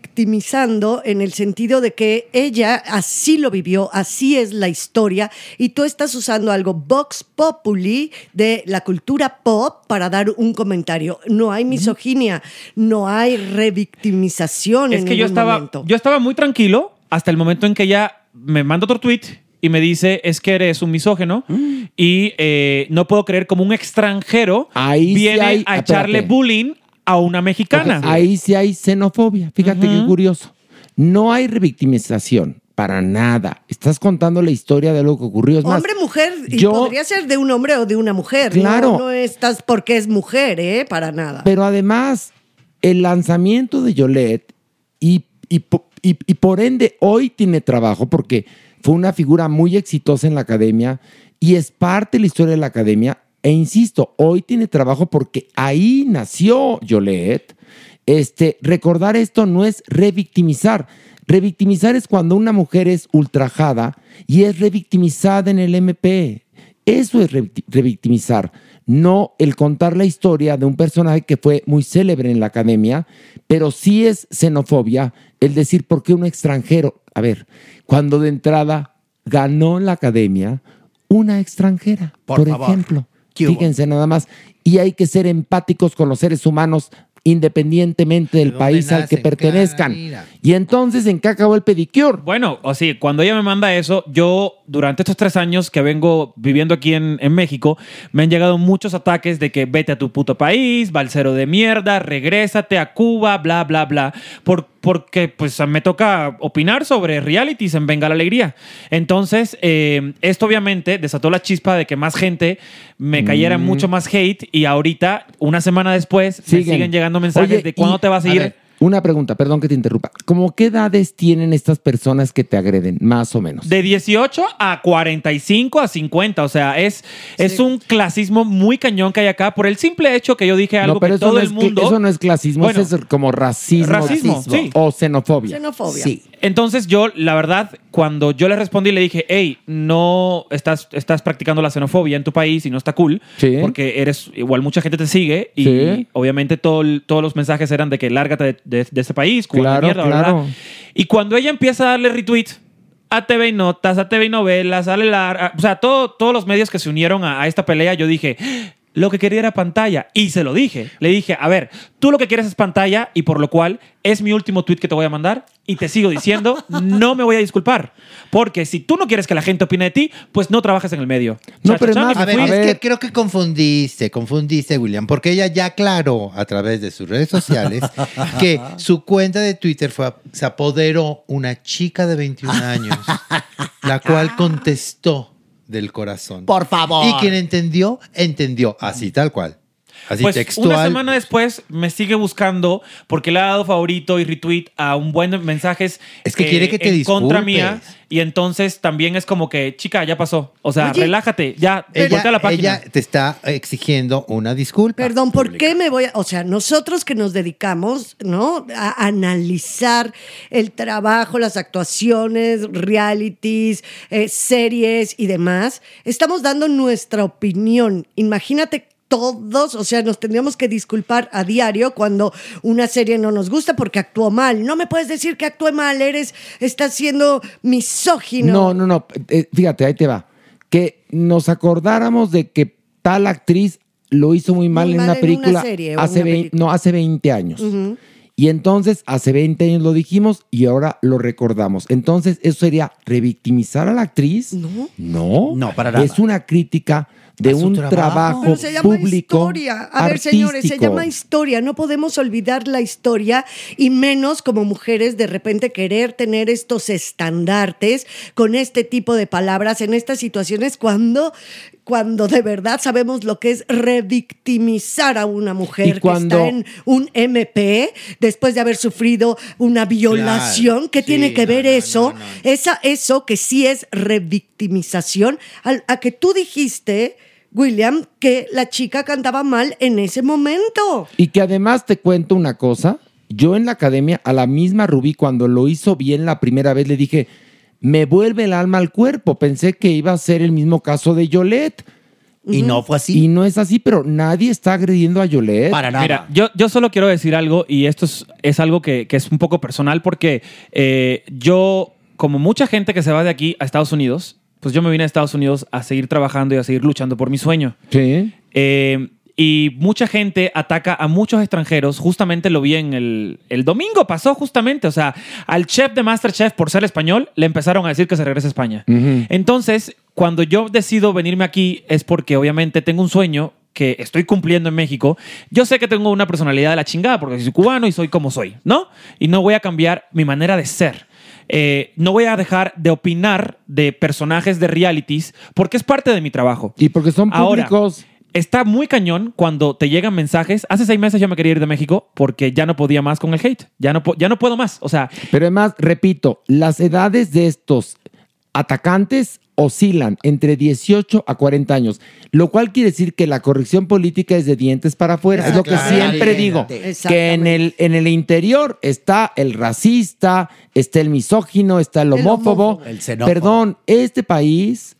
F: revictimizando en el sentido de que ella así lo vivió, así es la historia, y tú estás usando algo vox populi de la cultura pop para dar un comentario. No hay misoginia, no hay revictimización.
N: Es
F: en
N: que yo
F: ningún
N: estaba,
F: momento.
N: yo estaba muy tranquilo hasta el momento en que ella me manda otro tweet y me dice es que eres un misógeno y eh, no puedo creer como un extranjero
E: Ahí sí
N: viene
E: hay-
N: a
E: espérate.
N: echarle bullying a una mexicana.
E: Ahí sí hay xenofobia. Fíjate qué curioso. No hay revictimización para nada. Estás contando la historia de lo que ocurrió. Es más,
F: Hombre, mujer, y
E: yo-
F: podría ser de un hombre o de una mujer. ¿no?
E: Claro.
F: No, estás porque es mujer, ¿eh? Para nada.
E: Pero además, el lanzamiento de Yolette y, y po- y- y por ende hoy tiene trabajo porque fue una figura muy exitosa en la academia y es parte de la historia de la academia. E insisto, hoy tiene trabajo porque ahí nació Yolette. Este, recordar esto no es revictimizar. Revictimizar es cuando una mujer es ultrajada y es revictimizada en el MP. Eso es revicti- revictimizar, no el contar la historia de un personaje que fue muy célebre en la academia, pero sí es xenofobia el decir por qué un extranjero. A ver, cuando de entrada ganó la academia una extranjera, por,
K: Por favor.
E: ejemplo.
K: ¿Qué hubo?
E: Fíjense nada más. Y hay que ser empáticos con los seres humanos independientemente del país al que
N: nacen,
E: pertenezcan. y entonces, ¿en qué acabó el pedicure?
N: Bueno, o sí, cuando ella me manda eso, yo durante estos tres años que vengo viviendo aquí en, en México, me han llegado muchos ataques de que vete a tu puto país, balsero de mierda, regrésate a Cuba, bla, bla, bla. Por, porque pues me toca opinar sobre realities en Venga la Alegría. Entonces, eh, esto obviamente desató la chispa de que más gente me cayera
E: Mm.
N: mucho más hate y ahorita, una semana después, me
E: Siguen.
N: siguen llegando mensajes
E: Oye,
N: de cuándo
E: y-
N: te vas a ir.
E: ver, una pregunta, perdón que te interrumpa. ¿Cómo qué edades tienen estas personas que te agreden, más o menos?
N: De 18 a 45 a 50. O sea, es, es un clasismo muy cañón que hay acá por el simple hecho que yo dije algo
E: no, pero
N: que
E: eso
N: todo
E: no,
N: el
E: es, cl-
N: mundo.
E: eso no es clasismo,
N: Bueno,
E: eso es como racismo,
N: racismo, sí.
E: o xenofobia.
F: Xenofobia.
N: Entonces yo, la verdad, cuando yo le respondí, le dije, hey, no estás, estás practicando la xenofobia en tu país y no está cool,
E: Sí.
N: porque eres, igual mucha gente te sigue y
E: Sí.
N: obviamente todo, el- todos los mensajes eran de que lárgate de, de- de este país, Cuba es una
E: Claro,
N: mierda,
E: claro.
N: ¿verdad? Y cuando ella empieza a darle retweet a TV y Notas, a TV y Novelas, a Lelar, a- o sea, todo- todos los medios que se unieron a, a esta pelea, yo dije, "Ah, lo que quería era pantalla. Y se lo dije. Le dije, a ver, tú lo que quieres es pantalla y por lo cual es mi último tweet que te voy a mandar y te sigo diciendo, no me voy a disculpar. Porque si tú no quieres que la gente opine de ti, pues no trabajas en el medio. Cha, cha, cha, y me
I: a ver,
N: fui.
I: es que creo que confundiste, confundiste, William, porque ella ya aclaró a través de sus redes sociales que su cuenta de Twitter fue, se apoderó una chica de 21 años, la cual contestó del corazón.
H: Por favor.
I: Y quien entendió, entendió, así tal cual. Así
N: pues
I: textual.
N: una semana después me sigue buscando porque le ha dado favorito y retweet a un buen de mensajes
I: Es que quiere que te
N: en contra
I: disculpes.
N: mía y entonces también es como que chica ya pasó o sea
F: Oye.
N: relájate ya
I: Ella-
N: voltea la página
I: ella te está exigiendo una disculpa.
F: Perdón, ¿por qué me voy a.? O sea, nosotros que nos dedicamos, ¿no? A analizar el trabajo, las actuaciones, realities, eh, series y demás, estamos dando nuestra opinión. Imagínate. Todos, o sea, nos tendríamos que disculpar a diario cuando una serie no nos gusta porque actuó mal. No me puedes decir que actué mal, eres, estás siendo misógino.
E: No, no, no. eh, fíjate, ahí te va. Que nos acordáramos de que tal actriz lo hizo muy mal
F: Muy
E: en
F: mal en
E: una
F: una
E: película
F: serie o
E: hace
F: una
E: 20 no hace 20 años.
F: Ujú.
E: Y entonces hace 20 años lo dijimos y ahora lo recordamos. Entonces, ¿eso sería revictimizar a la actriz? No. No, para
K: nada.
E: Es una crítica de un trabajo,
F: Pero se llama
E: público.
F: historia. A ver, señores, se
E: artístico.
F: llama historia. No podemos olvidar la historia y menos como mujeres de repente querer tener estos estandartes con este tipo de palabras en estas situaciones cuando, cuando de verdad sabemos lo que es revictimizar a una mujer
E: cuando-
F: que está en un MP después de haber sufrido una violación. ¿Qué tiene que ver eso? Esa, eso que sí es revictimización al- a que tú dijiste, William, que la chica cantaba mal en ese momento.
E: Y que además te cuento una cosa. Yo en la academia, a la misma Rubí, cuando lo hizo bien la primera vez, le dije, me vuelve el alma al cuerpo. Pensé que iba a ser el mismo caso de Yolette.
H: Y no fue así.
E: Y no es así, pero nadie está agrediendo a Yolette.
N: Mira, yo, yo solo quiero decir algo y esto es, es algo que, que es un poco personal porque eh, yo, como mucha gente que se va de aquí a Estados Unidos, pues yo me vine a Estados Unidos a seguir trabajando y a seguir luchando por mi sueño.
E: Sí.
N: Eh, y mucha gente ataca a muchos extranjeros. Justamente lo vi en el, el domingo, pasó justamente. O sea, al chef de Masterchef, por ser español, le empezaron a decir que se regrese a España.
E: Mm.
N: Entonces, cuando yo decido venirme aquí es porque obviamente tengo un sueño que estoy cumpliendo en México. Yo sé que tengo una personalidad de la chingada porque soy cubano y soy como soy, ¿no? Y no voy a cambiar mi manera de ser. Eh, no voy a dejar de opinar de personajes de realities porque es parte de mi trabajo.
E: Y porque son públicos.
N: Está muy cañón cuando te llegan mensajes. Hace seis meses yo me quería ir de México porque ya no podía más con el hate. Ya no, po- ya no puedo más. O sea,
E: Pero además, repito, las edades de estos atacantes oscilan entre 18 a 40 años, lo cual quiere decir que la corrección política es de dientes para afuera. Es lo que
K: Exactamente.
E: siempre digo, que en el, en el interior está el racista, está el misógino, está el homófobo.
K: El xenófobo.
E: Perdón, este país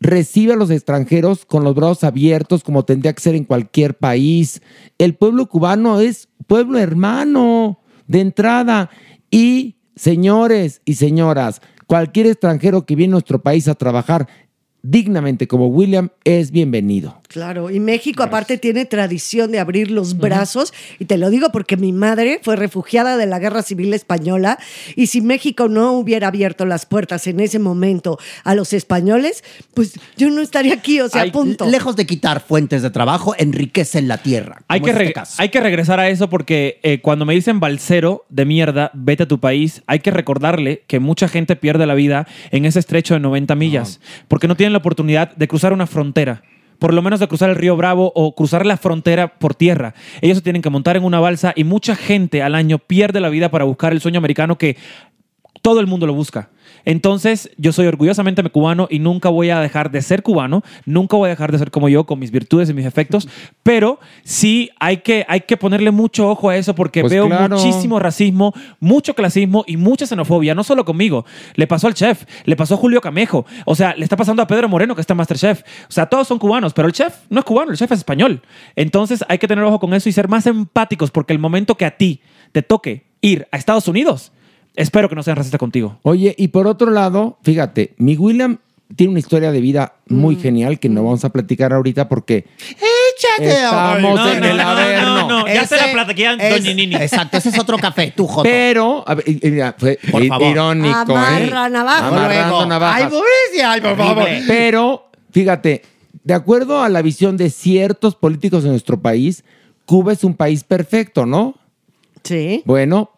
E: recibe a los extranjeros con los brazos abiertos como tendría que ser en cualquier país. El pueblo cubano es pueblo hermano de entrada. Y señores y señoras, cualquier extranjero que viene a nuestro país a trabajar dignamente como William es bienvenido.
F: Claro, y México aparte tiene tradición de abrir los brazos, y te lo digo porque mi madre fue refugiada de la Guerra Civil Española, y si México no hubiera abierto las puertas en ese momento a los españoles, pues yo no estaría aquí, o sea,
H: Ay,
F: punto.
H: Lejos de quitar fuentes de trabajo, enriquecen la tierra.
N: Hay
H: como
N: que,
H: es este
N: reg-
H: caso.
N: hay que regresar a eso porque eh, cuando me dicen balsero de mierda, vete a tu país, hay que recordarle que mucha gente pierde la vida en ese estrecho de 90 millas porque no tienen la oportunidad de cruzar una frontera. Por lo menos de cruzar el río Bravo o cruzar la frontera por tierra. Ellos se tienen que montar en una balsa y mucha gente al año pierde la vida para buscar el sueño americano que todo el mundo lo busca. Entonces, yo soy orgullosamente cubano y nunca voy a dejar de ser cubano, nunca voy a dejar de ser como yo, con mis virtudes y mis efectos, pero sí hay que, hay que ponerle mucho ojo a eso porque
L: Pues
N: veo
L: claro.
N: muchísimo racismo, mucho clasismo y mucha xenofobia, no solo conmigo, le pasó al chef, le pasó a Julio Camejo, o sea, le está pasando a Pedro Moreno que está en Masterchef, o sea, todos son cubanos, pero el chef no es cubano, el chef es español. Entonces, hay que tener ojo con eso y ser más empáticos porque el momento que a ti te toque ir a Estados Unidos, Espero que no sean racistas contigo.
E: Oye, y por otro lado, fíjate, mi William tiene una historia de vida muy genial que no vamos a platicar ahorita porque...
H: Escúchate.
E: Estamos en el averno.
N: ya se la
H: platiqué
N: Doña Nini.
H: Exacto, ese es otro café, tú, Joto.
E: Pero, a ver, y- y mira, fue
H: Por
E: i-
H: favor.
E: irónico,
H: Amarra
E: ¿eh?
H: navajas.
E: Amarrando
H: Luego.
E: navajas.
H: Ay, pobrecilla, ay, por favor. Horrible.
E: Pero, fíjate, de acuerdo a la visión de ciertos políticos en nuestro país, Cuba es un país perfecto, ¿no?
F: Sí.
E: Bueno,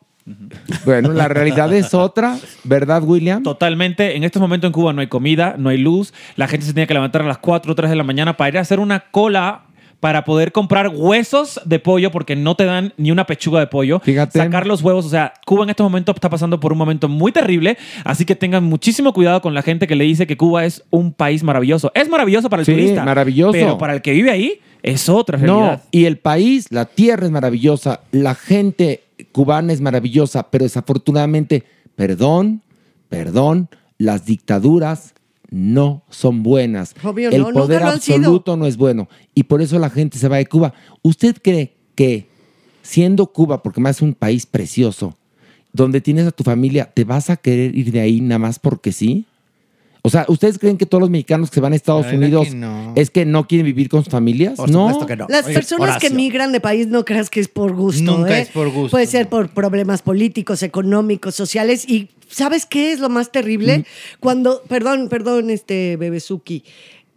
E: bueno, la realidad es otra, ¿verdad, William?
N: Totalmente. En este momento en Cuba no hay comida, no hay luz. La gente se tiene que levantar a las 4 o 3 de la mañana para ir a hacer una cola para poder comprar huesos de pollo porque no te dan ni una pechuga de pollo. Sacar los huevos. O sea, Cuba en este momento está pasando por un momento muy terrible. Así que tengan muchísimo cuidado con la gente que le dice que Cuba es un país maravilloso. Es maravilloso para el
E: Sí,
N: turista.
E: maravilloso.
N: Pero para el que vive ahí es otra realidad.
E: No, y el país, la tierra es maravillosa, la gente cubana es maravillosa, pero desafortunadamente, perdón, perdón, las dictaduras no son buenas.
F: Obvio,
E: el
F: no, nunca
E: poder
F: lo han sido.
E: absoluto no es bueno y por eso la gente se va de Cuba. ¿Usted cree que siendo Cuba, porque más es un país precioso, donde tienes a tu familia, te vas a querer ir de ahí nada más porque sí? O sea, ¿ustedes creen que todos los mexicanos que se van a Estados
F: La verdad
E: Unidos
F: que no.
E: es que no quieren vivir con sus familias?
F: Por
E: no.
F: supuesto que no. Las personas que migran de país no creas que es por gusto.
E: Nunca
F: ¿eh?
E: es por gusto,
F: Puede ser por problemas políticos, económicos, sociales. Y ¿sabes qué es lo más terrible? Cuando, perdón, perdón, este Bebesuki.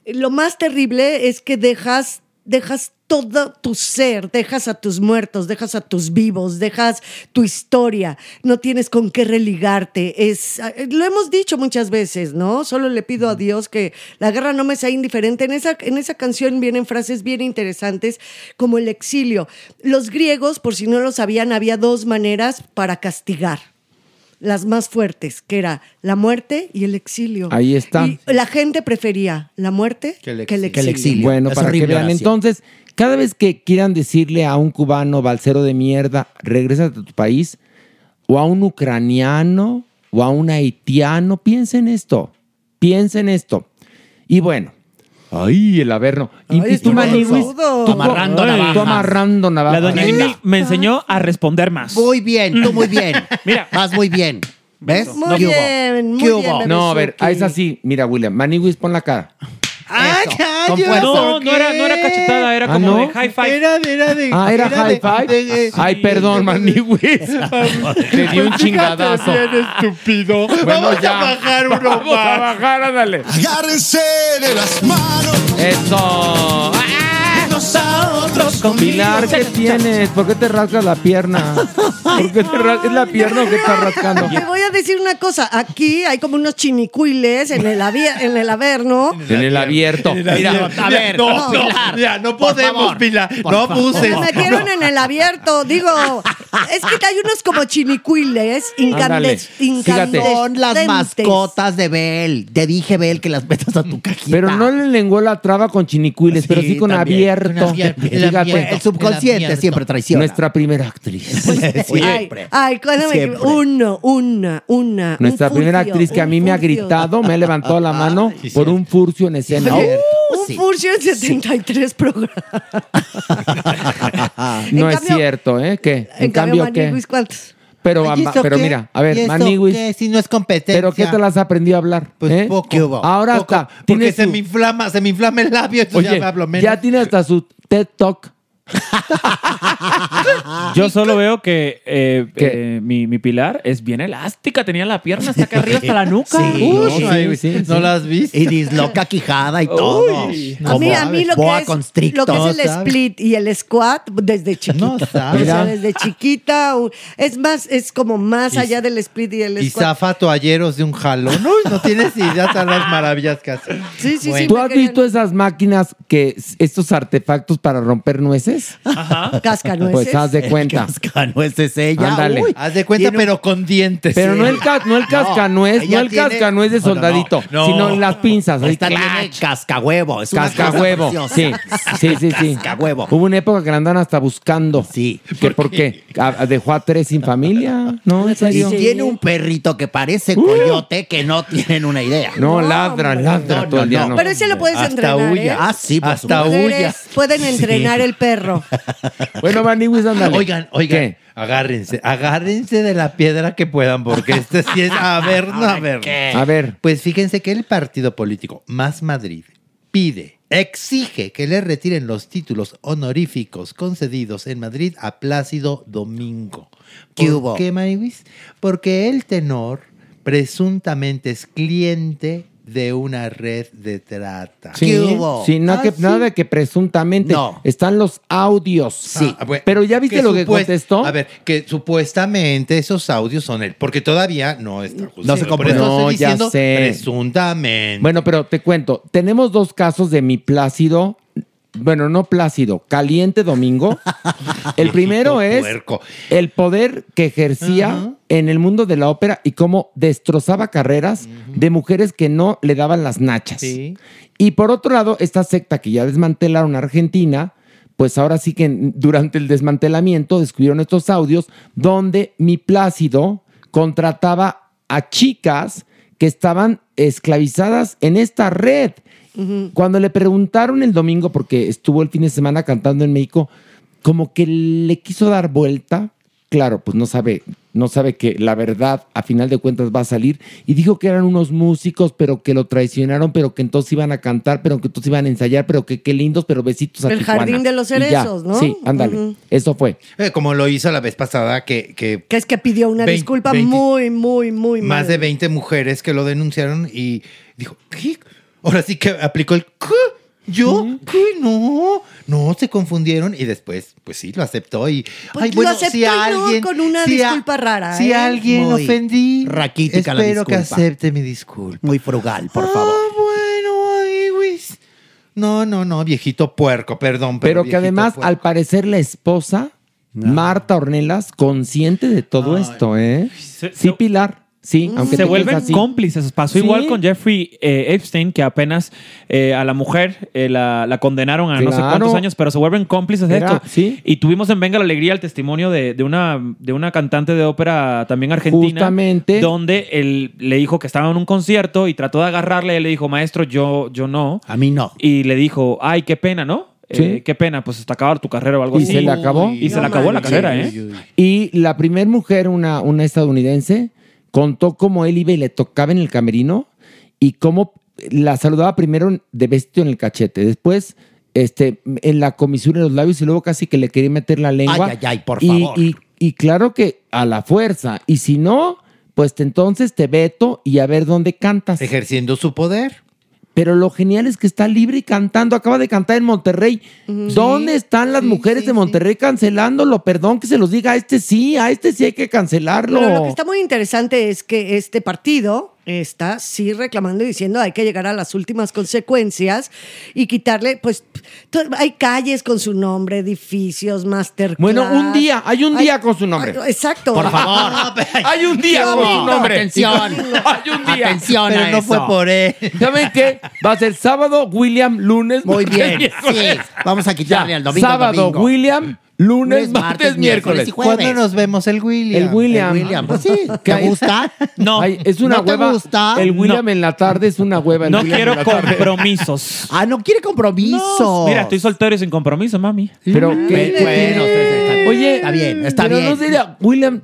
F: Lo más terrible es que dejas, dejas todo tu ser, dejas a tus muertos, dejas a tus vivos, dejas tu historia, no tienes con qué religarte. Es, lo hemos dicho muchas veces, ¿no? Solo le pido a Dios que la guerra no me sea indiferente. En esa, en esa canción vienen frases bien interesantes como el exilio. Los griegos, por si no lo sabían, había dos maneras para castigar. Las más fuertes, que era la muerte y el exilio.
E: Ahí está.
F: Y la gente prefería la muerte que el exilio.
E: Bueno, para que vean. Entonces, cada vez que quieran decirle a un cubano balsero de mierda, regrésate a tu país, o a un ucraniano, o a un haitiano, piensen esto. Piensen esto. Y bueno. Ay, el averno. Y,
N: Ay,
E: y tú,
N: qué
E: Maniwis,
N: rudo.
E: tú co-
N: Amarrando
E: Ay,
N: navajas.
E: Tú amarrando navajas.
N: La doña Nini me enseñó a responder más.
H: Muy bien, tú muy bien. Mira. Vas muy bien. ¿Ves?
N: Muy
H: ¿Qué hubo?
N: bien, muy
H: ¿Qué
N: bien,
H: hubo?
E: No, a ver, ah, es así. Mira, William, Maniwis, pon la cara.
N: Con
H: Ah, ya,
N: fuerza. no,
H: ¿por
N: no era, no era cachetada, era
E: ¿Ah,
N: como
E: no?
N: de high five.
I: Era, era de.
E: Ah, era high five. Ay, perdón, Maniwis. Te di un chingadazo.
I: estúpido.
E: Bueno, ya. Vamos a
M: bajar,
E: ándale.
M: Agárrense de las manos.
E: Eso. ¡Ah!
M: Unos a otros
E: Pilar, ¿qué
M: conmigo.
E: tienes? ¿Por qué te rascas la pierna? ¿Por qué te rascas? ¿Es la pierna o qué estás rascando?
F: Te voy a decir una cosa. Aquí hay como unos chinicuiles en el, avi- en el Averno.
E: En el abierto.
I: Mira,
E: Mira,
I: a ver, no,
F: no,
I: Pilar, ya, no podemos, Pilar. No abuses.
F: Me metieron en el abierto. Digo, es que hay unos como chinicuiles incandes, incandes-
H: Son las
F: dentes.
H: mascotas de Bel. Te dije, Bel, que las metas
E: Mm.
H: a tu cajita.
E: Pero no le lenguó la traba con chinicuiles, pero sí con
H: también.
E: abierto.
H: Con abierto, el
E: Fíjate.
H: abierto, El subconsciente el abierto. siempre traiciona.
E: Nuestra primera actriz.
F: Ay, ay, cuéntame que-
E: Siempre.
F: uno, una, una. un
E: Nuestra primera
F: furcio,
E: actriz que a
F: un
E: mí me ha
F: furcio.
E: gritado, me ha levantado
I: Ah,
E: la mano por un furcio en escena.
F: Oye, Uh, un furcio en 73 programas.
E: no
F: En
E: es
F: cambio-
E: cierto, ¿eh? ¿Qué?
F: En, cambio, Maniguis,
E: ¿qué?
F: ¿cuántos?
E: Pero,
F: Ay, ¿y
E: ama-
F: eso
E: pero
F: qué?
E: mira, a
F: ¿Y
E: ver,
F: eso
E: Maniwis.
F: qué?
I: Si no es competencia.
E: ¿Pero qué te las aprendió a hablar? Pues
I: poco.
E: Ahora
I: Poco,
E: hasta
I: Porque
E: tienes
I: se
E: tu-
I: me inflama, se me inflama el labio, entonces
E: Oye,
I: ya me hablo menos.
E: ya tiene hasta su TED Talk.
N: Yo solo veo que eh, eh, mi, mi pilar es bien elástica, tenía la pierna hasta acá arriba, hasta la nuca.
H: Sí,
N: Uy,
H: sí,
I: no las has visto.
H: Y disloca quijada y todo.
F: A mí, a mí lo,
H: Boa
F: que es, lo
H: constrictor.
F: que es el
H: ¿sabes?
F: split y el squat desde chiquita. O sea,
I: Mira.
F: desde chiquita. u- Es más, es como más
I: Y-
F: allá del split y el
I: Y
F: squat.
I: zafa toalleros de un jalón. No, no tienes idea todas las maravillas que hace.
F: Sí, sí,
E: ¿Tú has visto esas máquinas que estos artefactos para romper nueces?
I: Ajá.
F: Cascanueces.
E: Pues haz de cuenta.
H: Ah, Cascanueces ella.
E: Ándale.
H: uy.
I: Haz de cuenta, pero con dientes.
E: Pero no el, ca- no el cascanuez, no,
H: ella
E: el
H: tiene-
E: cascanuez de
H: No, no, no.
E: soldadito,
H: No.
E: sino las pinzas. ahí,
H: Esta
E: clac.
H: tiene cascahuevo. Es una
E: Cascahuevo.
H: cosa
E: Sí,
H: preciosa.
E: sí, sí. sí.
H: Cascahuevo.
E: Hubo una época que la andaban hasta buscando.
H: Sí.
E: ¿Que ¿Por qué? A- Dejó a tres sin familia. No, en
H: Y
E: serio.
H: tiene un perrito que parece coyote que no tienen una idea.
E: No, ladra, ladra todo el día. no.
F: Pero ese lo puedes
H: Hasta
F: entrenar.
H: huya.
F: ¿eh?
H: Ah, sí, por
I: Hasta
H: supuesto.
F: Mujeres
I: huya.
F: Pueden entrenar el perro.
E: Bueno, Maniwis, ándale.
I: Oigan, oigan. Agárrense, agárrense de la piedra que puedan, porque este sí es. A ver, no, a ver.
E: A ver.
I: Pues fíjense que el partido político Más Madrid pide exige que le retiren los títulos honoríficos concedidos en Madrid a Plácido Domingo.
H: ¿Qué
I: ¿Por
H: hubo?
I: qué, Maniwis? Porque el tenor presuntamente es cliente de una red de trata.
E: Sí, Ah, sí, nada,
F: Ah,
E: que, nada de que presuntamente. Están los audios. Sí. Pero ya viste lo que
I: Ah, supuest-
E: contestó.
I: A ver, que supuestamente esos audios son él, porque todavía no está
E: No se
I: juzgado. Pues Por eso
E: comprobó.
I: estoy
E: No, ya
I: diciendo
E: sé.
I: presuntamente.
E: Bueno, pero te cuento, tenemos dos casos de mi Plácido, bueno, no Plácido, Caliente Domingo. El primero es el poder que ejercía en el mundo de la ópera y cómo destrozaba carreras de mujeres que no le daban las nachas. Y por otro lado, esta secta que ya desmantelaron Argentina, pues ahora sí que en- durante el desmantelamiento descubrieron estos audios donde mi Plácido contrataba a chicas que estaban esclavizadas en esta red. Cuando le preguntaron el domingo, porque estuvo el fin de semana cantando en México, como que le quiso dar vuelta. Claro, pues no sabe, no sabe que la verdad a final de cuentas va a salir. Y dijo que eran unos músicos, pero que lo traicionaron, pero que entonces iban a cantar, pero que entonces iban a ensayar, pero que qué lindos, pero besitos a
F: El
E: Tijuana.
F: jardín de los
E: Y ya.
F: cerezos, ¿no?
E: Sí, ándale.
F: Ujú.
E: Eso fue.
I: Eh, como lo hizo la vez pasada, que, que
F: Que es que pidió una
I: Vein-
F: disculpa
I: veinti-
F: muy, muy, muy
I: más
F: mal.
I: de 20 mujeres que lo denunciaron y dijo, ¿qué? Ahora sí que aplicó el... ¿qué? ¿Yo? ¿Qué? No, no, se confundieron y después, pues sí, lo aceptó y...
F: Pues
I: ay,
F: lo
I: bueno,
F: aceptó
I: si
F: y no
I: alguien...
F: con una
I: si a-
F: disculpa rara.
I: si
F: ¿eh?
I: alguien
F: Muy-
I: ofendí,
H: Raquítica la
I: espero que
H: disculpa.
I: acepte mi disculpa. Ah,
H: Muy frugal, por favor.
I: No, no, no, viejito puerco, perdón. Pero,
E: Pero que
I: viejito
E: además,
I: puerco.
E: al parecer, la esposa, Marta Ornelas, consciente de todo esto, ¿eh? sí, Pilar, sí.
F: Mm.
E: Aunque
N: se
E: tú
N: vuelven
E: piensas así.
N: cómplices. Pasó
E: Sí.
N: igual con Jeffrey eh, Epstein, que apenas eh, a la mujer eh, la, la condenaron a no sé
E: Claro.
N: cuántos años, pero se vuelven cómplices de
E: Era-
N: esto. Y tuvimos en Venga la Alegría el testimonio de, de una, de una cantante de ópera también argentina.
E: Justamente.
N: Donde él le dijo que estaba en un concierto y trató de agarrarle. Él le dijo, maestro, yo, yo no.
H: A mí no.
N: Y le dijo, ay, qué pena, ¿no?
E: Sí.
N: Eh, qué pena, pues está acabar tu carrera o algo
E: ¿Y
N: así.
E: se le acabó?
N: Y se le acabó la carrera, ¿eh?
E: Y la primer mujer, una, una estadounidense, contó cómo él iba y le tocaba en el camerino y cómo la saludaba primero de vestido en el cachete, después este, en la comisura de los labios y luego casi que le quería meter la lengua.
H: Ay, ay, ay, por
E: Y-
H: favor.
E: Y, y claro que a la fuerza. Y si no, pues te- entonces te veto y a ver dónde cantas.
I: Ejerciendo su poder.
E: Pero lo genial es que está libre y cantando. Acaba de cantar en Monterrey. ¿Dónde están las mujeres de Monterrey cancelándolo? Perdón que se los diga. A este sí, a este sí hay que cancelarlo.
F: Pero lo que está muy interesante es que este partido está sí reclamando y diciendo hay que llegar a las últimas consecuencias y quitarle, pues, to- hay calles con su nombre, edificios, masterclass.
E: Bueno, un día, hay un día con su nombre.
F: ay, exacto.
E: Por favor. hay un día con su nombre. hay un día.
H: Atención a eso.
E: él. ¿Saben qué? Va a ser sábado, William, lunes.
H: Muy
E: martes,
H: bien,
E: miércoles.
H: sí. Vamos a quitarle al domingo,
E: Sábado,
H: domingo.
E: William, lunes,
H: Lunes,
E: martes,
H: martes,
E: miércoles.
H: miércoles y jueves.
I: ¿Cuándo nos vemos? El William.
E: El William.
H: Pues sí, ¿te gusta?
N: No.
E: es una
H: ¿No te
E: hueva.
H: gusta?
E: El William en la tarde es una hueva. el
N: No
E: William en
N: quiero
E: la tarde.
N: compromisos.
H: Ah, no quiere compromiso.
N: Mira, estoy soltero y sin compromiso, mami.
E: Pero qué
H: Bueno, está bien.
E: Ah, Oye,
H: está bien, está
E: pero
H: bien.
E: no sería William.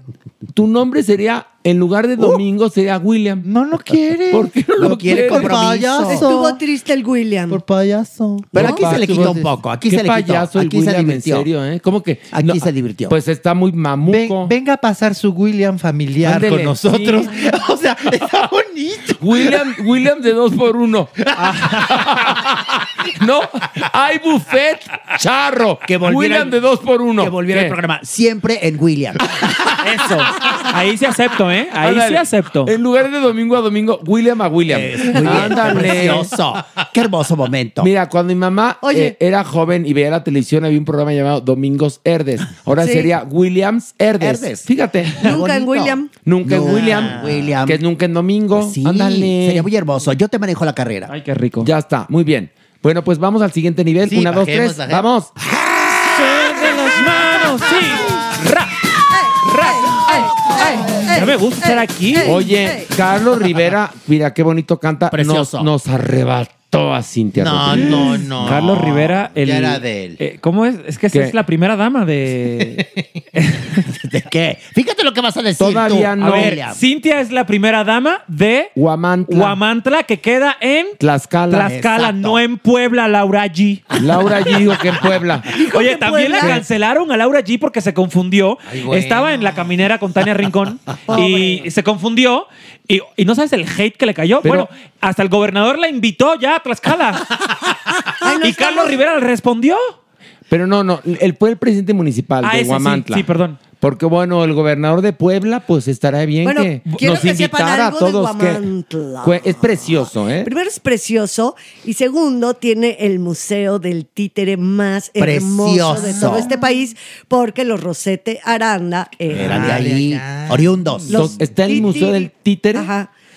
E: Tu nombre sería, en lugar de domingo, sería William.
I: No lo quiere.
E: ¿Por qué no lo,
H: quiere
E: quiere?
H: compromiso.
F: Estuvo triste el William. Por
I: payaso.
H: Pero
E: No,
H: aquí se le
E: tú
H: quitó
E: vas-
H: un poco, aquí
E: Qué
H: se le quitó.
E: payaso el
H: aquí se
E: William, en
H: divirtió.
E: serio, ¿eh? ¿Cómo que?
H: Aquí se divirtió.
E: Pues está muy mamuco.
I: venga a pasar su William familiar
E: Ándele,
I: con nosotros.
E: sí.
I: O sea, está bonito.
E: William, William de dos por uno. no, hay buffet charro.
H: Que volviera
E: William
H: el-
E: de dos por uno.
H: Que volviera
E: ¿Qué?
H: el programa. Siempre en William.
N: Eso. Ahí sí acepto, ¿eh? Ahí
E: Ándale.
N: sí acepto.
E: En lugar de domingo a domingo, William a William.
H: Muy bien,
E: Ándale.
H: qué precioso. Qué hermoso momento.
E: Mira, cuando mi mamá
H: Oye.
E: eh, era joven y veía la televisión, había un programa llamado Domingos Herdes. Ahora
H: Sí.
E: sería Williams Herdes.
H: Herdes.
E: Fíjate.
F: Nunca en William.
E: Nunca en
H: Nunca
E: William.
H: en William. Pues
E: Que es nunca en domingo.
H: Sí,
E: Ándale.
H: sería muy hermoso. Yo te manejo la carrera.
N: Ay, qué rico.
E: Ya está, muy bien. Bueno, pues vamos al siguiente nivel.
I: Sí,
E: Una, dos,
I: bajemos,
E: tres.
I: bajemos.
E: Vamos.
N: de las manos, sí. Ra, ra. Ya me gusta estar aquí.
E: Oye, Carlos Rivera, mira qué bonito canta. Nos-
H: Precioso.
E: Nos, arrebató mató a Cintia
I: No,
E: Rodríguez.
I: no, no.
N: Carlos Rivera, el-
I: Ya era de él.
N: eh, ¿Cómo es? Es que esa
E: ¿Qué?
N: es la primera dama de.
H: ¿De qué? Fíjate lo que vas a decir.
N: Todavía
H: tú,
N: no. A ver,
H: William.
N: Cintia es la primera dama de
E: Huamantla,
N: que queda en
E: Tlaxcala.
N: Tlaxcala, no en Puebla, Laura G.
E: Laura G dijo que en Puebla.
N: Oye, también la
E: Puebla.
N: cancelaron a Laura G porque se confundió.
E: bueno.
N: Estaba en la caminera con Tania Rincón y se confundió. Y, y no sabes el hate que le cayó.
E: Pero-
N: bueno, hasta el gobernador la invitó ya a Tlaxcala. y Carlos Rivera le respondió.
E: Pero no, no, el, fue el presidente municipal
N: Ah,
E: de
N: ese sí,
E: Huamantla.
N: sí, perdón.
E: Porque bueno, el gobernador de Puebla, pues estará bien
F: Bueno,
E: que
F: quiero
E: nos
F: que sepan
E: invitara a
F: algo de
E: todos. Que,
F: Huamantla.
E: Fue- es precioso, ¿eh?
F: Primero es precioso y segundo tiene el museo del títere más hermoso de
H: Precioso.
F: todo este país porque los Rosete Aranda
H: Eran de ahí,
F: allá.
H: oriundos.
F: Los
E: Está el Museo del Títere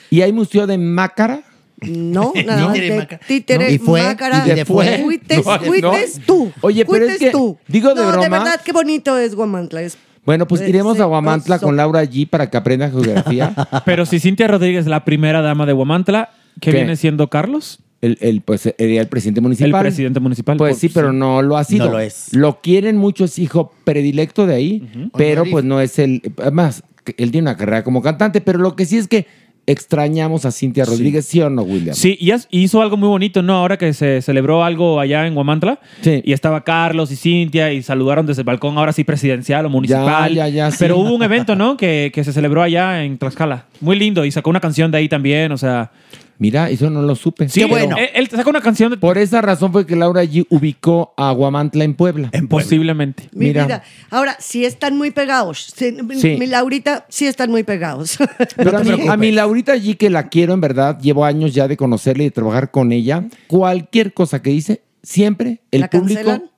E: y hay Museo de Mácara.
F: No, nada más
E: Títere,
F: de
E: Mácara.
F: títere,
E: No. Y fue,
F: mácara,
E: y de fue.
F: Cuites,
E: No,
F: cuites
E: no.
F: tú.
E: Oye, pero
F: cuites
E: es que,
F: tú.
E: digo de
F: no, de
E: broma.
F: verdad, qué bonito es Guamantla. Es
E: Bueno, pues iremos a Huamantla
F: Precioso.
E: con Laura G para que aprenda geografía.
N: Pero si Cintia Rodríguez es la primera dama de Huamantla, ¿qué,
E: ¿Qué?
N: viene siendo Carlos?
E: El, el, pues, sería el presidente municipal.
N: El presidente municipal.
E: Pues
N: por-
E: sí, pero no lo ha sido.
N: No lo es.
E: Lo quieren mucho, es hijo predilecto de ahí, pero pues no es el. Además, que él tiene una carrera como cantante, pero lo que sí es que extrañamos a Cintia Rodríguez, ¿sí o no, William?
N: Sí, y has- hizo algo muy bonito, ¿no? Ahora que se celebró algo allá en Huamantla. Y estaba Carlos y Cintia y saludaron desde el balcón, ahora sí presidencial o municipal.
E: ya, ya, sí.
N: Pero hubo un evento, ¿no? Que, que se celebró allá en Tlaxcala. Muy lindo. Y sacó una canción de ahí también, o sea...
E: Mira, eso no lo supe.
N: Sí, bueno. Él, él sacó una canción de...
E: Por esa razón fue que Laura G ubicó a Guamantla en Puebla.
N: Posiblemente.
F: Mi vida. Ahora, sí están muy pegados. Sí, mi-
E: Sí.
F: Mi Laurita, sí están muy pegados.
E: Pero a, mí, a mi Laurita G, que la quiero en verdad, llevo años ya de conocerla y de trabajar con ella, cualquier cosa que dice, siempre el
F: ¿La
E: público
F: cancelan?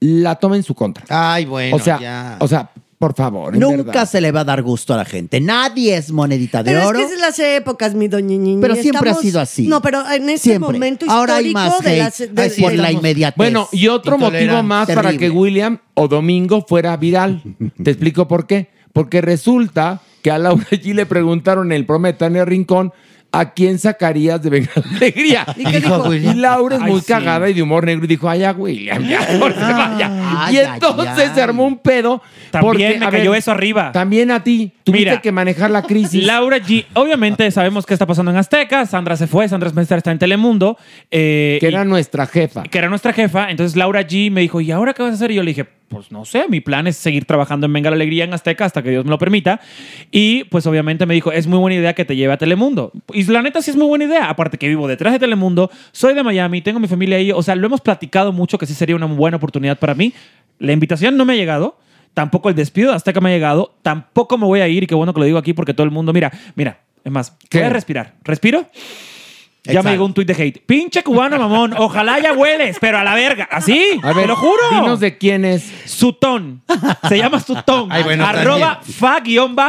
E: la toma en su contra.
I: Ay, bueno,
E: o sea,
H: ya.
E: O sea, por favor. en
H: Nunca
E: verdad.
H: se le va a dar gusto a la gente. Nadie es monedita de
F: Pero
H: oro.
F: es que es de las épocas, mi doñiñiñi.
H: Pero siempre ha sido así.
F: No, pero en este
H: Siempre.
F: momento histórico
H: Ahora hay más
F: de
H: hate.
F: las... de-
H: Ay, sí,
F: de-
H: por la inmediatez.
E: Bueno, y otro motivo más para que William o Domingo fuera viral. Te explico por qué. Porque resulta que a Laura G le preguntaron en el programa de Tania Rincón a quién sacarías de Venga la Alegría.
M: ¿Y qué Dijo dijo? William.
E: Y Laura es
M: Ay,
E: muy
M: sí. Ah,
E: cagada y de humor negro y dijo, ay, ya, William, ya, por se vaya.
M: Ay,
E: y
M: ay,
E: entonces
M: ay.
E: se armó un pedo.
N: También
E: porque,
N: me
E: a
N: cayó eso arriba.
E: También a ti. Tuviste
N: Mira.
E: que manejar la crisis.
N: Laura G, obviamente sabemos qué está pasando en Azteca. Sandra se fue, Sandra Spencer está en Telemundo. que
E: era nuestra jefa.
N: Que era nuestra jefa. Entonces Laura G me dijo, ¿y ahora qué vas a hacer? Y yo le dije, pues no sé, mi plan es seguir trabajando en Venga la Alegría en Azteca hasta que Dios me lo permita. Y pues obviamente me dijo, es muy buena idea que te lleve a Telemundo. Y la neta sí es muy buena idea. Aparte que vivo detrás de Telemundo, soy de Miami, tengo mi familia ahí. O sea, lo hemos platicado mucho que sí sería una buena oportunidad para mí. La invitación no me ha llegado. Tampoco el despido de Azteca me ha llegado. Tampoco me voy a ir. Y qué bueno que lo digo aquí porque todo el mundo, mira, mira, es más, voy a respirar. ¿Respiro? Ya me llegó un tuit de hate. Pinche cubano, mamón. Ojalá ya hueles, pero a la verga. Así,
E: A ver,
N: te lo juro.
E: dinos de quién es.
N: Sutón. Se llama Sutón.
E: Ay, bueno,
N: Arroba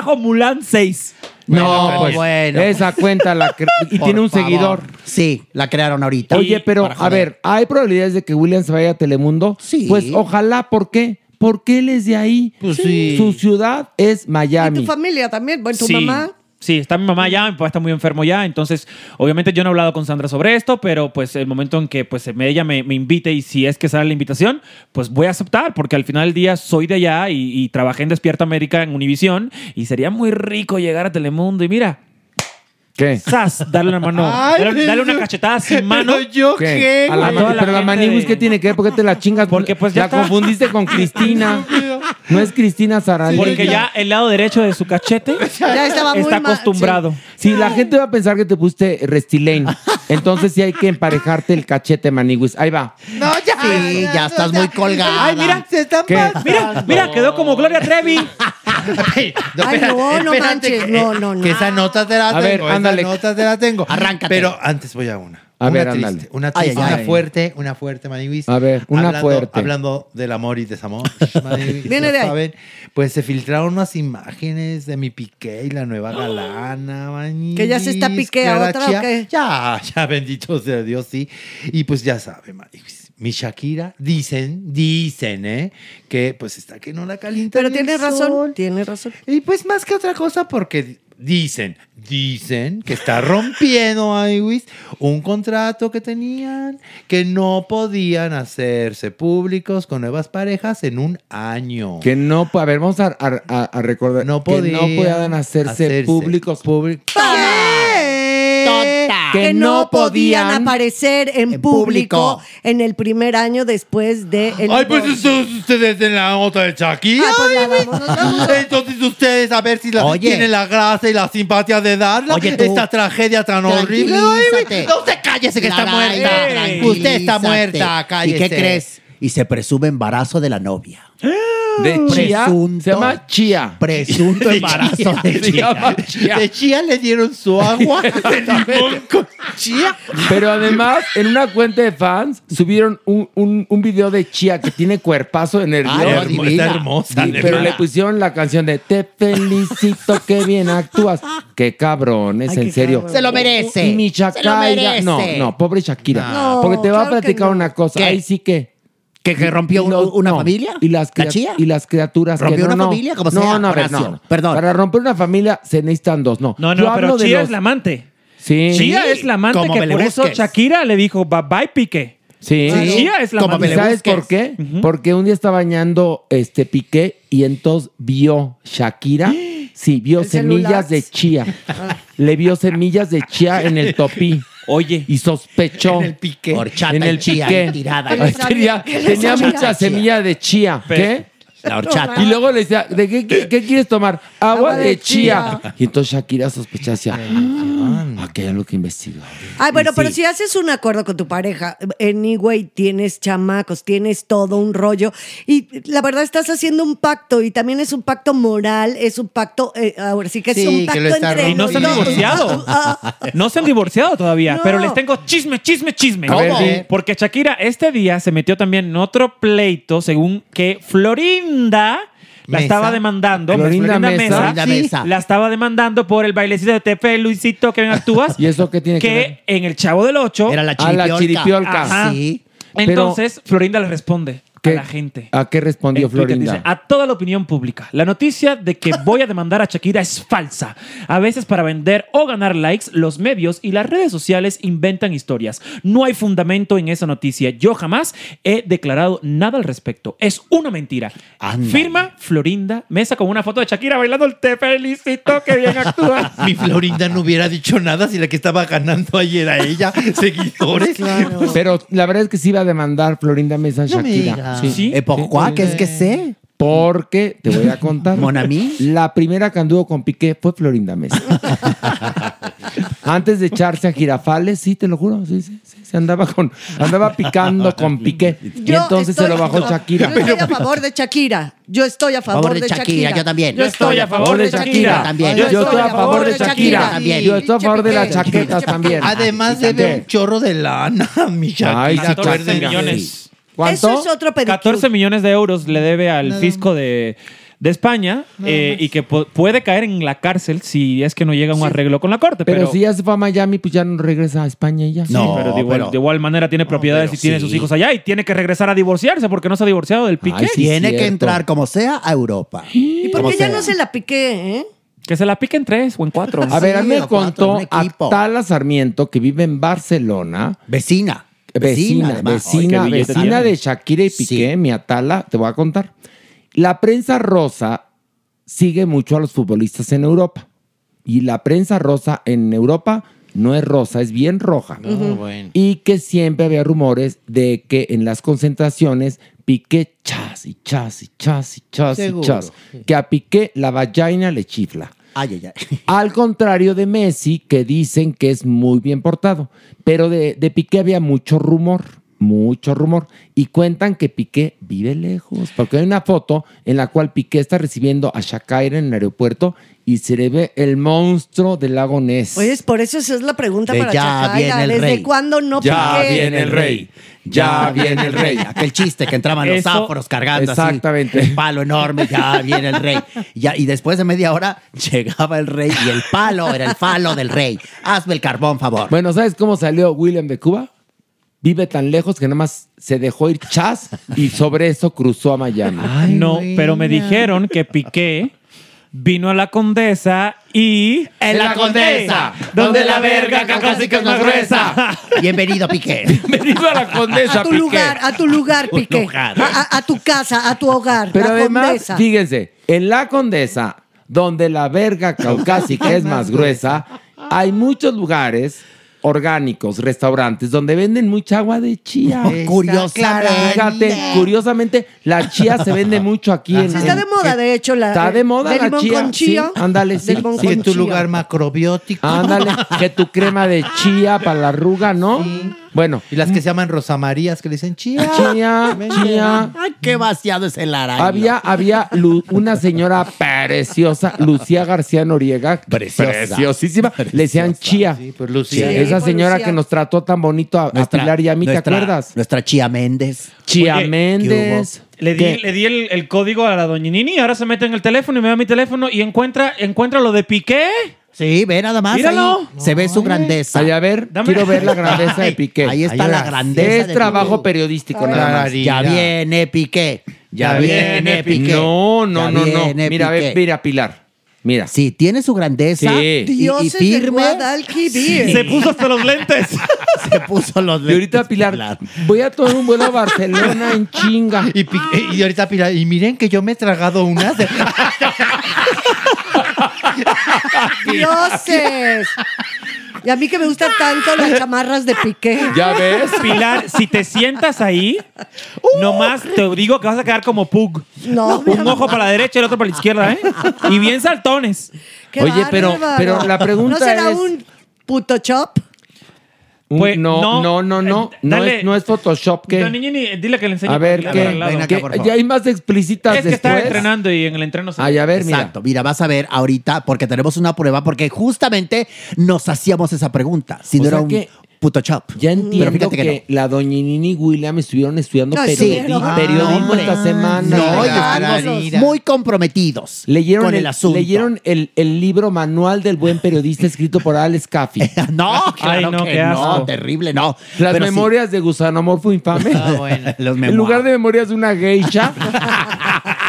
N: fa-mulan6.
E: No, pues, esa cuenta la cre- y
H: Por
E: tiene un
H: favor.
E: seguidor.
H: Sí, la crearon ahorita.
E: Oye, pero
H: Para
E: a
H: joder.
E: ver, ¿hay probabilidades de que William se vaya a Telemundo? Sí. Pues ojalá, ¿por qué? Porque él es de ahí.
N: sí.
E: Su ciudad es Miami.
F: Tu familia también, bueno, tu
N: Sí.
F: mamá.
N: Sí, está mi mamá ya, mi papá está muy enfermo ya, entonces obviamente yo no he hablado con Sandra sobre esto, pero pues el momento en que pues me- ella me, me invite y si es que sale la invitación, pues voy a aceptar, porque al final del día soy de allá y, y trabajé en Despierta América en Univisión y sería muy rico llegar a Telemundo y mira.
E: ¿Qué?
N: ¡Sas! Dale una mano.
E: Ay,
N: dale, dale una
E: pero-
N: cachetada sin mano.
E: ¿Qué? A la
N: A
E: mani-
N: toda la
E: pero la
N: gente
E: Maniwis,
N: de-
E: ¿qué tiene que ver? ¿Por qué te la chingas? Porque pues
N: ya
E: La
N: está.
E: confundiste con Cristina. No es Cristina Sarandí.
N: Porque ya el lado derecho de su cachete
E: Ya estaba muy
N: está
E: mal,
N: acostumbrado.
E: Si la gente va a pensar que te pusiste Restilane, entonces sí hay que emparejarte el cachete, Maniwis. Ahí va.
H: No, ya. Sí, ya estás muy colgada.
E: Ay, mira,
H: se están
E: ¿Qué? pasando.
N: Mira, mira, quedó como Gloria Trevi.
I: No,
N: Ay,
I: espérate,
N: no, no
I: espérate, eh,
N: manches,
I: que-
N: no, no, no.
I: Que esa nota te la
N: A
I: tengo.
N: ver,
I: esa
N: ándale.
I: nota te la tengo.
N: Arráncate.
I: Pero antes voy a una.
E: A
I: una
E: ver,
I: triste,
E: ándale.
I: Una
E: Ay,
I: triste,
E: ay,
I: una
E: ay.
I: fuerte, una fuerte, Maniwis.
E: A ver, una
I: Hablando-
E: fuerte.
I: Hablando del amor y desamor, Maniwis,
F: Viene
I: ya
F: de ahí.
I: saben, Pues se filtraron unas imágenes de mi piqué y la
E: ¡Ah!
I: nueva galana, Maniwis.
F: Que ya se está Piqué a otra,
I: Carachia.
F: ¿o qué?
I: Ya, ya, bendito sea Dios, sí. Y pues ya saben, Maniwis. Mi Shakira, dicen, dicen, ¿eh? Que pues está que no la calienta.
F: Pero
I: el
F: tiene
I: sol.
F: razón, tiene razón.
I: Y pues más que otra cosa porque dicen, dicen que está rompiendo Iwis un contrato que tenían que no podían hacerse públicos con nuevas parejas en un año.
E: Que no, pu- a ver, vamos a, a- a- a recordar.
I: No
E: que no
I: podían
E: puedan hacerse,
I: hacerse
E: públicos.
F: Que,
E: Que
F: no,
E: no
F: podían,
E: podían
F: aparecer en, público,
I: público.
F: en el primer año después de el
I: Ay, pues
F: divorcio.
I: entonces ustedes en la otra de Shakira.
F: Ay, pues la
I: Ay,
F: vamos,
I: güey. entonces ustedes a ver si la,
H: Oye.
I: tienen la gracia y la simpatía de darla.
H: Oye, tú.
I: esta tragedia tan horrible. Ay, güey.
H: Tranquilízate.
I: no se cállese que está
H: Lara,
I: muerta.
H: Ey.
I: Usted está muerta,
H: ¿Y
I: cállese.
H: qué crees? Y se presume embarazo de la novia.
E: De chía.
H: Presunto.
E: Se llama chía.
H: Presunto embarazo de
E: Se llama
H: chía.
E: chía.
I: De chía le dieron su agua de limón con chía.
E: Pero además, en una cuenta de fans subieron un, un- un video de Chía que tiene
I: Ah,
E: cuerpazo de nervio.
I: Ay, hermo- está divina. hermosa,
E: Y-
I: de
E: pero
I: verdad.
E: le pusieron la canción de Te felicito, qué bien actúas. Qué cabrones, en serio.
G: Se lo merece.
E: Y mi
G: Se lo
E: Shakira.
G: merece.
E: No, no, pobre Shakira.
G: No,
E: Porque te va a
G: claro que
E: platicar
G: no.
E: una cosa.
G: ¿Qué?
E: Ahí sí que.
H: ¿Que, rompió un- una familia?
E: Y las,
H: ¿La
E: cria-
H: chía?
E: y las criaturas
H: ¿Rompió
E: que no,
H: una
E: no.
H: familia? Como
E: no,
H: sea,
E: no, a ver,
H: Horacio.
E: no. Perdón. Para romper una familia se necesitan dos, no.
N: No, no,
E: Yo hablo
N: pero
E: de
N: Chía
E: los-
N: es la amante.
E: Sí.
N: Chía es la amante
E: Como
N: que
E: me le
N: por eso
E: busques.
N: Shakira le dijo bye bye pique.
E: Sí.
N: Sí, Chía es la
E: Como
N: amante.
E: me le ¿Sabes por qué? Porque un día está bañando este Piqué y entonces vio Shakira. Sí, vio
N: celular.
E: semillas de chía.
F: Ah.
E: Le vio semillas de chía en el topí.
N: Oye.
E: Y sospechó. En el
I: piqué.
H: Horchata
E: en
H: y
E: el
H: chía
E: piqué.
H: ahí tirada.
E: Ay,
H: ¿Qué le
E: Tenía,
H: sabía?
E: tenía
H: ¿Qué le sabía?
E: mucha semilla de chía. ¿Qué?
H: La horchata.
E: Y luego le decía, ¿de qué, qué- qué quieres tomar? Agua,
F: Agua de
E: de, chía. Y entonces Shakira sospechaba, decía, ah, aquí hay algo que investiga.
F: Ay, bueno,
E: Y
F: pero
E: sí.
F: si haces un acuerdo con tu pareja, anyway, tienes chamacos, tienes todo un rollo. Y la verdad estás haciendo un pacto y también es un pacto moral, es un pacto, eh, ahora sí que es
N: Sí,
F: un
N: que
F: pacto
N: lo está
F: entre
N: Y no se han
F: los dos.
N: divorciado. No se han divorciado todavía,
F: No.
N: pero les tengo chisme, chisme, chisme.
E: A ver, ¿Cómo? di.
N: Porque Shakira este día se metió también en otro pleito según que Florinda la
E: Mesa.
N: estaba demandando.
E: Florinda Mesa. Florinda
N: sí,
E: Mesa.
N: La estaba demandando por el bailecito de Te felicito que bien actúas.
E: ¿Y eso qué tiene que ver?
N: en El Chavo del Ocho.
E: Era la Ah, la chiripiolca. chiripiolca.
N: Ajá.
E: Sí.
N: Entonces, Florinda le responde a la gente.
E: ¿A qué respondió
N: En Twitter
E: Florinda?
N: dice, a toda la opinión pública, la noticia de que voy a demandar a Shakira es falsa. A veces para vender o ganar likes, los medios y las redes sociales inventan historias. No hay fundamento en esa noticia. Yo jamás he declarado nada al respecto. Es una mentira. Firma Florinda Mesa con una foto de Shakira bailando el Te felicito, que bien actúa.
I: Mi Florinda no hubiera dicho nada si la que estaba ganando ayer a ella, seguidores.
E: Pero la verdad es que sí iba a demandar Florinda Mesa a
I: No me
E: Shakira.
I: digas. ¿Sí? Eh, ¿por cuá? ¿Qué es que
E: sé? Porque, te voy a contar. ¿Monami? La primera que anduvo con Piqué fue Florinda Mesa. Antes de echarse a girafales, sí, te lo juro. Sí, sí, sí, se andaba con, andaba picando con Piqué. y
F: Yo
E: entonces se
F: estoy-
E: lo bajó
F: no,
E: Shakira.
F: Yo estoy a favor de Shakira. Yo estoy a favor, de, Shakira.
E: Yo estoy a favor de Shakira también. Yo estoy a favor de Shakira también. Yo estoy a favor de las chaquetas también.
I: Además debe un chorro de lana, mi Shakira.
E: Ay, sí,
I: acuérdense.
N: millones.
I: ¿Cuánto? Eso es
F: otro
N: 14 millones de euros le debe al
I: Nada
N: fisco de, de España eh, y que po- puede caer en la cárcel si es que no llega a un arreglo con la corte.
E: Pero,
N: Pero,
E: si ya se fue a Miami, pues ya no regresa a España y ya.
N: Sí, pero, de igual, de igual manera tiene propiedades y tiene
E: sí.
N: sus hijos allá y tiene que regresar a divorciarse porque no se ha divorciado del piqué.
H: Tiene que entrar como sea a Europa.
F: ¿Y por qué ya no se la piqué, eh?
N: Que se la piquen tres o en cuatro.
E: A ver, a mí me contó Atala Sarmiento, que vive en Barcelona.
H: Vecina. Vecina,
E: Vecina,
H: además.
E: vecina,
H: Ay, qué billete
E: vecina
H: tiene.
E: de Shakira y Piqué, mi Atala, te voy a contar. La prensa rosa sigue mucho a los futbolistas en Europa. Y la prensa rosa en Europa no es rosa, es bien roja.
H: Ah,
I: No, Ujú. bueno.
E: Y que siempre había rumores de que en las concentraciones Piqué chas y chas y chas y chas
H: Seguro.
E: y chas. Que a Piqué la vagina le chifla.
H: Ay, ay, ay.
E: Al contrario de Messi, que dicen que es muy bien portado. Pero de, de Piqué había mucho rumor, mucho rumor. Y cuentan que Piqué vive lejos. Porque hay una foto en la cual Piqué está recibiendo a Shakira en el aeropuerto y se le ve el monstruo del lago Ness.
F: Oye, Pues es por eso esa es la pregunta
E: De
F: para
E: ya
F: Shakira.
E: viene el
F: ¿Desde
E: rey.
F: cuándo no
E: Ya
F: piqué?
E: viene el rey. Ya viene el rey.
H: Aquel chiste que entraban los
E: Eso-
H: afros cargando
E: Exactamente.
H: así. Un palo enorme, ya viene el rey. Y Ya, y después de media hora llegaba el rey y el palo era el falo del rey. Hazme el carbón, favor.
E: Bueno, ¿sabes cómo salió William de Cuba? Vive tan lejos que nada más se dejó ir chas y sobre eso cruzó a Miami.
N: no, pero me dijeron que Piqué vino a la condesa y.
H: En la Condesa, donde la verga caucásica es más gruesa.
F: Bienvenido, Piqué.
N: Bienvenido a la condesa,
F: A tu
N: Piqué.
F: lugar, a tu lugar,
E: Un
F: Piqué. A,
E: lugar.
F: a- a tu casa, a tu hogar.
E: Pero
F: la
E: además,
F: condesa. Ah,
E: fíjense, en la Condesa, donde la verga caucásica es más gruesa, hay muchos lugares orgánicos, restaurantes, donde venden mucha agua de chía.
H: Está curiosamente.
E: Fíjate, curiosamente, la chía se vende mucho aquí. En,
F: Ah, Está de
E: en-
F: moda, de hecho. La,
E: Está de moda
F: de
E: la
F: limón
E: chía.
F: con chía.
E: sí, ándale, sí.
F: De limón
E: sí.
F: con chía.
E: macrobiótico. Ándale, que tu crema de chía para la arruga, ¿no? Bueno. Y las que se llaman rosamarías, que le dicen chía. Chía, chía.
H: Ay, qué vaciado es el araño.
E: Había, había Lu- una señora preciosa, Lucía García Noriega.
H: Preciosa.
E: Preciosísima. Le decían chía.
I: Pues
H: Lucía.
E: Sí,
H: Sí,
E: Esa
H: por
E: señora
H: Lucía.
E: que nos trató tan bonito a, a Pilar y a mí, ¿te
H: nuestra-
E: acuerdas?
H: Nuestra Chía Méndez.
E: Chía
N: Oye,
E: Méndez.
N: Le di, le di el, el código a la doña Nini, ahora se mete en el teléfono y me da mi teléfono y encuentra, encuentra lo de Piqué.
H: Sí, ve nada más.
N: Míralo.
H: ahí. Se ve su grandeza.
E: Ay, a ver,
H: Dame-
E: quiero ver la grandeza de Piqué.
H: Ahí está la grandeza
E: Es
H: de
E: trabajo
H: Piqué.
E: periodístico,
H: Ay,
E: nada más.
H: Ya viene Piqué. Ya, viene Piqué.
E: No, no,
H: Ya
E: no, no.
H: viene
E: Mira, a ver,
H: Piqué.
E: mira, Pilar. Mira.
H: Sí, tiene su grandeza.
E: Sí.
H: Y, y
F: Dioses de
H: firme.
F: Guadalquivir.
H: Se puso
N: hasta los lentes.
H: Se puso los
E: Y ahorita Pilar, voy a tomar un vuelo a Barcelona en chinga.
I: Y, pi- eh, y ahorita Pilar, y miren que yo me he tragado unas. de-
F: ¡Dioses! Y a mí que me gustan tanto las chamarras de Piqué.
N: Pilar, si te sientas ahí, nomás te digo que vas a quedar como Pug.
F: No,
N: Un ojo para la derecha y el otro para la izquierda, ¿eh? Y bien saltones.
F: Qué bárbaro. ¿No será un puto chop?
E: Un-
N: Pues,
E: no,
N: no,
E: no, no, no, no.
N: dale.
E: es, no es Photoshop. ¿qué?
N: Doña Nini, dile que le enseñe
E: a ver,
N: Pilar
E: ¿qué?
N: al lado.
E: ¿Qué? Ya hay más explicitas
N: Es que
E: después.
N: estaba entrenando y en el entreno se.
E: Ay, a ver, Ah, mira.
H: Exacto, mira, vas a ver ahorita, porque tenemos una prueba, porque justamente nos hacíamos esa pregunta. Si
E: O
H: no era
E: sea
H: un
E: que
H: puto chop.
E: Ya
H: Pero
E: Entiendo
H: fíjate
E: que,
H: que, no.
E: la doña Nini y William estuvieron estudiando
H: Ay, sí.
E: periodi-
H: Ah,
E: periodismo
H: hombre.
E: esta semana.
H: No, estamos muy comprometidos
E: Leyeron,
H: con el, asunto.
E: leyeron el, el libro Manual del Buen Periodista escrito por Alex Caffey.
H: no, claro que no, terrible, no.
E: Las
H: Pero sí. Ah,
E: memorias de Gusano Morfo Infame.
H: Los
E: en lugar de memorias de una geisha.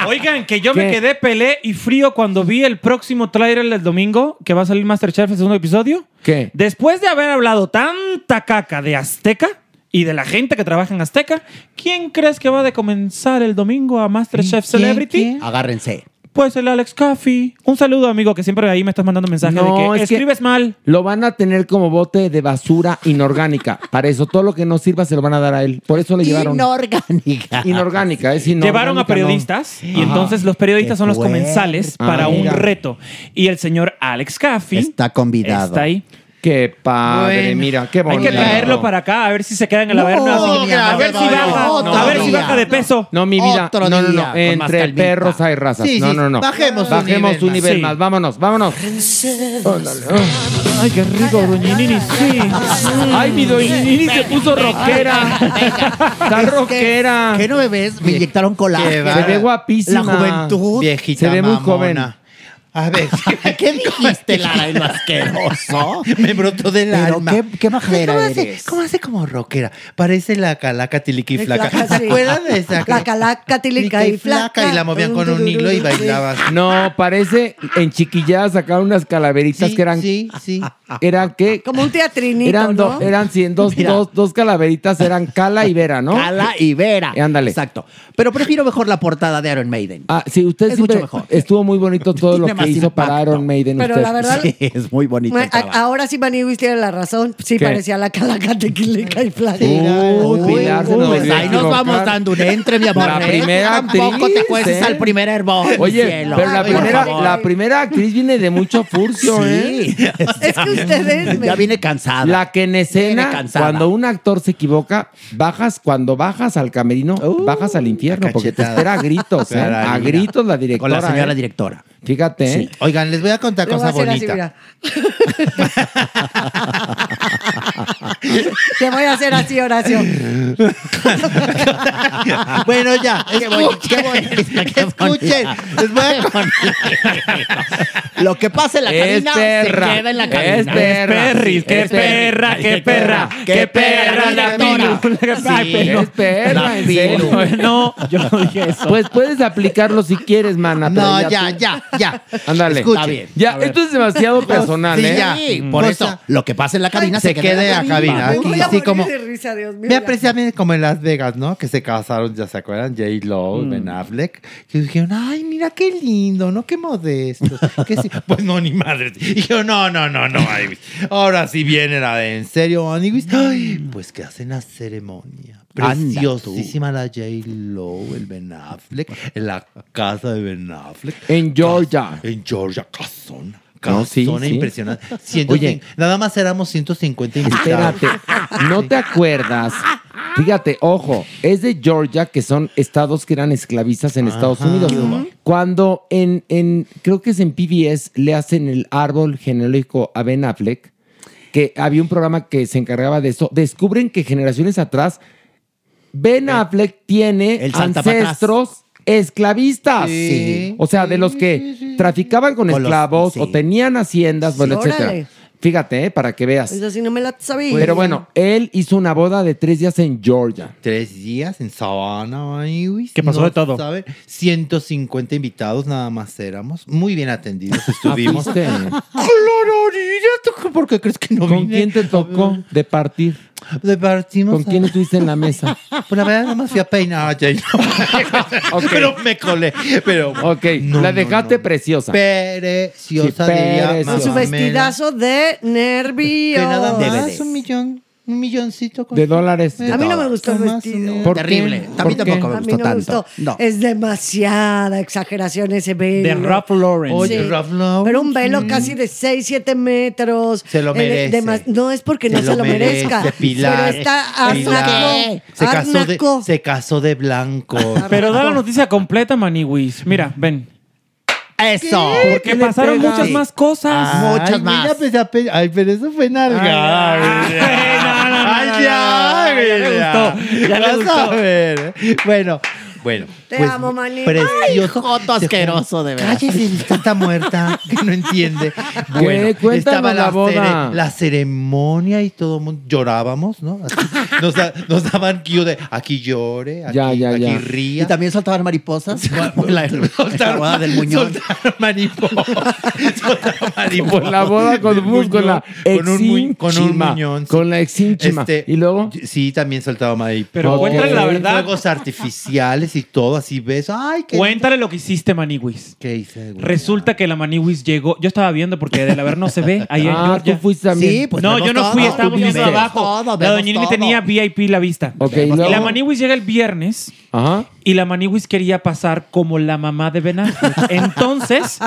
N: Oigan, que yo me
E: ¿Qué?
N: quedé pelé y frío cuando vi el próximo trailer del domingo, que va a salir Masterchef, el segundo episodio.
E: ¿Qué?
N: Después de haber hablado tanta caca de Azteca y de la gente que trabaja en Azteca, ¿quién crees que va a de comenzar el domingo a Masterchef Celebrity?
H: Agárrense.
N: Pues el Alex Caffey. Un saludo, amigo, que siempre ahí me estás mandando mensajes de que escribes mal.
E: Lo van a tener como bote de basura inorgánica. Para eso, todo lo que no sirva se lo van a dar a él. Por eso le llevaron.
H: Inorgánica.
E: Inorgánica, es inorgánica.
N: Llevaron a
E: no.
N: periodistas y
E: Ajá.
N: entonces los periodistas
E: Qué
N: son los
E: fuerte.
N: comensales para
E: Ah,
N: un
E: mira.
N: reto. Y el señor Alex Caffey
H: Está convidado.
N: está ahí.
E: Qué padre, mira, qué bonito.
N: Hay que traerlo para acá, a ver si se queda en el
E: No,
N: Averno. así.
E: gracias,
N: a ver si
E: no,
N: baja,
E: otro
N: a ver si
E: día.
N: baja de peso.
E: No, mi vida.
N: Otro
E: no, no,
N: día,
E: no.
N: con más
E: Entre
N: calmita.
E: perros hay razas.
N: Sí,
E: no,
N: sí,
E: no, no.
N: bajemos un
E: Bajemos
N: nivel
E: un nivel
N: más.
E: más. Vámonos, vámonos.
N: Ay, qué rico, doña Nini, sí.
E: Ay, mi doña Nini se puso rockera. Está rockera.
H: ¿Qué no me ves? Me inyectaron colágeno.
E: Se ve guapísima.
H: La juventud.
E: Viejita Se ve muy joven.
I: A ver,
H: ¿qué dijiste, Lara, el asqueroso?
I: Me brotó del
H: Pero
I: alma.
H: qué- qué majadera
I: ¿Cómo hace,
H: eres?
I: ¿Cómo hace como rockera? Parece la calaca tiliqui flaca.
F: Flaca, sí.
I: ¿Se acuerdan de esa?
F: La calaca, tilica y flaca.
I: Y la movían con un hilo y bailaban.
E: No, parece en chiquilladas sacaron unas calaveritas que eran.
I: Sí, sí.
E: ¿Era qué?
F: Como un teatrinito,
E: Eran, do-
F: ¿no?
E: eran sí, en dos,
H: Mira.
E: dos, dos calaveritas, eran Cala y Vera, ¿no?
H: Cala y Vera.
E: Eh, ándale.
H: Exacto. Pero prefiero mejor la portada de Iron Maiden.
E: Ah, sí, usted
H: Es
E: siempre
H: mucho mejor.
E: estuvo muy bonito todo lo
H: Tiene más
E: que hizo para Iron Maiden.
F: Pero
E: usted.
F: la verdad- Sí,
H: es muy bonito.
F: Ma- a- Ahora sí Maniwis tiene la razón. Sí
E: ¿Qué?
F: parecía la calaca, tilica y flaca.
E: Uy, Pilar, se nos
H: Pues
E: olvidó
H: ahí nos
E: equivocar.
H: vamos dando un entre, mi amor.
E: La
H: ¿eh?
E: primera
H: Tampoco
E: actriz,
H: te cueces
E: ¿eh?
H: al primer hervor.
E: Oye,
H: cielo.
E: pero la
H: Ay, por
E: primera,
H: favor.
E: la primera actriz viene de mucho furcio,
H: Sí.
E: ¿eh?
F: Es que ustedes me-
H: Ya viene cansada.
E: La que en
H: Viene
E: escena,
H: cansada.
E: cuando un actor se equivoca, bajas, cuando bajas al camerino, bajas al infierno, porque te
I: cachetada.
E: espera a gritos, ¿eh?
I: Claro,
E: A
I: mira.
E: gritos la directora. ¿eh?
I: Con la señora
H: directora.
E: Fíjate, ¿eh?
I: Oigan, les voy a contar
F: Le voy a
I: cosa
F: hacer así,
I: bonita.
F: mira. Te voy a hacer así, Horacio.
H: bueno, ya. Qué bonito, qué bonito, qué
I: Escuchen.
H: bonito. Qué bonito. Lo que pasa en la
N: Es
H: cabina
N: perra,
H: se queda en la
N: es
H: cabina.
N: perra, Es perris, que es es perra, perra, que es perra, que es perra la
H: doctora.
N: Ay,
H: ¿eh?
N: pero-
E: es perra,
N: La
E: en serio.
N: No, yo no dije eso.
E: Pues puedes aplicarlo si quieres, mana. pero
H: No, ya,
E: tú-
H: ya, ya.
E: Ándale.
H: Escuchen.
E: Está bien. Ya,
H: A ver.
E: esto es demasiado
H: Sí,
E: personal, ¿eh?
H: ya.
E: Sí,
H: Por
E: no
H: eso,
E: está-
H: Mm. lo que pasa en la cabina
I: se,
H: se queda
I: quede a cabina.
H: Me voy a
I: así
H: morir
I: como.
F: de risa, Dios mío.
I: Me aprecian como en Las Vegas, ¿no? Que se casaron, ya se acuerdan, J. Lo,
H: Mm.
I: Ben Affleck. Que dijeron, ay, mira qué lindo, ¿no? Qué modesto. Que sí. Pues no, ni madre. Y yo, no, no, no, no, ay, güey. Ahora sí viene la de en serio, Ani, güey. Ay, pues que hacen la ceremonia.
H: Anda tú.
I: Preciosísima la J. Lo, el Ben Affleck, en la casa de Ben Affleck.
E: En Georgia.
I: En Georgia, casona.
E: No, sí,
I: Casona
E: sí.
I: impresionante.
E: Oye.
I: Oye, nada más éramos 150 invitados.
E: Espérate, no te acuerdas. Fíjate, ojo, es de Georgia, que son estados que eran esclavistas en Estados
I: Ajá.
E: Unidos.
I: Ujú.
E: Cuando en, en, creo que es en PBS, le hacen el árbol genealógico a Ben Affleck, que había un programa que se encargaba de eso, descubren que generaciones atrás, Ben Affleck tiene
H: él salta para atrás.
E: ancestros esclavistas.
H: Sí.
E: O sea, de los que traficaban con,
H: Con los-
E: esclavos o tenían haciendas, bueno,
F: Órale.
E: etcétera. Fíjate, eh, para que veas.
F: Eso sí no me la sabía.
E: Pero bueno, él hizo una boda de tres días en Georgia.
I: Tres días en Savannah, Iwis.
E: Que pasó de todo.
I: ¿sabe? 150 invitados nada más éramos. Muy bien atendidos
E: Ah,
I: estuvimos.
E: ¿viste?
I: Colororilla, ¿tú por qué crees que no
E: ¿Con
I: vine?
E: quién te tocó de partir?
I: De partimos.
E: ¿Con quién estuviste en la mesa?
I: Pues la verdad, nada más fui a peinar a Jay. Pero me colé. Pero,
E: ok, la dejaste preciosa.
I: Preciosa,
E: Sí,
I: diría
E: preciosa.
F: Con su
I: Mamela.
F: vestidazo de nervio.
I: Que nada más un millón, un milloncito. con-
E: De dólares.
F: A mí no me gustó el vestido.
E: ¿Por qué? Terrible. A mí ¿Por tampoco qué? me
F: A mí
E: gustó
F: no
E: tanto.
H: No.
F: Es demasiada exageración ese velo.
N: De Ralph Lauren. Oye,
I: Ralph
F: Pero un
E: Mm.
F: velo casi de 6, 7 metros.
I: Se lo
F: Eh, de-
I: merece.
F: de más- no es porque no
I: Se
F: se
I: lo
F: lo
I: merece,
F: merezca.
I: Pilar.
F: Pero está
I: Pilar.
F: arnaco.
I: Se casó, de,
F: arnaco.
I: se casó de blanco.
N: Pero da la noticia completa, Maniwis. Mira, ven.
I: ¡Eso!
N: Porque pasaron muchas más cosas.
I: Muchas más. pues, ay, pero eso fue nalgada. güey. Ay, ya, güey,
N: le
I: ya.
N: gustó, ya le
I: Vas
N: gustó.
I: a ver. Bueno, bueno.
F: Te
I: pues,
F: amo, maní.
I: Precioso.
H: joto
I: Se-
H: asqueroso, de verdad.
I: Cállese, usted está muerta, que no entiende.
E: ¿Qué? Cuéntanos la boda.
I: cere- la ceremonia y todo el mundo llorábamos, ¿no? Así. Nos, da- nos daban cue de aquí llore, aquí,
E: Ya, ya,
I: aquí
E: ya.
I: ría.
H: Y también saltaban mariposas. como en la, en la boda del Muñoz.
I: Soltaron mariposas. Soltaron mariposas.
E: Con la boda con,
I: Muñón,
E: con la
I: con un muñ- con un
E: exínchima.
I: muñón, sí.
E: Con la exínchima.
I: Este,
E: y luego,
I: Sí, también soltaba mariposas.
N: Pero cuéntale la verdad.
I: Fuegos artificiales y todo, así ves. Ay, qué
N: Cuéntale lo que hiciste, Maniwis.
I: ¿Qué hice? güey?
N: Resulta que la Maniwis llegó. Yo estaba viendo porque del haber no se ve. Ahí en
E: ah, tú
N: Georgia.
E: fuiste también.
H: Sí, pues
N: no,
H: vemos
N: yo no
H: todo,
N: fui, estábamos
H: vimos
N: viendo
E: viste.
N: abajo.
H: todo,
N: la
H: vemos
N: doñinini
H: todo.
N: tenía VIP la vista.
E: Ok, y
N: Y
E: luego-
N: la Maniwis llega el viernes.
E: Ajá.
N: Y la Maniwis quería pasar como la mamá de Ben Affleck. Entonces,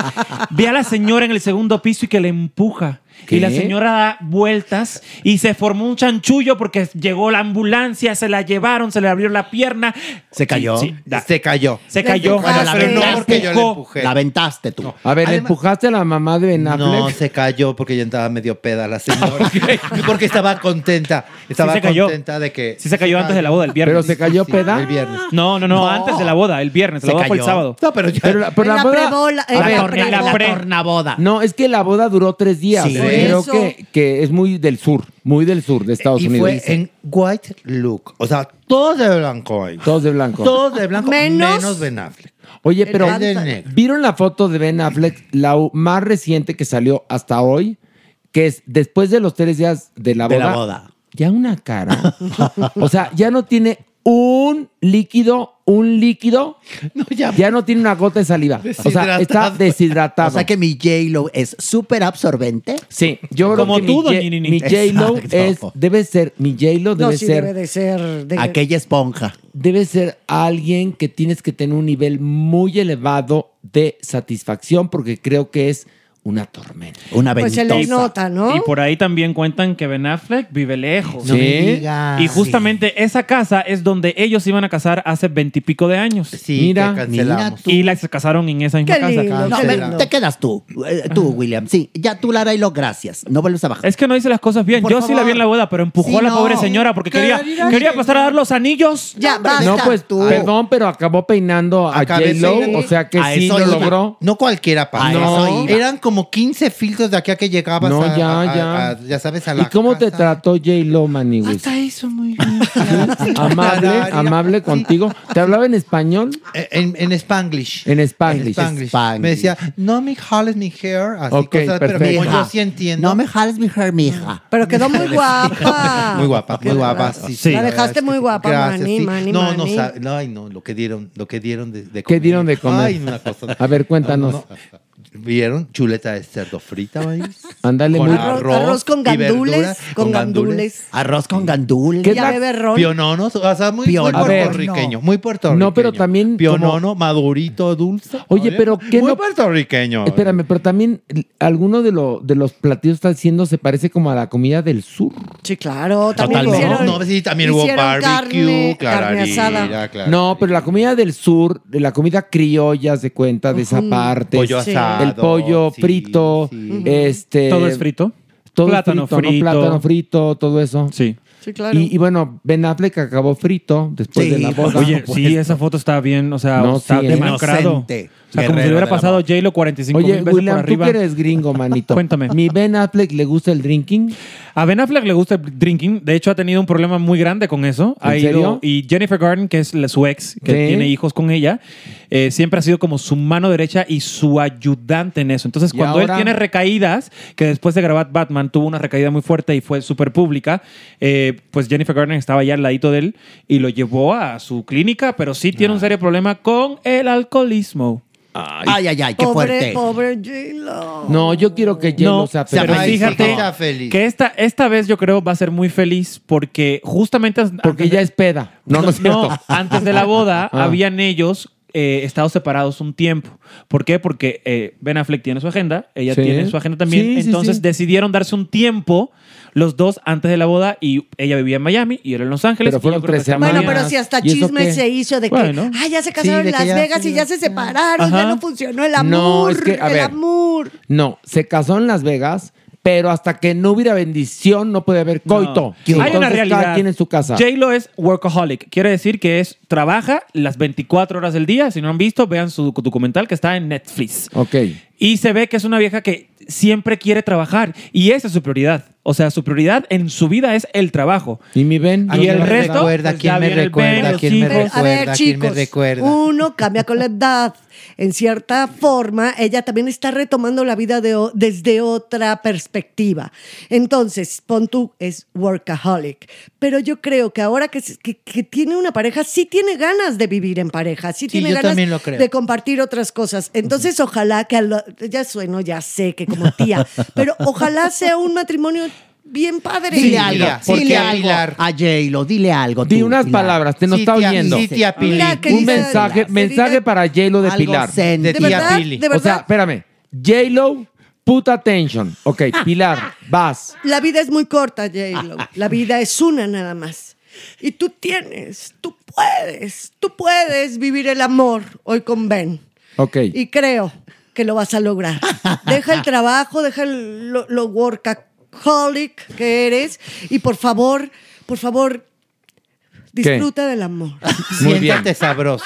N: ve a la señora en el segundo piso y que le empuja.
E: ¿Qué?
N: Y la señora da vueltas y se formó un chanchullo porque llegó la ambulancia, se la llevaron, se le abrió la pierna.
H: Se cayó.
N: Sí, sí, da- se,
I: Se cayó.
N: cayó.
H: Bueno, la
I: Pero no
H: ventaste.
I: porque yo le empujé.
H: La aventaste tú.
E: A ver,
I: Además-
E: ¿empujaste a la mamá de Ben Affleck?
I: No, se cayó porque ya estaba medio peda la señora. Porque estaba contenta. Estaba
N: se cayó.
I: contenta de que.
N: Sí se cayó antes de la boda, el viernes.
E: ¿Pero se cayó
I: Sí,
E: peda?
I: El viernes.
N: No, no, no,
H: No.
N: antes de la boda, el viernes. La
H: Se
N: boda fue el
H: cayó.
N: sábado.
I: No, pero ya.
E: Pero la, pero
F: En
E: la
F: la
E: boda...
F: prebola- eh, en
N: A
F: la
N: ver,
F: pre-
N: en la
F: la-
N: pre-
H: tornaboda.
E: No, es que la boda duró tres días.
H: Sí.
E: Creo
F: Eso.
E: que, que es muy del sur, muy del sur de Estados
I: y
E: Unidos.
I: fue en white look. O sea, todos de blanco ahí.
E: Todos de blanco.
I: Todos de blanco.
F: Menos-
I: Menos, Ben Affleck.
E: Oye, pero
I: Él de negro.
E: ¿vieron la foto de Ben Affleck, la u- más reciente que salió hasta hoy? Que es después de los tres días de la
H: De
E: boda.
H: la boda.
E: Ya una cara. o sea, ya no tiene un líquido, un líquido.
I: No, ya.
E: Ya no tiene una gota de saliva. O sea, está
I: Deshidratado.
E: deshidratado.
H: O sea que mi J-Lo es súper absorbente.
E: Sí, yo creo
N: Como
E: que
N: tú,
E: mi,
N: doña
E: Ye-
N: Nini.
E: mi J-Lo
H: Exacto.
E: es, debe ser, mi J-Lo
F: No,
E: debe
F: sí
E: ser
F: debe de ser. de-
H: Aquella esponja.
E: debe ser alguien que tienes que tener un nivel muy elevado de satisfacción porque creo que es una tormenta.
H: Una
F: Pues se les nota, ¿no?
N: Y por ahí también cuentan que Ben Affleck vive lejos.
F: No Sí. me digas.
N: Y justamente esa casa es donde ellos se iban a casar hace veintipico de años. Sí,
H: Mira, que cancelamos. mira tú.
N: y las casaron en esa misma
H: Qué
N: casa.
H: lindo, No, qué ven, lindo. te quedas tú. Eh, Tú, William. Sí, ya tú, Lara, y lo gracias. No vuelves a bajar.
N: Es que no hice las cosas bien.
H: Por
N: Yo sí la
H: favor.
N: vi en la boda, pero empujó
H: Sí,
N: a la
H: no.
N: pobre señora porque quería,
H: Querida
N: quería
H: señora.
N: pasar a dar los anillos.
H: Ya, basta
E: No, pues,
H: tú.
E: perdón, pero acabó peinando a
I: Acabé
E: J-Lo,
I: siendo-
E: o sea que
I: A
E: sí
I: eso
E: lo
I: iba.
E: logró.
I: No cualquiera
E: A
I: pasa.
E: eso iba.
I: Eran como 15 filtros de aquí a que llegabas
E: No,
I: a-
E: ya,
I: a-
E: ya.
I: a- ya sabes, a
E: ¿Y
I: la
E: cómo te trató J-Lo, Manny? güey?
I: eso muy
E: Amable,
I: Tararia.
E: amable contigo. ¿Te hablaba en español?
I: En, Spanglish.
E: En Spanglish.
I: Spanglish. Me decía, no me jales mi hair, así
E: Ok,
I: cosas, pero
E: perfecto.
I: como Pues yo sí entiendo.
H: No me jales mi hair, mija.
F: Pero quedó muy
E: Ah,
F: guapa.
I: Muy guapa, muy guapa. Sí,
F: La
I: verdad
F: dejaste
I: es que
F: muy
I: sí.
F: guapa,
I: Gracias,
F: Manny,
I: sí.
F: Manny,
I: No, no,
F: Manny.
I: sabe- no, ay, no, lo que dieron, lo que dieron de, de
E: ¿Qué dieron de comer?
I: Ay, una cosa.
E: A ver, cuéntanos.
I: No, no, no. ¿Vieron chuleta de cerdo frita, güey?
E: Ándale,
I: Con
E: muy-
I: arroz,
F: Arroz con
I: y
F: gandules,
I: verduras,
F: con gandules.
H: Arroz con gandules.
E: ¿Qué
F: Ya
E: tal?
F: bebe ron.
I: Piononos, o sea, muy, muy
E: Pionono. A ver.
I: puertorriqueño, muy puertorriqueño.
E: No, pero también.
I: Pionono,
E: como-
I: madurito, dulce.
E: Oye, pero ¿qué
I: Muy
E: no-
I: puertorriqueño.
E: Espérame, pero también l- alguno de, lo- de los platillos está haciendo se parece como a la comida del sur.
F: Sí, claro. También
E: Totalmente.
F: hicieron-
I: No, sí, también hubo
F: hicieron
I: barbecue,
F: carne, carne asada.
I: clararira, claro.
E: No, pero la comida del sur, de la comida criolla, haz de cuenta, de esa
F: Ujú.
E: parte.
I: Pollo Sí. asado,
E: El pollo
I: sí,
E: frito. Este,
N: Todo es frito.
E: Todo es
N: Plátano
E: frito, ¿no?
N: frito.
E: Plátano frito, todo eso.
N: Sí.
F: Sí, claro.
E: Y, y bueno, Ben Affleck acabó frito
N: Pues
E: después de la boda.
N: Oye, sí, esa foto está bien, o sea,
E: No,
N: está
E: sí,
N: demacrado. O sea,
E: inocente.
N: como si
E: Guerrero
N: hubiera
E: del
N: pasado J-Lo 45
E: Oye,
N: mil veces
E: William,
N: por arriba.
E: tú que eres gringo, manito.
N: Cuéntame.
E: ¿Mi Ben Affleck le gusta el drinking?
N: A Ben Affleck le gusta el drinking. De hecho, ha tenido un problema muy grande con eso.
E: ¿En
N: Ha ido-
E: serio?
N: y Jennifer Garden, que es la- su ex, que
E: Sí.
N: tiene hijos con ella, eh, siempre ha sido como su mano derecha y su ayudante en eso. Entonces,
E: ¿Y
N: cuando
E: ahora?
N: él tiene recaídas, que después de grabar Batman tuvo una recaída muy fuerte y fue súper pública, eh, pues Jennifer Garden estaba ya al ladito de él y lo llevó a su clínica, pero sí
E: Ah.
N: tiene un serio problema con el alcoholismo.
H: Ay, ay, ay, qué
F: Pobre,
H: fuerte.
F: pobre J-Lo.
E: No, yo quiero que J-Lo
N: No,
E: sea
N: pero
E: feliz.
N: fíjate
I: Sea feliz.
N: que esta, esta vez yo creo va a ser muy feliz porque justamente... an-
E: Porque
N: antes
E: ya
N: de-
E: es peda. No, no es cierto.
N: antes de la boda
E: Ah.
N: habían ellos eh, estado separados un tiempo. ¿Por qué? Porque eh, Ben Affleck tiene su agenda, ella
E: Sí.
N: tiene su agenda también.
E: Sí, sí,
N: Entonces
E: sí.
N: decidieron darse un tiempo los dos antes de la boda y ella vivía en Miami y él en Los Ángeles.
E: Pero
N: y
E: fueron
N: yo creo que
E: tres
N: esta
E: semanas.
F: Bueno,
N: mañana-
F: pero si hasta
E: ¿Y eso
F: chisme
E: qué?
F: se hizo de que,
N: Bueno.
F: ah, ya se
I: Sí,
F: casaron
I: de
F: en
I: que
F: Las
I: ya-
F: Vegas y ya se separaron, ya
N: Ajá.
F: no funcionó el amor,
E: No, es que, a
F: el
E: ver.
F: amor.
E: No, se casó en Las Vegas, pero hasta que no hubiera bendición no puede haber coito.
N: Hay una
E: Entonces,
N: realidad.
E: Cada quien en su casa.
N: J-Lo es workaholic. Quiere decir que es trabaja las 24 horas del día. Si no han visto, vean su documental que está en Netflix.
E: Ok.
N: Y se ve que es una vieja que siempre quiere trabajar. Y esa es su prioridad. O sea, su prioridad en su vida es el trabajo.
E: ¿Y mi Ben?
I: ¿A
N: Y
I: quién
N: el
I: me
N: resto,
I: recuerda?
N: pues,
I: ¿Quién
N: ya
I: me
N: viene el
I: recuerda?
N: Ben,
I: ¿Quién
N: los
I: me
N: hijos.
I: recuerda?
F: A ver,
I: ¿Quién me
F: chicos,
I: recuerda?
F: uno cambia con la edad. En cierta forma, ella también está retomando la vida de o- desde otra perspectiva. Entonces, pon tú, es workaholic. Pero yo creo que ahora que, se- que- que tiene una pareja, sí tiene ganas de vivir en pareja, sí, tiene
I: yo
F: ganas
I: también lo creo.
F: de compartir otras cosas. Entonces, ojalá que... a lo- ya sueno, ya sé que como tía, pero ojalá sea un matrimonio bien padre.
H: Dile
I: Sí,
H: algo,
I: tía,
H: dile
I: porque
H: algo
I: Pilar-
H: a J-Lo, dile algo.
E: Di
H: tú,
E: unas
H: Pilar.
E: palabras, te nos
I: Sí,
E: está
I: tía,
E: oyendo.
I: sí, tía Pili.
F: Mira que
E: Un
F: dice-
E: mensaje,
F: que
E: mensaje
F: diga-
E: para J-Lo de
H: Algo
E: Pilar.
H: zen.
I: De
F: ¿De
I: tía
F: verdad?
I: Pili.
F: ¿De
E: O sea,
F: verdad?
E: espérame. J-Lo, puta tension. Ok, Pilar, vas.
F: La vida es muy corta, J-Lo. La vida es una nada más. Y tú tienes, tú puedes, tú puedes vivir el amor hoy con Ben.
E: Ok.
F: Y creo que lo vas a lograr. Deja el trabajo, deja el- lo, lo workaholic que eres y por favor, por favor, disfruta del amor.
E: Muy bien.
I: Siéntate sabroso.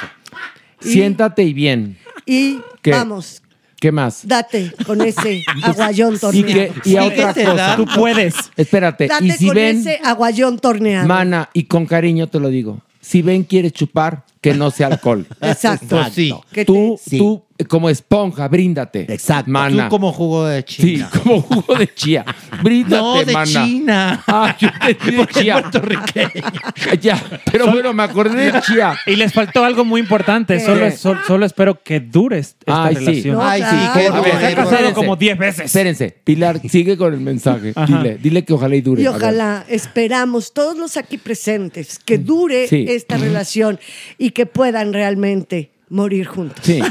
E: Siéntate y bien.
F: Y
E: ¿Qué?
F: vamos,
E: ¿Qué más?
F: date con ese aguayón
E: Y,
F: torneado.
E: que, y a otra
I: te da.
E: cosa.
N: Tú puedes.
E: Espérate.
F: Date
E: Y si
F: con
E: ven,
F: ese aguayón torneado.
E: mana, y con cariño te lo digo. Si ven quieres chupar, que no sea alcohol.
F: Exacto.
I: Pues sí.
F: Que
E: Tú,
H: Sí.
E: tú, eh, como esponja, bríndate.
H: Exacto.
E: Mana.
I: Tú como jugo de
E: Sí,
I: china.
E: como jugo de chía. Bríndate,
I: No, de
E: mana.
I: China.
E: Ah, yo entendí de
I: Porque es
E: chía.
I: puertorriqueño.
E: Ya, pero bueno, me acordé de chía.
N: Y les faltó algo muy importante.
F: ¿Qué?
N: Solo, sol- solo espero que dure est- esta
E: Ay, sí.
N: relación.
F: No,
I: Ay, sí,
F: claro.
I: qué
F: A ver,
N: Porque se ha
I: bueno.
N: casado
E: espérense.
N: como 10 veces.
E: Espérense, Pilar, sigue con el mensaje.
N: Ajá.
E: Dile, dile que ojalá y dure.
F: Y
E: A ver.
F: ojalá, esperamos todos los aquí presentes que dure
E: Mm. Sí.
F: esta relación y que puedan realmente morir juntos.
E: Sí.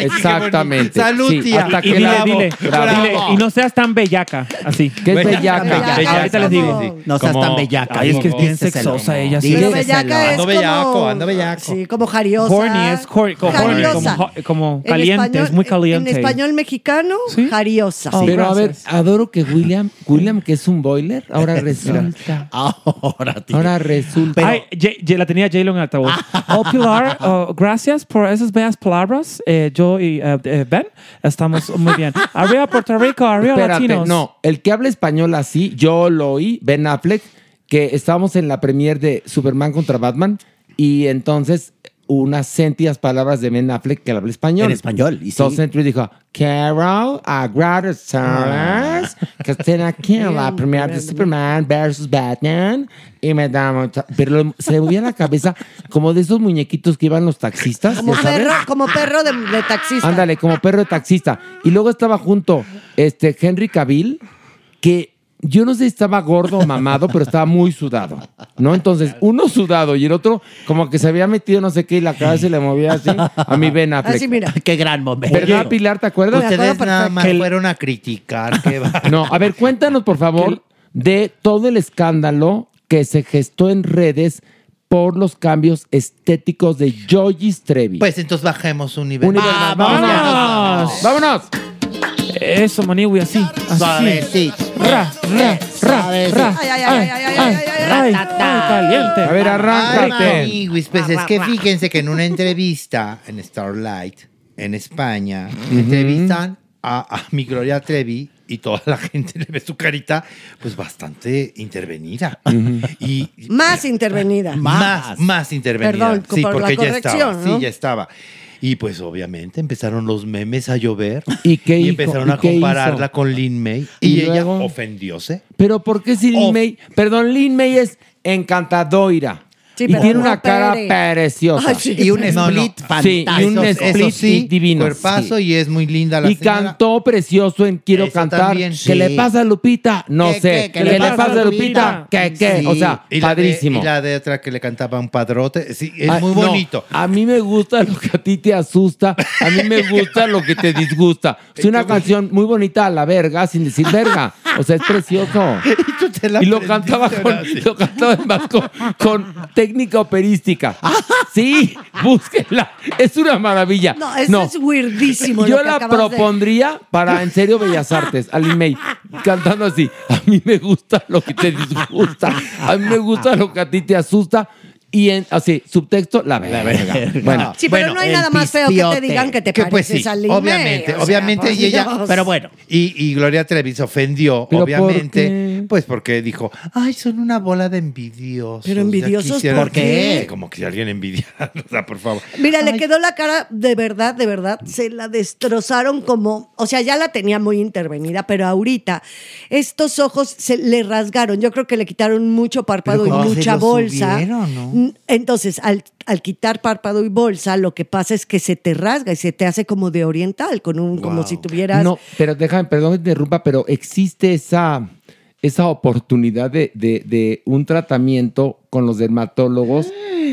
E: Exactamente.
N: Salud,
E: Sí,
N: tía.
E: hasta
N: Y
E: que
N: dile,
E: la-
N: dile,
E: Bravo.
N: dile, y no seas tan bellaca, así.
E: ¿Qué es bellaca? Bellaca es
N: Ahorita les digo.
E: como- No seas tan bellaca.
N: Ay, es que es bien
E: Díceselo.
N: sexosa ella. sí.
F: Pero bellaca es
N: Ando
F: como,
N: bellaco, ando bellaco.
F: Sí, como jariosa.
N: Horny, es hor- como horny, como,
F: Jariosa.
N: ho- como
F: En
N: caliente,
F: español-
N: es muy caliente.
F: En español mexicano, jariosa.
E: Pero a ver, adoro que William, William que es un boiler, ahora resulta.
K: Ahora,
E: Ahora resulta.
N: Ay, Ye- Ye- la tenía Jalen en altavoz.
E: Ah.
N: Oh, Pilar, oh, gracias por esas bellas palabras. Eh, yo y eh, eh, Ben estamos muy bien. Arriba Puerto Rico, arriba
E: Espérate,
N: Latinos.
E: no, el que habla español así, yo lo oí, Ben Affleck, que estábamos en la premier de Superman contra Batman y entonces unas sentidas palabras de Ben Affleck que habla español.
K: En español, y sí.
E: Entonces entró y dijo, quiero agradecerles que estén aquí en la premier de Superman versus Batman y me da mucha... Pero lo- se le movía la cabeza como de esos muñequitos que iban los taxistas,
F: Como
E: ya sabes.
F: perro, como perro de, de taxista.
E: Ándale, como perro de taxista. Y luego estaba junto este Henry Cavill, que yo no sé si estaba gordo o mamado, pero estaba muy sudado. ¿No? Entonces, uno sudado y el otro como que se había metido no sé qué y la cara se le movía así a mi Ben Affleck.
F: Así, Ah, mira.
K: Qué gran momento.
E: ¿Verdad, Pilar? ¿Te acuerdas?
I: Ustedes nada más
E: El-
I: fueron a criticar. qué va-
E: No, a ver, cuéntanos, por favor, de todo el escándalo que se gestó en redes por los cambios estéticos de Georgie Trevi.
I: Pues entonces bajemos un nivel. Ah,
E: Un nivel más. Vámonos. Ah, ¡Vámonos!
N: Eso, maniwi, así. así.
I: Suavecito.
N: Ra, ra, ra, ra.
F: Ay, ay, ay, ay, ay, ay, ay, ay.
N: Ay, caliente.
E: A ver,
I: Ay,
E: arráncate.
I: amiguis, pues es que fíjense que en una entrevista en Starlight, en España, entrevistan a, a mi Gloria Trevi y toda la gente le ve su carita, pues bastante intervenida. Y
F: Más intervenida.
I: más, más intervenida.
F: Perdón,
I: sí,
F: por la
I: porque ya
F: corrección,
I: estaba.
F: ¿no?
I: Sí, ya estaba. Y pues obviamente empezaron los memes a llover.
E: ¿Y qué hizo?
I: empezaron
E: ¿Y
I: a
E: qué hizo?
I: compararla con Lin May.
E: ¿Y
I: Y, ella
E: luego?
I: ofendióse.
E: Pero ¿por qué si Lin May? Perdón, Lin May es encantadoira.
F: Sí,
E: y
F: pero
E: tiene
F: no
E: una cara
F: pere.
E: preciosa.
F: Ay, sí. Y un
I: split
E: Sí, y un
I: Eso- eso
E: split
I: sí,
E: divino.
I: Cuerpazo
E: Sí.
I: y es muy linda la
E: Y
I: señora.
E: cantó precioso en Quiero
I: Eso
E: Cantar.
I: también,
E: ¿Qué
I: sí.
E: le pasa a Lupita? No
I: ¿Qué,
E: sé.
I: qué,
E: ¿Qué, le pasa a Lupita? ¿Qué, qué?
I: Sí.
E: O sea,
I: Y la de-
E: padrísimo.
I: y la de otra que le cantaba un padrote. Sí, es
E: Ay,
I: muy
E: no,
I: bonito.
E: a mí me gusta lo que a ti te asusta, a mí me gusta lo que te disgusta. Es una canción muy bonita a la verga, sin decir verga. O sea, es precioso. Y,
I: la
E: lo cantaba con, lo cantaba además con, con técnica operística. Sí, búsquenla. Es una maravilla.
F: No, eso es weirdísimo.
E: Yo
F: lo que
E: la
F: acabas de-
E: propondría para en serio Bellas Artes, al email, cantando así. A mí me gusta lo que te disgusta, a mí me gusta lo que a ti te asusta. Y en, así, subtexto, la verga. Bueno,
F: Sí, pero no hay nada más feo que te
I: pispiote.
F: digan que te
I: Que,
F: pareces
I: pues, sí,
F: a Lin May,
I: Obviamente,
F: o sea,
I: obviamente.
F: por
I: y ella,
F: Dios.
I: Y, y Gloria Trevi se ofendió,
E: ¿Pero por
I: obviamente. Pues porque dijo, ay, son una bola de envidiosos.
F: Pero
I: Ya
F: envidiosos,
I: quisieran-
F: ¿por qué?
I: Sí, Como que si alguien envidiara, o sea, por favor.
F: Mira, le quedó la cara de verdad, de verdad. Se la destrozaron como, o sea, ya la tenía muy intervenida, pero ahorita estos ojos se le rasgaron. Yo creo que le quitaron mucho párpado y
I: Pero como se
F: mucha
I: lo
F: bolsa.
I: subieron, ¿no?
F: Mm, Entonces, al, al quitar párpado y bolsa, lo que pasa es que se te rasga y se te hace como de oriental, con un, como si tuvieras.
E: No, pero déjame, perdón que te interrumpa, pero existe esa, esa oportunidad de, de- de un tratamiento con los dermatólogos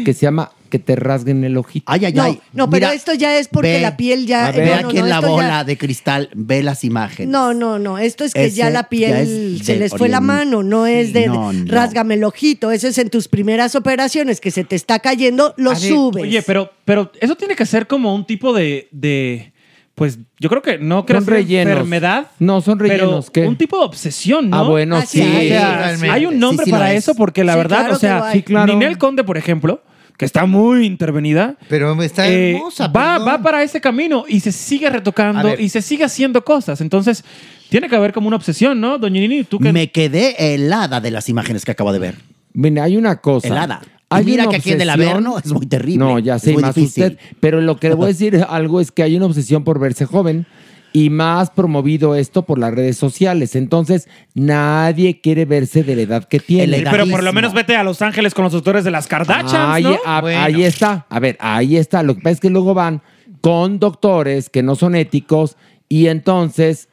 E: que se llama que te rasguen el ojito.
K: Ay, ay,
F: No,
K: ay.
F: no, pero esto ya es porque
K: ve,
F: la piel ya-
K: a ver,
F: no,
K: ve
F: no,
K: aquí
F: no,
K: en la
F: esto ya-
K: bola de cristal, ve las imágenes.
F: No, no, no. Esto es que
K: Ese
F: ya la
K: ya
F: piel
K: es
F: se
K: de
F: les fue la
K: orien-
F: mano, no es de
K: No, no.
F: rásgame el ojito. Eso es en tus primeras operaciones que se te está cayendo, lo
N: A ver,
F: subes.
N: Oye, pero, pero eso tiene que ser como un tipo de. de pues yo creo que no creo
E: Son
N: que
E: rellenos.
N: enfermedad.
E: No, son rellenos,
N: Pero
E: ¿qué?
N: un tipo de obsesión, ¿no?
E: Ah, bueno, Ah, sí, sí.
N: O sea,
E: totalmente.
N: hay un nombre
E: Sí, sí lo
N: para
E: es.
N: eso porque la
E: Sí,
N: verdad,
E: claro
N: o
E: que lo
N: sea,
E: hay. Sí, claro.
N: Ninel Conde, por ejemplo, que está muy intervenida.
I: Pero está
N: eh,
I: hermosa.
N: va,
I: perdón.
N: va para ese camino y se sigue
I: A
N: retocando
I: ver.
N: y se sigue haciendo cosas. Entonces, tiene que haber como una obsesión, ¿no? Doña Nini, tú que.
K: Me quedé helada de las imágenes que acabo de ver.
E: Mira, hay una cosa.
K: Helada. Y
E: Hay
K: mira
E: una
K: que aquí en el
E: obsesión-
K: Averno es muy terrible.
E: No, ya
K: Es
E: sé, y
K: muy
E: más
K: difícil.
E: usted. Pero lo que le voy a decir algo es que hay una obsesión por verse joven y más promovido esto por las redes sociales. Entonces, nadie quiere verse de la edad que tiene.
N: Sí, pero por lo menos vete a Los Ángeles con los autores de las Kardashians,
E: Ahí,
N: ¿no?
E: eh, a-
N: Bueno.
E: ahí está. A ver, ahí está. Lo que pasa es que luego van con doctores que no son éticos y entonces,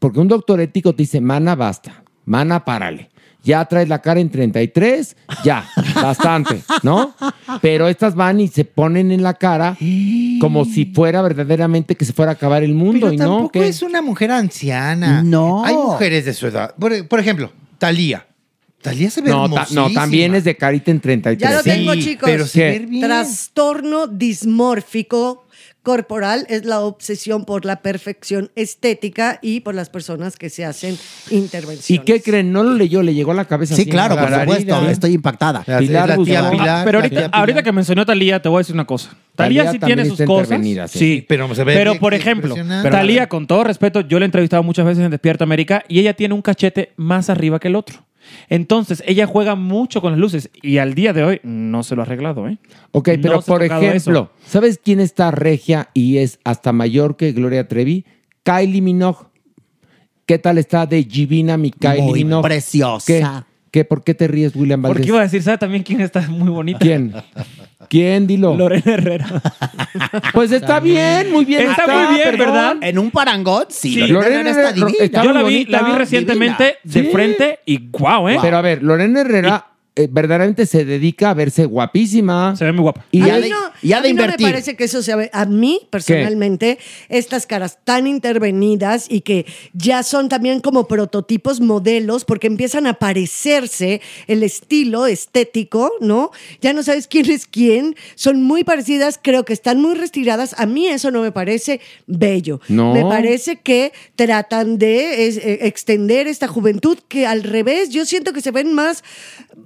E: porque un doctor ético te dice, mana, basta, mana, párale. ya traes la cara en 33, ya, bastante, ¿no? Pero estas van y se ponen en la cara como si fuera verdaderamente que se fuera a acabar el mundo
I: Pero
E: y no
I: tampoco
E: que
I: es una mujer anciana.
E: No.
I: Hay mujeres de su edad. Por, por ejemplo, Talía. Talía se ve
E: no, ta- no, también es de carita en 33.
F: Ya lo tengo, chicos.
E: Pero
F: Trastorno dismórfico corporal es la obsesión por la perfección estética y por las personas que se hacen
E: ¿Y
F: intervenciones.
E: qué creen? No lo leyó, le llegó a la cabeza.
F: Sí,
E: así,
F: claro,
E: ¿no?
F: por
E: La
F: supuesto,
E: herida.
F: estoy
K: impactada.
E: Pilar Guzmán.
N: Ah, pero ahorita, ahorita que mencionó a Talía, te voy a decir una cosa.
E: Talía
N: Talía sí
E: también
N: tiene sus
E: está
N: cosas.
E: intervenida,
N: Sí,
E: sí.
I: pero se ve
N: Pero,
I: bien
N: por ejemplo,
I: impresionante.
N: Talía, con todo respeto, yo la he entrevistado muchas veces en Despierta América y ella tiene un cachete más arriba que el otro. Entonces, ella juega mucho con las luces y al día de hoy no se lo ha arreglado, ¿eh?
E: Ok, pero
N: No se ha
E: por
N: tocado
E: ejemplo,
N: eso.
E: ¿sabes quién está regia y es hasta mayor que Gloria Trevi? Kylie Minogue. ¿Qué tal está de Givina mi Kylie
N: Muy
E: Minogue?
N: preciosa.
E: ¿Qué? ¿Qué? ¿Por qué te ríes, William Valdés?
N: Porque iba a decir, ¿sabes también quién está muy bonita?
E: ¿Quién? ¿Quién? Dilo.
N: Lorena Herrera.
E: Pues está bien, muy bien.
N: Está muy bien, ¿verdad?
H: En un parangón, sí.
E: Lorena Herrera está
N: Yo
E: muy
N: la vi, la
E: bonita,
N: vi recientemente de
E: Sí.
N: frente y guau, ¿eh?
E: Pero a ver, Lorena Herrera eh, verdaderamente se dedica a verse guapísima. Se
N: ve muy guapa.
E: Y
F: a
E: ha
F: mí
E: de,
F: no,
E: y ha
F: a
E: de
F: mí no
E: invertir.
F: me parece que eso sea a mí personalmente estas caras tan intervenidas y que ya son también como prototipos modelos porque empiezan a parecerse el estilo estético, ¿no? Ya no sabes quién es quién, son muy parecidas, creo que están muy retiradas, a mí eso no me parece bello.
O: No.
F: Me parece que tratan de es, eh, extender esta juventud que al revés, yo siento que se ven más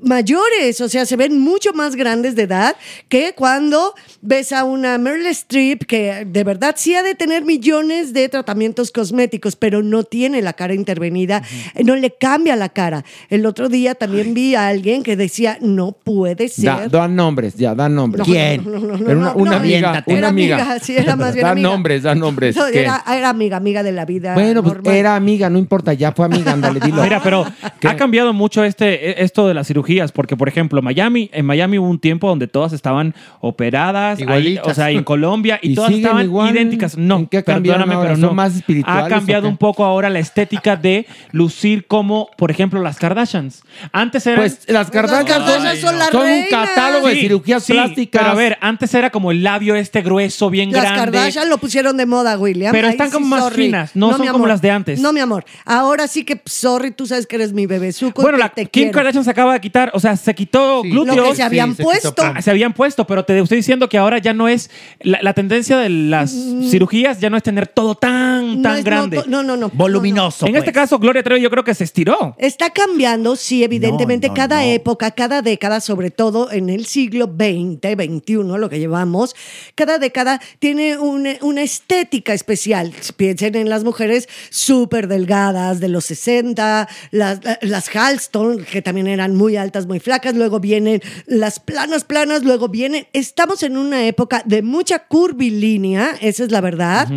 F: mayores, o sea, se ven mucho más grandes de edad que cuando ves a una Meryl Streep que de verdad sí ha de tener millones de tratamientos cosméticos, pero no tiene la cara intervenida, eh, no le cambia la cara. El otro día también vi a alguien que decía, no puede ser.
E: Da- dan nombres, ya, dan nombres.
F: No, ¿Quién? no, no, no,
E: Era una,
F: no,
E: una
F: no,
E: amiga,
F: aviéntate.
E: una
F: Era
E: amiga.
F: amiga, sí, era más bien
E: Dan
F: amiga.
E: nombres, dan nombres.
F: No,
E: ¿Qué?
F: era, era amiga, amiga de la vida.
E: bueno, pues
F: normal.
E: era amiga, no importa, ya fue amiga, ándale, dilo.
N: Mira, pero ha cambiado mucho este, e- esto de las cirugías, porque por ejemplo, Miami, en Miami hubo un tiempo donde todas estaban operadas, ahí,
E: Igualitas.
N: o sea, en Colombia, y,
E: ¿Y
N: todas
E: siguen
N: estaban
E: igual?
N: idénticas. No,
E: cambiaron
N: perdóname,
E: ahora?
N: pero
E: ¿Son
N: no.
E: más espirituales
N: ha
E: o
N: cambiado
E: qué?
N: un poco ahora la estética de lucir como, por ejemplo, las Kardashians. Antes eran...
E: Pues, las Kardashian son- Ay, no. son las son un reinas. catálogo de cirugías plásticas.
N: Pero a ver, antes era como el labio este grueso, bien
F: Las
N: grande.
F: Kardashian lo pusieron de moda, William.
N: Pero están como más finas, no son
F: mi
N: como
F: amor.
N: las de antes.
F: No, mi amor. Ahora sí que, sorry, tú sabes que eres mi bebé suco.
N: Bueno,
F: y que
N: la
F: te
N: Kim
F: quiero.
N: Kardashian se acaba de quitar, o sea, se quitó glúteos.
F: Lo que se habían Sí, se puesto. quitó pompa.
N: Se habían puesto, pero te estoy diciendo que ahora ya no es. La, la tendencia de las cirugías ya no es tener todo tan,
F: Mm. No
N: tan
F: es- no,
N: grande.
F: no, no, no.
N: Voluminoso. En
F: pues.
N: este caso, Gloria Trevi yo creo que se estiró.
F: Está cambiando, sí, evidentemente,
N: No, no,
F: cada época, cada década, sobre todo en el siglo XX, XXI, lo que llevamos, cada década tiene una, una estética especial. Piensen en las mujeres súper delgadas de los 60, las, las Halston, que también eran muy altas, muy flacas, luego vienen las planas, planas, luego vienen... Estamos en una época de mucha curvilínea, esa es la verdad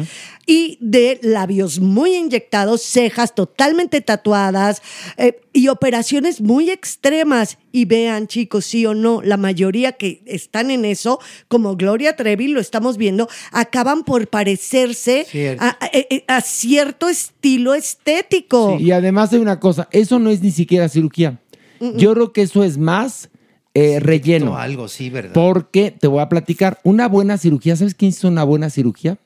F: y de labios muy inyectados, cejas totalmente tatuadas eh, y operaciones muy extremas. Y vean, chicos, sí o no, la mayoría que están en eso, como Gloria Trevi, lo estamos viendo, acaban por parecerse
E: Cierto.
F: a, a- eh, a cierto estilo estético.
E: Y además hay una cosa, eso no es ni siquiera cirugía.
F: Mm-mm.
E: Yo creo que eso es más eh, relleno.
I: algo, sí, ¿verdad?
E: Porque te voy a platicar, una buena cirugía, ¿sabes quién hizo una buena cirugía?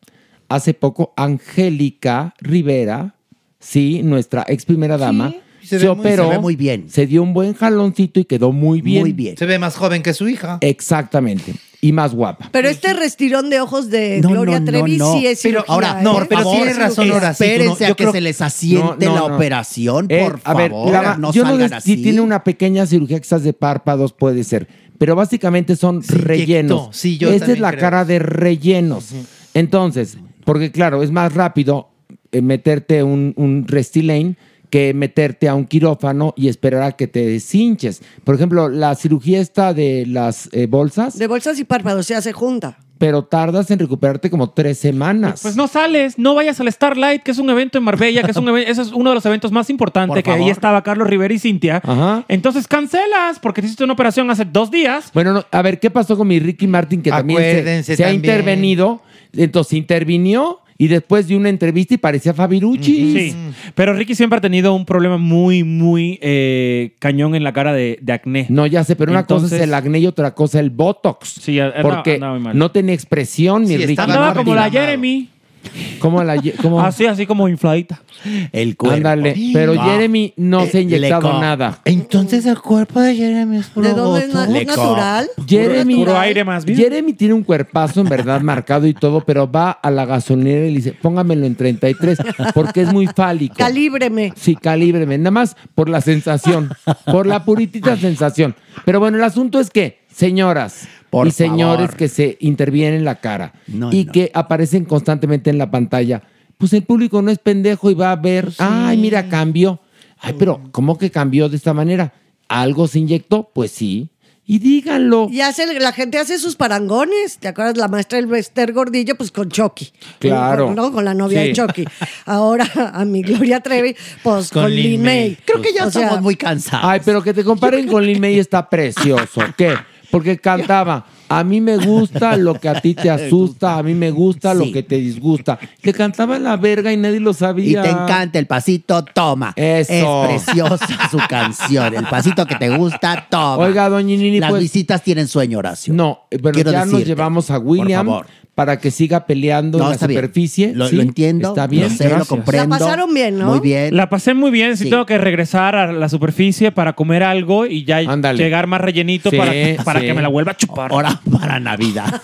E: Hace poco, Angélica Rivera, sí, nuestra ex primera dama, se,
I: se ve muy-
E: operó.
I: se ve muy
E: bien. Se dio un buen jaloncito y quedó muy bien.
I: Muy bien. Se ve más joven que su hija.
E: Exactamente. Y más guapa.
F: Pero este restirón de ojos de Gloria Trevi sí es
H: Pero
F: cirugía,
H: ahora,
F: ¿eh?
H: no, pero tienes razón, ahora sí.
E: espérense
H: Espérense a que se les asiente la operación, por
E: Eh, a ver,
H: favor.
E: la-
H: no
E: yo no
H: salgan
E: sé
H: así.
E: si tiene una pequeña cirugía quizás de párpados, puede ser. Pero básicamente son rellenos.
I: sí, yo
E: Esta es
I: también
E: la
I: creo.
E: cara de rellenos. Entonces, porque claro, es más rápido eh, meterte un, un Restilane que meterte a un quirófano y esperar a que te deshinches. Por ejemplo, la cirugía esta de las eh, bolsas,
F: De bolsas y párpados se hace junta.
E: pero tardas en recuperarte como tres semanas.
N: Pues no sales, no vayas al Starlight, que es un evento en Marbella, que es un even- ese es uno de los eventos más importantes,
E: Por
N: que ahí
E: favor.
N: estaba Carlos Rivera y Cintia. Entonces cancelas, porque te hiciste una operación hace dos días.
E: Bueno, no, a ver, ¿qué pasó con mi Ricky Martin que también se-
N: Acuérdense
E: se, ha
N: también.
E: intervenido? Entonces intervinió y después de una entrevista y parecía Fabirucci.
N: Sí, pero Ricky siempre ha tenido un problema muy, muy eh, cañón en la cara de, de acné.
E: No, ya sé, pero una cosa es
N: Entonces-
E: el acné y otra cosa el Botox.
N: Sí, andaba-
E: porque
N: andaba muy mal.
E: no tenía expresión ni
N: Sí,
E: Ricky
N: estaba
E: Martin.
N: como la Jeremy.
E: Como la Ye- como-
N: Así, así como infladita.
H: El
E: cuerpo. Ándale, pero Ah. Jeremy no se ha inyectado nada.
I: Eh, Entonces el cuerpo de Jeremy es puro
F: ¿De dónde es
I: botox.
F: na- natural?
E: Jeremy,
F: Puro
E: Jeremy tiene un cuerpazo en verdad marcado y todo, pero va a la gasonera y le dice, póngamelo en 33, porque es muy fálico.
F: Calíbreme.
E: Sí, calíbreme. Nada más por la sensación, por la puritita sensación. Pero bueno, el asunto es que, señoras
K: Por
E: y señores
K: favor.
E: que se intervienen la cara
K: No,
E: y
K: no.
E: que aparecen constantemente en la pantalla, pues el público no es pendejo y va a ver, ay, mira, cambió. Ay, pero ¿cómo que cambió de esta manera? ¿Algo se inyectó? Pues sí. Y díganlo.
F: Y hace, la gente hace sus parangones. ¿Te acuerdas? La maestra del Bester Gordillo, pues con Chucky.
E: Claro.
F: Con, ¿no? con la novia
E: Sí.
F: de Chucky. Ahora a mi Gloria Trevi, pues con, Lin May.
H: Creo que ya
F: O sea,
H: estamos muy cansados.
E: Ay, pero que te comparen con Lin May está precioso. ¿Qué? Porque cantaba, a mí me gusta lo que a ti te asusta, a mí me gusta lo que te disgusta. Le cantaba la verga y nadie lo
H: Y
E: sabía.
H: te encanta el pasito, toma.
E: Eso.
H: Es preciosa su canción. El pasito que te gusta, toma.
E: Oiga, doña Nini,
H: Las
E: pues-
H: visitas tienen sueño, Horacio.
E: No, pero
H: Quiero
E: ya nos
H: decirte,
E: llevamos a
H: por
E: William
H: favor.
E: para que siga peleando
H: No,
E: en la
H: está bien.
E: superficie.
H: Lo-
E: Sí,
H: lo entiendo,
E: Está bien,
H: lo sé, lo
E: gracias.
H: comprendo. La pasaron bien, ¿no? Muy bien.
N: La pasé muy bien. Si
H: Sí.
N: tengo que regresar a la superficie para comer algo y ya llegar más rellenito
H: Sí,
N: para, para
H: sí.
N: que me la vuelva a chupar.
H: Ahora para Navidad.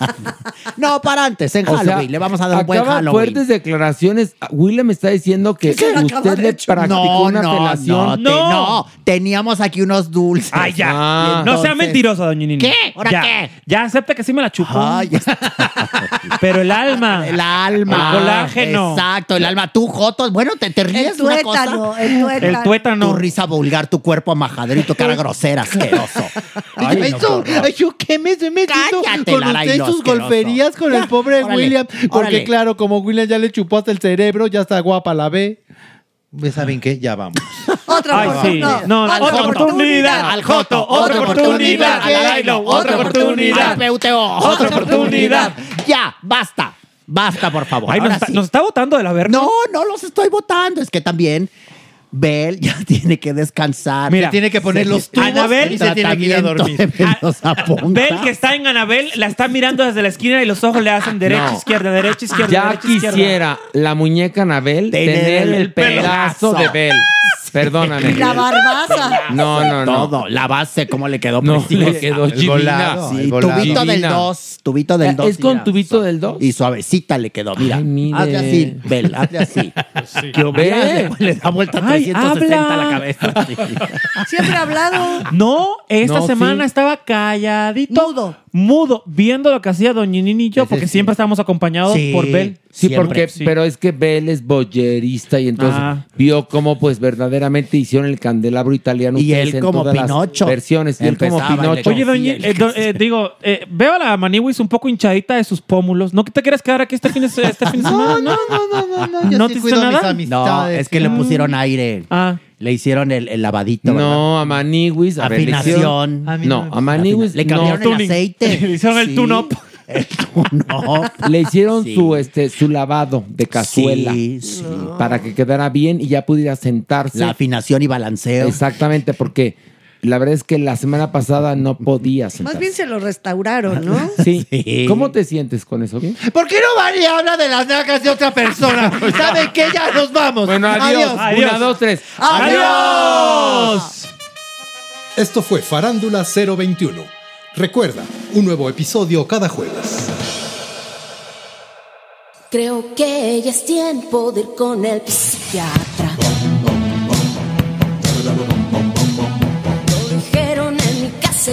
H: No, para antes, en
E: O sea,
H: Halloween. Le vamos a dar un buen
E: acaba
H: Halloween.
E: fuertes declaraciones. Ah, William está diciendo que
H: ¿Qué le acaba
E: usted
H: de
E: le
H: chupar?
E: practicó
H: No,
E: una
H: no,
E: apelación.
H: no, te- no. Teníamos aquí unos dulces.
N: Ay, ya.
E: Ah.
N: no sea
E: Entonces-
N: mentirosa, doña Nini.
H: ¿Qué? ¿Ahora
N: ya,
H: qué?
N: Ya acepta que sí me la chupó. Pero el alma.
H: El alma.
N: El colágeno.
H: Exacto, el alma. Tú, Jotos. Bueno, te, te ríes de una
F: tuétano,
H: cosa.
F: el tuétano. El
H: tuétano. Tu risa vulgar, tu cuerpo amajadero y tu cara grosera, asqueroso. Ay, no, qué
I: Eso,
H: horror.
I: ay, yo qué me estoy metiendo
H: Cállate,
I: con
H: Lara,
I: usted
H: y
I: y
H: lo
I: sus
H: asqueroso.
I: golferías con
H: Ya,
I: el pobre
H: órale,
I: William. Porque
H: órale.
I: claro, como William ya le chupó hasta el cerebro, ya está guapa la B. Pues, ¿Saben qué? Ya vamos.
F: Otra
I: Ay, sí.
F: oportunidad.
I: No, no,
F: Al
I: otra
F: Joto.
I: oportunidad. Al Joto, otra oportunidad.
H: Al
I: Alailo, otra oportunidad.
H: Al PUTO, otra oportunidad. Ya, basta. Basta, por favor.
N: Ay, nos
H: Ahora
N: está-
H: sí.
N: nos está votando de la verga.
H: No, no los estoy votando. Es que también Bel ya tiene que descansar.
N: Mira,
H: Se
N: tiene que poner los tubos
H: Anabel
N: y se tiene que ir a dormir. Bel que está en Anabel, la está mirando desde la esquina y los ojos le hacen derecha,
E: No.
N: izquierda, derecha, izquierda.
E: Ya
N: derecha, izquierda.
E: quisiera la muñeca Anabel tener, el pedazo de Bel. Perdóname.
H: La barbaza.
E: No, no, no.
H: Todo, la base, cómo le quedó
E: No,
H: preciosa.
E: le quedó
H: El volado,
E: divina.
H: sí,
E: El volado.
H: tubito del
E: Divina.
H: 2, tubito del
E: ¿Es
H: 2.
E: con
H: tubito
E: del 2?
H: Y suavecita le quedó, mira.
E: mire.
H: hazle así, Bel, hazle así. Que
N: Ve.
H: le da vuelta
N: Ay,
H: 360 a
N: habla.
H: la cabeza. así.
F: Siempre ha hablado.
N: No, esta
H: No,
N: semana
H: sí.
N: estaba calladito. Mudo. Mudo, viendo lo que hacía Doña Nini y yo, porque siempre estábamos acompañados por Bel.
E: Sí,
N: Siempre.
E: porque,
N: Sí.
E: pero es que Bel es boyerista y entonces
N: Ah.
E: vio cómo pues verdaderamente hicieron el candelabro italiano.
H: Y
E: ustedes
H: él
E: en
H: como
E: todas las
H: Pinocho.
E: Versiones. Y él como
H: Empezaba, le
E: Pinocho.
N: Oye, doña, eh, do- eh, digo, eh, veo a la Maniwis un poco hinchadita de sus pómulos. ¿No que te quieras quedar aquí este fin de, se- este fin de semana? No,
I: no, no, no, no.
N: ¿No te hizo nada?
H: No, es que le pusieron aire.
N: Ah.
H: Le hicieron el, el lavadito.
E: No, a Maniwis. a ver, le
H: Afinación.
E: hicieron-
H: A mí no
E: No,
H: me
E: a Maniwis.
H: Le cambiaron
E: no.
H: el aceite.
N: Le hicieron el tune-up.
E: Le hicieron su este su lavado de cazuela para que quedara bien y ya pudiera sentarse.
H: La afinación y balanceo.
E: Exactamente, porque la verdad es que la semana pasada no podía
F: Más
E: sentarse.
F: bien se lo restauraron, ¿no?
E: Sí. ¿Cómo te sientes con eso? ¿Bien?
I: ¿Por qué no van y hablan de las nacas de otra persona? ¿Saben qué? Ya nos vamos.
E: Bueno, adiós. Una, dos, tres.
I: ¡Adiós!
D: Esto fue Farándula 021. Recuerda, un nuevo episodio cada jueves.
O: Creo que ya es tiempo de ir con el psiquiatra. Lo dijeron en mi casa